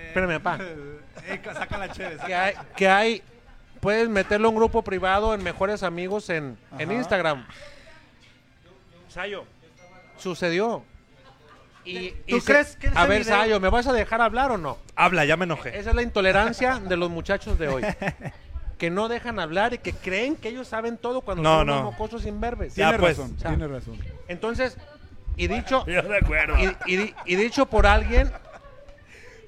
Espérame, apá.
Eh, saca la chévere, saca.
que hay, que hay- puedes meterlo a un grupo privado en mejores amigos en, en
Ajá.
Instagram.
Sayo.
Sucedió. Y,
¿Tú
y se-
crees que
A
ese
ver,
video-
Sayo, ¿me vas a dejar hablar o no?
Habla, ya me enojé.
Esa es la intolerancia de los muchachos de hoy. Que no dejan hablar y que creen que ellos saben todo cuando
No,
son
no.
unos mocosos imberbes.
Tiene
Ya, pues.
razón,
O sea,
tiene razón.
Entonces, y dicho,
Yo de acuerdo.
y, y di- y dicho por alguien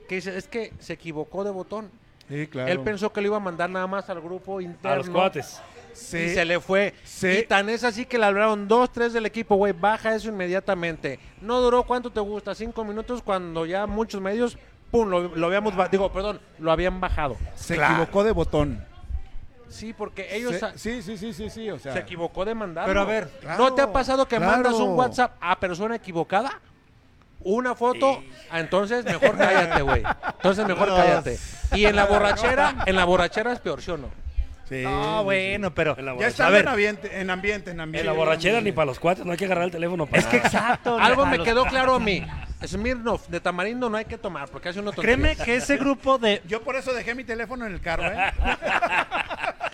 que dice, es que se equivocó de botón.
Sí, claro.
Él pensó que lo iba a mandar nada más al grupo interno.
A los cuates.
Y se le fue. Y tan es así que le hablaron dos, tres del equipo, güey, baja eso inmediatamente. No duró cuánto te gusta, cinco minutos, cuando ya muchos medios, pum, lo, lo habíamos, ba- digo, perdón, lo habían bajado.
Se equivocó de botón.
Sí, porque ellos...
Se-
a-
sí, sí, sí, sí, sí, o sea.
se equivocó de mandar.
Pero a ver,
¿no te ha pasado que
claro.
mandas un WhatsApp a persona equivocada? Una foto, ah, entonces mejor cállate, güey. Entonces mejor
No.
cállate. Y en la borrachera, en la borrachera es peor, ¿sí o no?
Sí,
No,
sí,
bueno, pero.
En la
Ya
borrachera,
está
A ver,
en ambiente, en ambiente, en ambiente.
en la borrachera ni para los cuates, no hay que agarrar el teléfono para
Es que exacto.
Algo
neta,
me
los-
quedó claro a mí. Smirnoff de tamarindo no hay que tomar porque hace uno
Créeme que ese grupo de
Yo por eso dejé mi teléfono en el carro, ¿eh?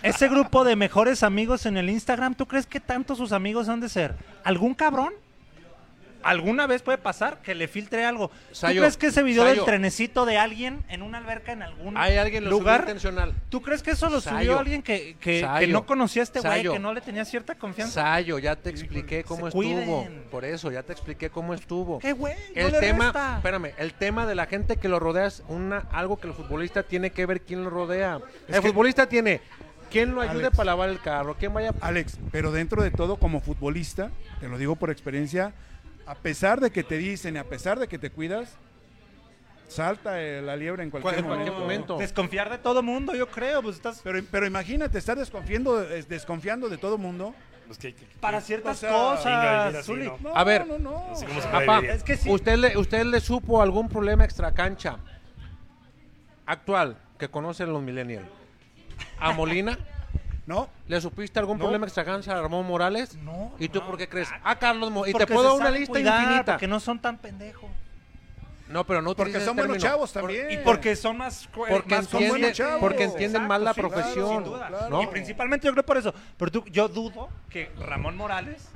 ese grupo de mejores amigos en el Instagram, ¿tú crees que tanto sus amigos han de ser? ¿Algún cabrón? ¿Alguna vez puede pasar que le filtre algo?
Sayo,
¿Tú crees que ese video
Sayo.
del trenecito de alguien en una alberca en algún
Hay alguien lo
lugar?
subió intencional.
¿Tú crees que eso lo
Sayo.
subió alguien que, que- que
Sayo.
no conocía a este güey,
Sayo.
que no le tenía cierta confianza?
Sayo, ya te expliqué cómo
se
estuvo.
cuiden.
Por eso, ya te expliqué cómo estuvo.
¡Qué güey! no
el
le
tema,
resta.
espérame, el tema de la gente que lo rodea es una, algo que el futbolista tiene que ver quién lo rodea.
Es
el
que-
futbolista tiene quién lo ayude
Alex.
para lavar el carro, quién vaya.
Alex, pero dentro de todo, como futbolista, te lo digo por experiencia, a pesar de que te dicen y a pesar de que te cuidas, salta eh, la liebre en cualquier,
En cualquier
momento.
momento.
Desconfiar de todo mundo, yo creo. Pues estás.
Pero, pero imagínate estar desconfiando, eh, desconfiando de todo mundo
Pues que- que-
Para ciertas
O sea,
cosas,
sí, no,
Zuli.
sí, no.
A ver,
Así como se puede
Papá,
vivir.
¿usted, le, ¿usted le supo algún problema extracancha actual que conocen los millennials? ¿A Molina?
No.
¿Le supiste algún
No.
problema extracancha a Ramón Morales?
No.
¿Y tú por qué crees? Ah, Carlos Mo- Y te
Porque
puedo
se
dar una
saben
lista
cuidar,
infinita.
Porque no son tan pendejos.
No, pero no
Porque
utilices
son
el
buenos
término.
chavos también.
Y porque son más co-
Porque
más
entienden-
conscientes.
porque entienden más la profesión,
sin duda.
claro.
Y principalmente yo creo por eso. Pero tú, yo dudo que Ramón Morales,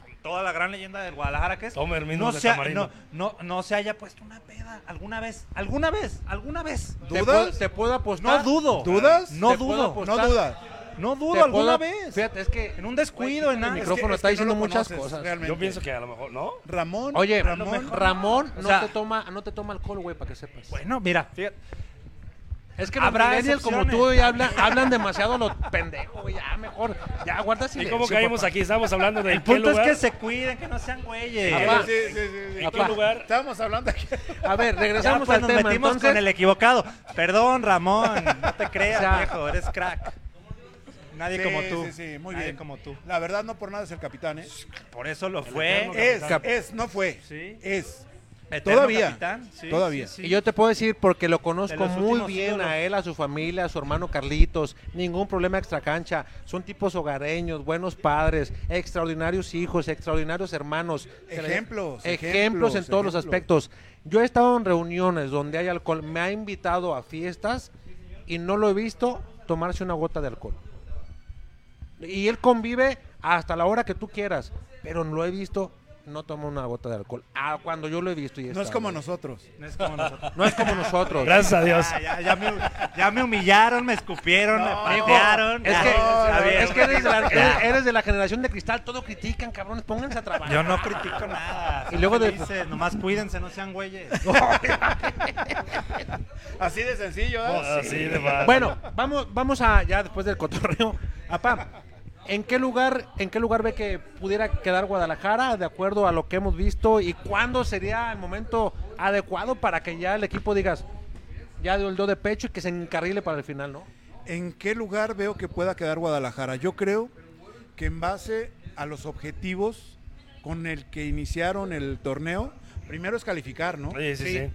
con toda la gran leyenda del Guadalajara que es,
Toma, Hermín,
no,
de
sea-
tamarindo.
no, no, no se haya puesto una peda alguna vez. Alguna vez, alguna vez.
¿Te puedo, te puedo apostar?
No dudo.
¿Dudas?
No
¿Te puedo
dudo.
apostar?
No dudas.
No
Te
dudo alguna
puedo-
vez.
Fíjate, es que
En un descuido, en
el
nada.
micrófono
es
está
que
diciendo
no lo
muchas
conoces,
cosas.
realmente.
Yo pienso que a lo mejor, ¿no?
Ramón.
Oye,
Ramón.
Ramón,
O
no
sea-
te toma, no te toma alcohol, güey, para que sepas.
Bueno, mira, fíjate.
Es que los
Habrá
millennials como tú
excepciones.
ya hablan, hablan demasiado a los pendejos, güey, ya mejor, ya guarda
¿Y
silencio.
cómo caímos
papá.
aquí? Estamos hablando de
El punto es que se cuiden, que no sean güeyes.
Papá,
Sí, sí, sí, sí.
¿En qué
Papá.
lugar?
Estábamos hablando aquí.
A ver,
Ya,
regresamos
pues,
al
nos
tema,
metimos
entonces.
con el equivocado. Perdón, Ramón. No te creas,
O sea-
viejo. Eres crack. Nadie
Sí,
como tú.
Sí, sí, muy
Nadie
bien.
como tú.
La verdad, no por nada es el capitán, ¿eh?
Por eso lo fue.
Es,
Cap-
es, no fue.
Sí.
Es.
Eterno
todavía,
capitán, sí,
todavía.
sí, sí.
Y yo te puedo decir, porque lo
De
conozco
los
muy
últimos
bien
ídolos.
a él, a su familia, a su hermano Carlitos, ningún problema extracancha, son tipos hogareños, buenos padres, extraordinarios hijos, extraordinarios hermanos. Se le-
Ejemplos,
Ejemplos, en
ejemplos,
todos los
ejemplos.
aspectos. Yo he estado en reuniones donde hay alcohol, me ha invitado a fiestas y no lo he visto tomarse una gota de alcohol. Y él convive hasta la hora que tú quieras, pero no lo he visto, no toma una gota de alcohol. Ah, cuando yo lo he visto y he
No es
estado
como
ahí.
nosotros.
No es como nosotros.
No es como nosotros.
Gracias a Dios.
Ah, ya, ya me, ya me humillaron, me escupieron, me patearon.
Es
Ya,
que,
ya vieron.
es que eres, de la,
Ya.
eres- eres de la generación de cristal, todo critican, cabrones, pónganse a trabajar.
Yo no critico nada.
Y luego de-
dice, nomás cuídense, no sean güeyes.
Así de sencillo, ¿eh?
Oh,
Así de mal.
Bueno, vamos, vamos a ya después del cotorreo. Apá, ¿en qué lugar, en qué lugar ve que pudiera quedar Guadalajara de acuerdo a lo que hemos visto y cuándo sería el momento adecuado para que ya el equipo digas ya dio el do de pecho y que se encarrile para el final, ¿no?
¿En qué lugar veo que pueda quedar Guadalajara? Yo creo que en base a los objetivos con el que iniciaron el torneo, primero es calificar, ¿no?
Sí, sí, sí.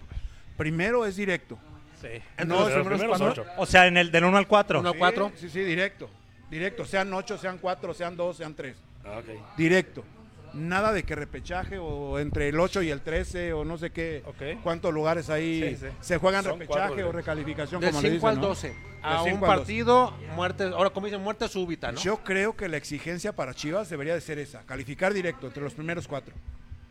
Primero es directo.
Sí.
Entre
los primeros
cuatro.
ocho.
O sea, en el del 1 al 4.
Uno- ¿Cuatro?
Sí, sí, directo. Directo, sean ocho, sean cuatro, sean dos, sean tres.
Ah, ok.
Directo. Nada de que repechaje o entre el 8 y el 13 o no sé qué.
Ok.
¿Cuántos lugares ahí
Sí, sí.
se juegan
Son
repechaje
cuatro,
o
sí.
recalificación?
Del
como le
5
dicen,
al
¿no?
12.
Del
A un
cinco al doce.
partido, muerte, ahora como dicen, muerte súbita, ¿no?
Yo creo que la exigencia para Chivas debería de ser esa, calificar directo entre los primeros cuatro.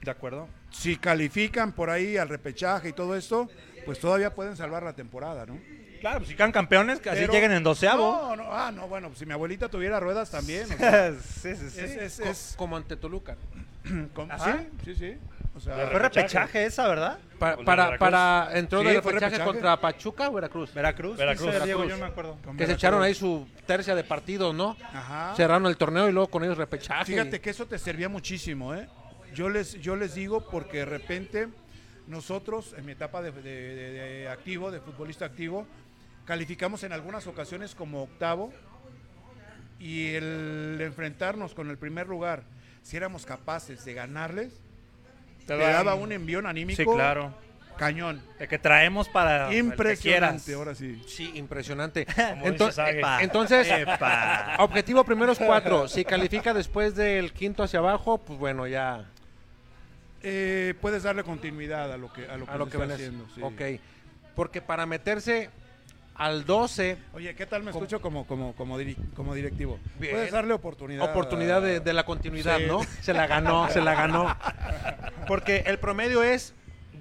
¿De acuerdo?
Si califican por ahí al repechaje y todo esto, pues todavía pueden salvar la temporada, ¿no?
Claro, pues si quedan campeones, que así
Pero-
lleguen en doceavo.
No, no, ah, no, bueno, pues si mi abuelita tuviera ruedas también. o sea,
sí, ¿Ah, sí, sí.
es, es,
Co-
es-
como ante Toluca. Ah,
¿cómo? Ah,
Ajá.
Sí, sí, sí. O sea,
Fue repechaje esa, ¿verdad?
Para,
Contra
para,
Veracruz.
para- entró
Sí,
de
fue
repechaje,
repechaje.
contra Pachuca o Veracruz.
Veracruz.
Veracruz.
dice Diego,
Veracruz.
yo no me acuerdo.
con
que se
Veracruz.
echaron ahí su tercia de partidos, ¿no?
Ajá.
Cerraron el torneo y luego con ellos repechaje.
Fíjate que eso te servía muchísimo, ¿eh? Yo les, yo les digo porque de repente nosotros, en mi etapa de, de- de- de activo, de futbolista activo, calificamos en algunas ocasiones como octavo y el enfrentarnos con el primer lugar, si éramos capaces de ganarles, te,
dan-
daba un envión anímico
Sí, claro.
cañón.
De que traemos para. el que quieras.
Impresionante, ahora sí.
Sí, impresionante.
Como dice
Entonces, eh,
Sague.
Epa.
entonces,
Epa.
objetivo primero es cuatro. Si califica después del quinto hacia abajo, pues bueno, ya
Eh, puedes darle continuidad a lo que, a lo que,
a lo
se
que
está
ven
haciendo. sí.
Ok. Porque para meterse al 12,
Oye, ¿qué tal me
Com-
escucho como, como, como, diri- como directivo?
Bien.
Puedes darle oportunidad.
oportunidad de, de la continuidad,
Sí.
¿no? Se la ganó, se la ganó. Porque el promedio es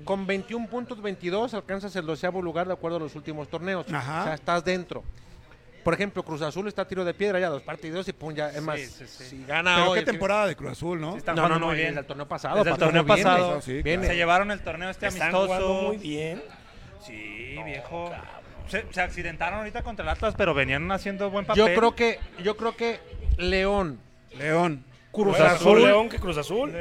con 21 puntos 22 alcanzas el doceavo lugar de acuerdo a los últimos torneos.
Ajá.
O sea, estás dentro. Por ejemplo, Cruz Azul está a tiro de piedra ya dos partidos y pum, ya es más.
sí, sí.
Si gana
Pero
hoy,
qué temporada de Cruz Azul, ¿no?
Sí, están
no,
jugando
no, no,
muy bien.
desde el torneo pasado.
Desde el
aparte,
torneo
no viene.
pasado.
Sí,
viene.
Se llevaron el torneo este
Están jugando
amistoso.
muy bien.
Sí, viejo. Se, se accidentaron ahorita contra el Atlas, pero venían haciendo buen papel.
Yo creo que, yo creo que León,
León.
Cruz
Cruz Azul.
Azul, León,
León que Cruz Azul.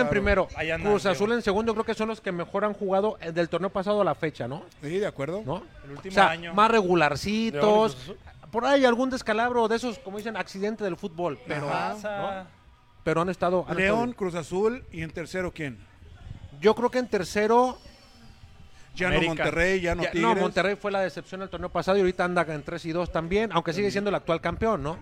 en primero,
Ahí andan,
Cruz
León.
Azul en segundo, creo que son los que mejor han jugado eh, del torneo pasado a la fecha, ¿no?
Sí, de acuerdo.
¿No?
El
O
último
sea,
año.
más
León y Cruz
regularcitos,
Azul.
por ahí algún descalabro de esos, como dicen, accidente del fútbol. Pero,
Ajá.
¿no? pero han estado. han estado
León,
bien.
Cruz Azul y en tercero quién?
Yo creo que en tercero.
Ya no Monterrey, ya no
No,
Tigres.
Monterrey fue la decepción del torneo pasado y ahorita anda en 3 y 2 también, aunque sigue siendo el actual campeón, ¿no?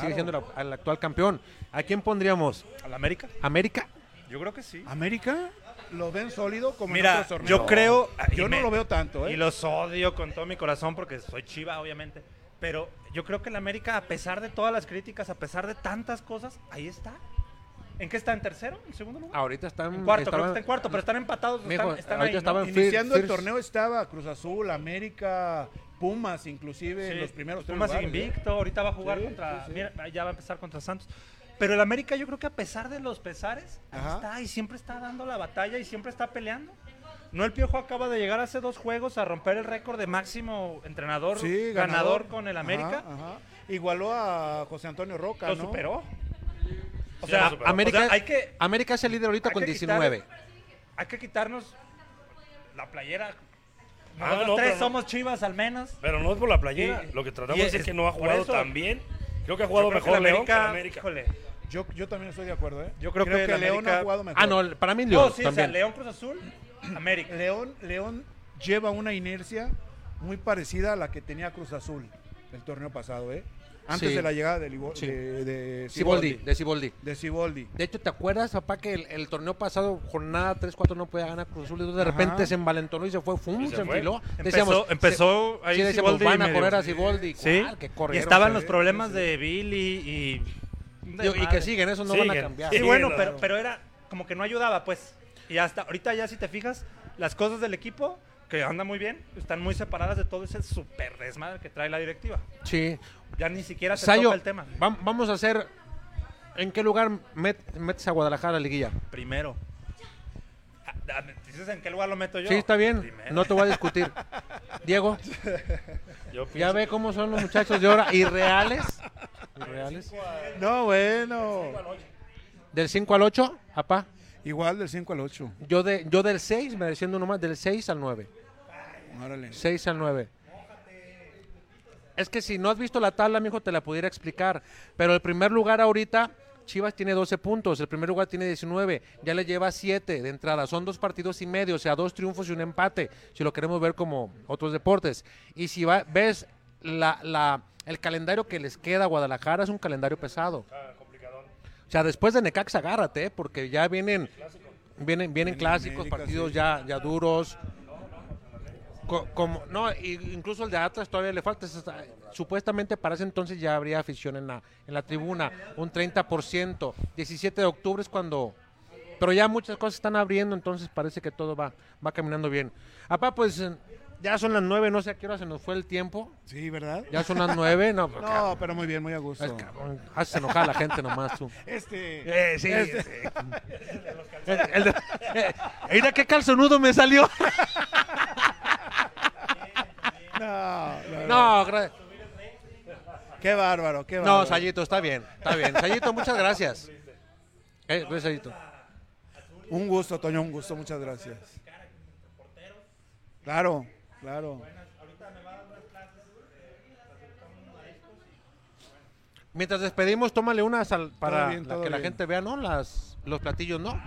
Sigue siendo la- el actual campeón. ¿A quién pondríamos?
¿Al América?
¿América?
Yo creo que sí.
América lo ven sólido como en
Mira,
otros torneos.
yo creo. ah, y
Yo no
me-
lo veo tanto, ¿eh?
Y los odio con todo mi corazón porque soy chiva, obviamente. Pero yo creo que el América, a pesar de todas las críticas, a pesar de tantas cosas, ahí está. ¿En qué está? ¿En tercero? ¿En segundo lugar?
Ahorita están.
En cuarto, creo
estaban-
que está en cuarto, pero están empatados.
Mijo,
están, están
ahorita
ahí, ¿no?
estaban fir-
Iniciando el
fir-
torneo estaba Cruz Azul, América, Pumas, inclusive en
Sí,
los primeros tres
Pumas
lugares, ¿eh?
invicto, ahorita va a jugar
Sí,
contra.
sí, sí.
mira, ya va a empezar contra Santos. Pero el América, yo creo que a pesar de los pesares, ahí
Ajá.
está y siempre está dando la batalla y siempre está peleando. No, el Piojo acaba de llegar hace dos juegos a romper el récord de máximo entrenador
Sí,
ganador, con el
Ajá,
América.
ajá. Igualó a José Antonio Roca,
Lo
¿no?
superó. O
Sí,
sea,
lo superó. América-
o sea, hay que
América es el líder ahorita
hay
con
que
19.
quitar- hay que quitarnos la playera.
Ah,
Nosotros
no,
tres
pero no.
somos chivas al menos.
Pero no es por la playera.
Y-
Lo que tratamos
y
de decir es que no ha
por
jugado
eso.
tan bien. Creo que ha jugado
Yo creo que
mejor
el
León que el
América-
América.
híjole,
Yo, yo también estoy de acuerdo, ¿eh?
Yo creo que el
León
América-
ha jugado mejor.
Ah, no, para mí León.
No, sí, o sea,
también.
León Cruz Azul, América.
León, León lleva una inercia muy parecida a la que tenía Cruz Azul el torneo pasado, ¿eh? Antes
Sí.
de la llegada de, Libo-
Sí.
de, de
Siboldi, de Siboldi.
De Siboldi.
De hecho, ¿te acuerdas, papá, que el, el torneo pasado, jornada 3-4, no podía ganar Cruz Azul? Y entonces de
Ajá.
repente se envalentonó y se fue, ¡fum!
Y
Se,
se fue.
enfiló.
Empezó-
Decíamos,
empezó
se-
ahí
sí, decíamos,
Siboldi y
van a
medio-
correr a Siboldi.
Sí.
¿cuál? "Ah, Que
y
corrieron,
estaban
se
los
ve.
problemas de Billy y.
Yo- y que
Madre.
siguen, esos no van a Siguen, cambiar.
Sí,
siguen,
bueno,
claro.
pero, pero era como que no ayudaba, pues. Y hasta ahorita ya si te fijas, las cosas del equipo, que anda muy bien, están muy separadas de todo ese súper desmadre que trae la directiva.
Sí.
Ya ni siquiera se
Sayo,
toca el tema.
vam- vamos a hacer. ¿En qué lugar met- metes a Guadalajara, Liguilla?
Primero. Ah, ah, ¿Dices en qué lugar lo meto yo?
Sí, está bien.
Primero.
No te voy a discutir. Diego,
Yo
ya ve cómo son los muchachos de ahora. Irreales. Irreales.
No, bueno.
Del 5 al 8, apá.
Igual del 5 al 8.
Yo, de, yo del 6, mereciendo uno más, del 6 al 9.
Órale.
6 al 9. Es que si no has visto la tabla, mijo, te la pudiera explicar. Pero el primer lugar ahorita, Chivas tiene 12 puntos, el primer lugar tiene 19, ya le lleva 7 de entrada. Son dos partidos y medio, o sea, dos triunfos y un empate, si lo queremos ver como otros deportes. Y si va- ves la- la- el calendario que les queda a Guadalajara, es un calendario pesado. O sea, después de Necaxa, agárrate, ¿eh? porque ya vienen, vienen, vienen clásicos, partidos ya, ya duros. Co- como, no, y- incluso el de Atlas todavía le falta. es hasta- Supuestamente para ese entonces ya habría afición en la, en la tribuna, un 30%. 17 de octubre es cuando... Pero ya muchas cosas están abriendo, entonces parece que todo va, va caminando bien. Apá, pues eh, ya son las 9, no sé a qué hora se nos fue el tiempo.
Sí, ¿verdad?
Ya son las 9, no. pues,
No, pero muy bien, muy a gusto.
Ay, cabrón, haces enojar a la gente nomás tú.
Este.
Eh, sí,
Este.
sí. El- el de- eh, mira qué calzonudo me salió.
No, no,
No, gra-
Qué bárbaro, qué bárbaro.
no, Sayito, está bien, está bien. Sayito, muchas gracias. Eh, pues, Sayito.
Un gusto, Toño, un gusto, muchas gracias. Claro, claro.
Mientras despedimos, tómale unas al- para
Todo bien,
la-
todo
que la
bien.
gente vea, ¿no? Las, los platillos, ¿no?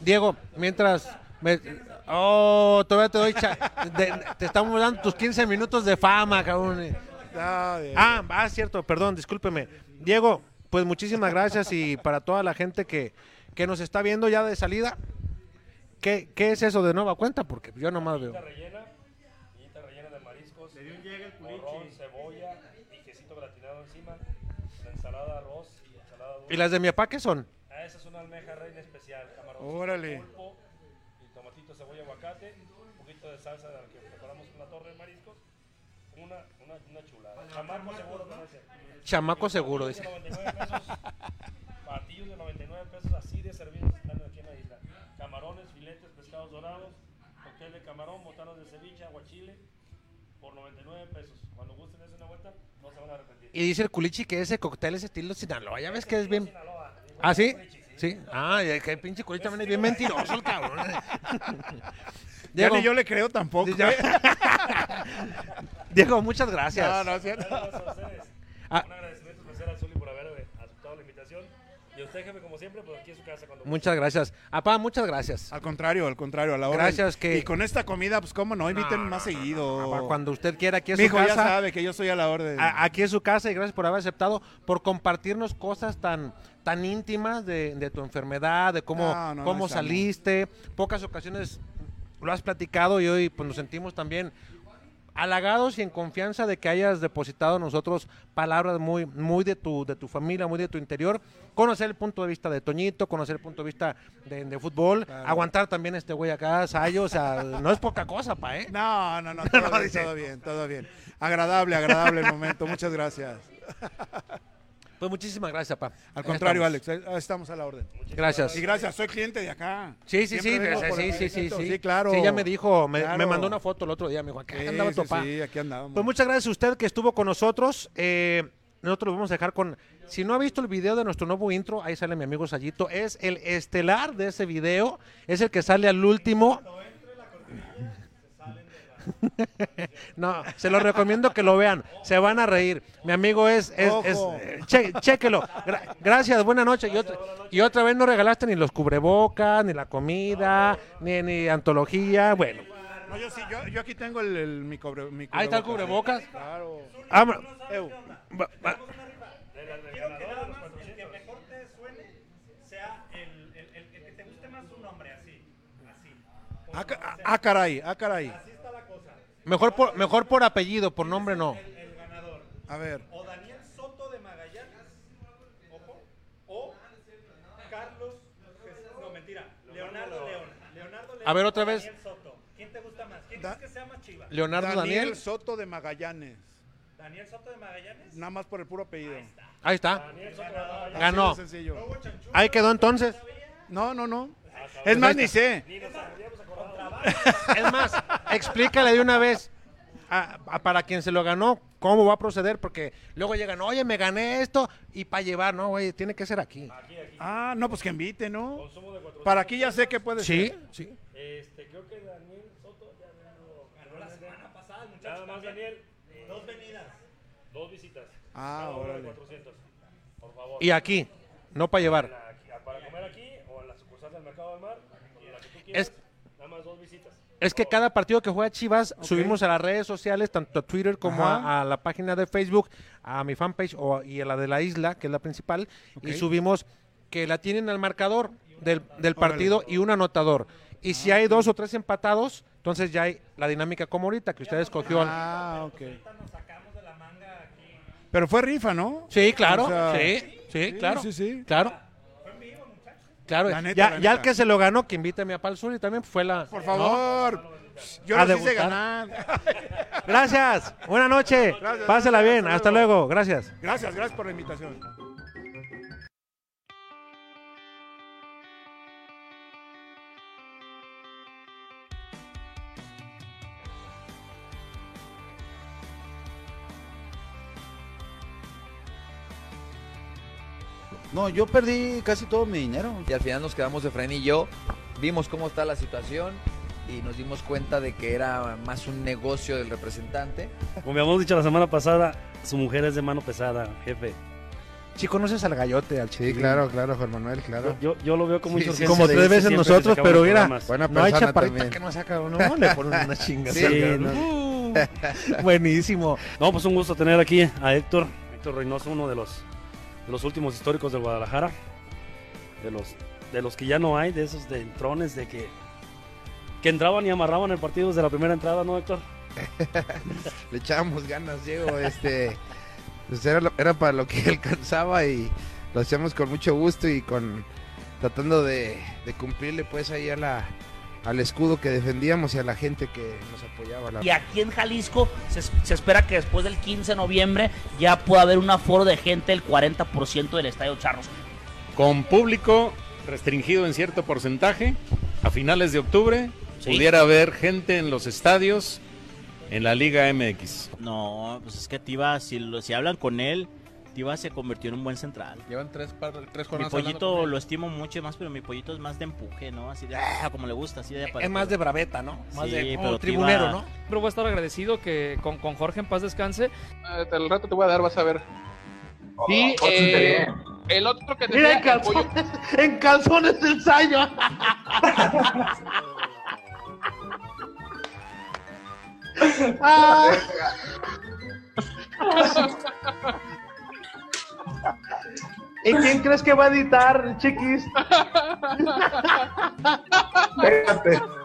Diego, mientras... me- oh, todavía te doy... cha- de- te estamos dando tus 15 minutos de fama, cabrón.
Ah, bien.
Ah, ah, cierto, perdón, discúlpeme. Diego, pues muchísimas gracias y para toda la gente que, que nos está viendo ya de salida, ¿qué, qué es eso de nueva cuenta? Porque yo nomás veo.
rellena, pillita rellena de mariscos, Le morrón, cebolla y quesito gratinado encima, la ensalada arroz y ensalada dulce.
¿Y las de mi papá qué son?
Ah, esa es una almeja reina especial, camarón.
Órale.
Pulpo, y tomatito, cebolla, aguacate, un poquito de salsa de la que preparamos con la torre de mariscos. Una, una, una chulada. Chamaco seguro, con ese.
Chamaco seguro, dice.
Platillos de 99 pesos, Platillos de 99 pesos así de servidos están aquí en la isla. Camarones, filetes, pescados dorados, cóctel de camarón, botanas de ceviche, aguachile, por 99 pesos. Cuando gusten es una vuelta, no se van a arrepentir.
Y dice el culichi que ese cóctel es estilo Sinaloa, ya ves que es bien... ¿Ah, sí? Sí. Ah, y que el pinche culichi también es bien mentiroso el cabrón.
Ya ni yo le creo tampoco.
Ya-
¿eh?
Diego, muchas gracias.
No, no es cierto.
Ah.
Un agradecimiento especial a Zuli por haber eh, aceptado la invitación. Y a usted, jefe, como siempre, pues aquí en su casa cuando
Muchas gracias. Apá, muchas gracias.
Al contrario, al contrario, a la hora.
Gracias
y-
que-
Y con esta comida, pues cómo no, inviten más seguido.
Apá, Cuando usted quiera, aquí es su
Mijo,
casa.
ya sabe que yo soy a la orden.
a- aquí es su casa y gracias por haber aceptado, por compartirnos cosas tan, tan íntimas de, de tu enfermedad, de cómo,
No, no, no,
cómo
está bien.
saliste. Pocas ocasiones lo has platicado y hoy pues, nos sentimos también halagados y en confianza de que hayas depositado en nosotros palabras muy, muy de, tu, de tu familia, muy de tu interior. Conocer el punto de vista de Toñito, conocer el punto de vista de, de fútbol, aguantar también este güey acá, Sayo, o sea, no es poca cosa, pa, ¿eh?
No, no, no, todo, bien, todo bien, todo bien. Agradable, agradable el momento. Muchas gracias.
Pues muchísimas gracias, pa.
Al contrario, Alex, eh, estamos a la orden.
Gracias.
Y gracias, soy cliente de acá.
Sí, sí, sí,
Siempre vengo
sí,
por
sí,
acá,
sí, sí,
exacto.
sí.
claro.
Sí, ya me dijo, me,
Claro.
me mandó una foto el otro día, me dijo, acá
Sí,
andaba
sí,
tu papá.
sí, aquí andábamos.
Pues muchas gracias a usted que estuvo con nosotros. Eh, nosotros lo vamos a dejar con. Si no ha visto el video de nuestro nuevo intro, ahí sale mi amigo Sayito. Es el estelar de ese video. Es el que sale al último. No, se lo recomiendo que lo vean. Se van a reír. Mi amigo es. es, es-
Ojo.
eh, che- chéquelo. Gra- gracias, buena noche. Y otra, y otra vez no regalaste ni los cubrebocas, ni la comida, ni, ni antología. Bueno,
No, yo sí, yo, yo aquí tengo el, el- mi, cobre, mi
Ahí está el
sí.
cubrebocas.
Claro.
Abra-
Eu.
Va- va-
Quiero que nada más el que mejor te suene sea el, el- el- el que te guste más un nombre, así. Así.
Ah, ca- ah, caray, ah, caray.
Así está la cosa.
mejor, por, mejor por apellido, por nombre no.
El, el ganador.
A ver.
O Daniel Soto de Magallanes. Ojo. O Carlos. Jes- No, mentira. Leonardo León. Leonardo León.
A ver,
o
otra vez.
Daniel Soto. ¿Quién te gusta más? ¿Quién
Da-
crees que sea más chiva?
Leonardo Daniel.
Soto de Magallanes.
Daniel Soto de Magallanes.
Nada más por el puro apellido.
Ahí está.
Daniel Soto de Magallanes.
Ganó.
Así de sencillo.
Ahí quedó entonces.
No, no, no. Es más, ni sé.
Es más, explícale de una vez a- a- para quien se lo ganó cómo va a proceder, porque luego llegan, oye, me gané esto y para llevar, no, güey, tiene que ser aquí.
Ah, no, pues que invite, ¿no? Para aquí ya sé que puede
Sí,
ser.
sí.
Este, creo que Daniel Soto ya ganó. Ganó la semana pasada, muchachos. Nada más, Daniel. Dos venidas.
Dos visitas.
Ah,
Cada uno de
órale.
400. Por favor.
Y aquí, no para llevar.
Aquí- Para comer aquí o en la sucursal del Mercado del Mar. o la que tú quieras.
Es,
Nada más dos visitas.
es
Oh.
que cada partido que juega Chivas subimos a las redes sociales, tanto a Twitter como a, a la página de Facebook, a mi fanpage o, y a la de la isla, que es la principal, y
Ok.
subimos que la tienen al marcador del, del partido y un anotador. Y si hay dos o tres empatados, entonces ya hay la dinámica como ahorita, que usted escogió. al-
Ah, ok. Pero fue rifa, ¿no?
Sí, claro.
O sea,
sí, sí, claro.
Sí, sí.
Claro. Claro,
La neta,
ya,
la
ya el
neta.
que se lo ganó, que invítame a Pal Sur y también fue la.
Por
¿no?
favor. Yo
A
los hice
debutar.
ganar.
Gracias, buena noche.
Gracias,
Pásela
gracias,
bien,
hasta
hasta
luego.
luego, gracias.
Gracias, gracias por la invitación.
No, yo perdí casi todo mi dinero. Y al final nos quedamos de y yo, vimos cómo está la situación y nos dimos cuenta de que era más un negocio del representante.
Como habíamos dicho la semana pasada, su mujer es de mano pesada, jefe.
Si conoces al gallote, al chico.
Sí, claro, claro, Juan Manuel, claro.
Yo, yo lo veo como
Sí,
mucho
sí, como tres veces nosotros, pero mira, buena
No hay
persona
chaparrita
también.
que no saca, no, le ponen una chinga.
Sí,
cerca,
no.
¿no? Uh, Buenísimo.
No, pues un gusto tener aquí a Héctor, Héctor Reynoso, uno de los, de los últimos históricos de Guadalajara, de los, de los que ya no hay, de esos de entrones de que, que entraban y amarraban el partido desde la primera entrada, ¿no, Héctor?
Le echábamos ganas, Diego, este... pues era, lo- era para lo que alcanzaba y lo hacíamos con mucho gusto y con... Tratando de, de cumplirle pues ahí a la, al escudo que defendíamos y a la gente que nos apoyaba. La...
Y aquí en Jalisco se, es- se espera que después del 15 de noviembre ya pueda haber un aforo de gente del 40% del Estadio Charros.
Con público restringido en cierto porcentaje, a finales de octubre pudiera haber gente en los estadios en la Liga MX.
No, pues es que Tiva, si, lo- si hablan con él, Tiva se convirtió en un buen central.
Llevan tres, par- tres
Mi
jornadas. hablando
pollito
con él.
lo estimo mucho más, pero mi pollito es más de empuje, ¿no? Así de, ah, como le gusta, así de
Eh, Es más de braveta, ¿no?
Más de como tribunero, ¿no?
Pero voy a estar agradecido que con, con Jorge en paz descanse.
El rato te voy a dar, vas a ver. Y
oh, sí,
eh, el otro que te
Mira, en calzones, en calzones del Sayo. Ah. ¿Y quién crees que va a editar, chiquis?
Espérate.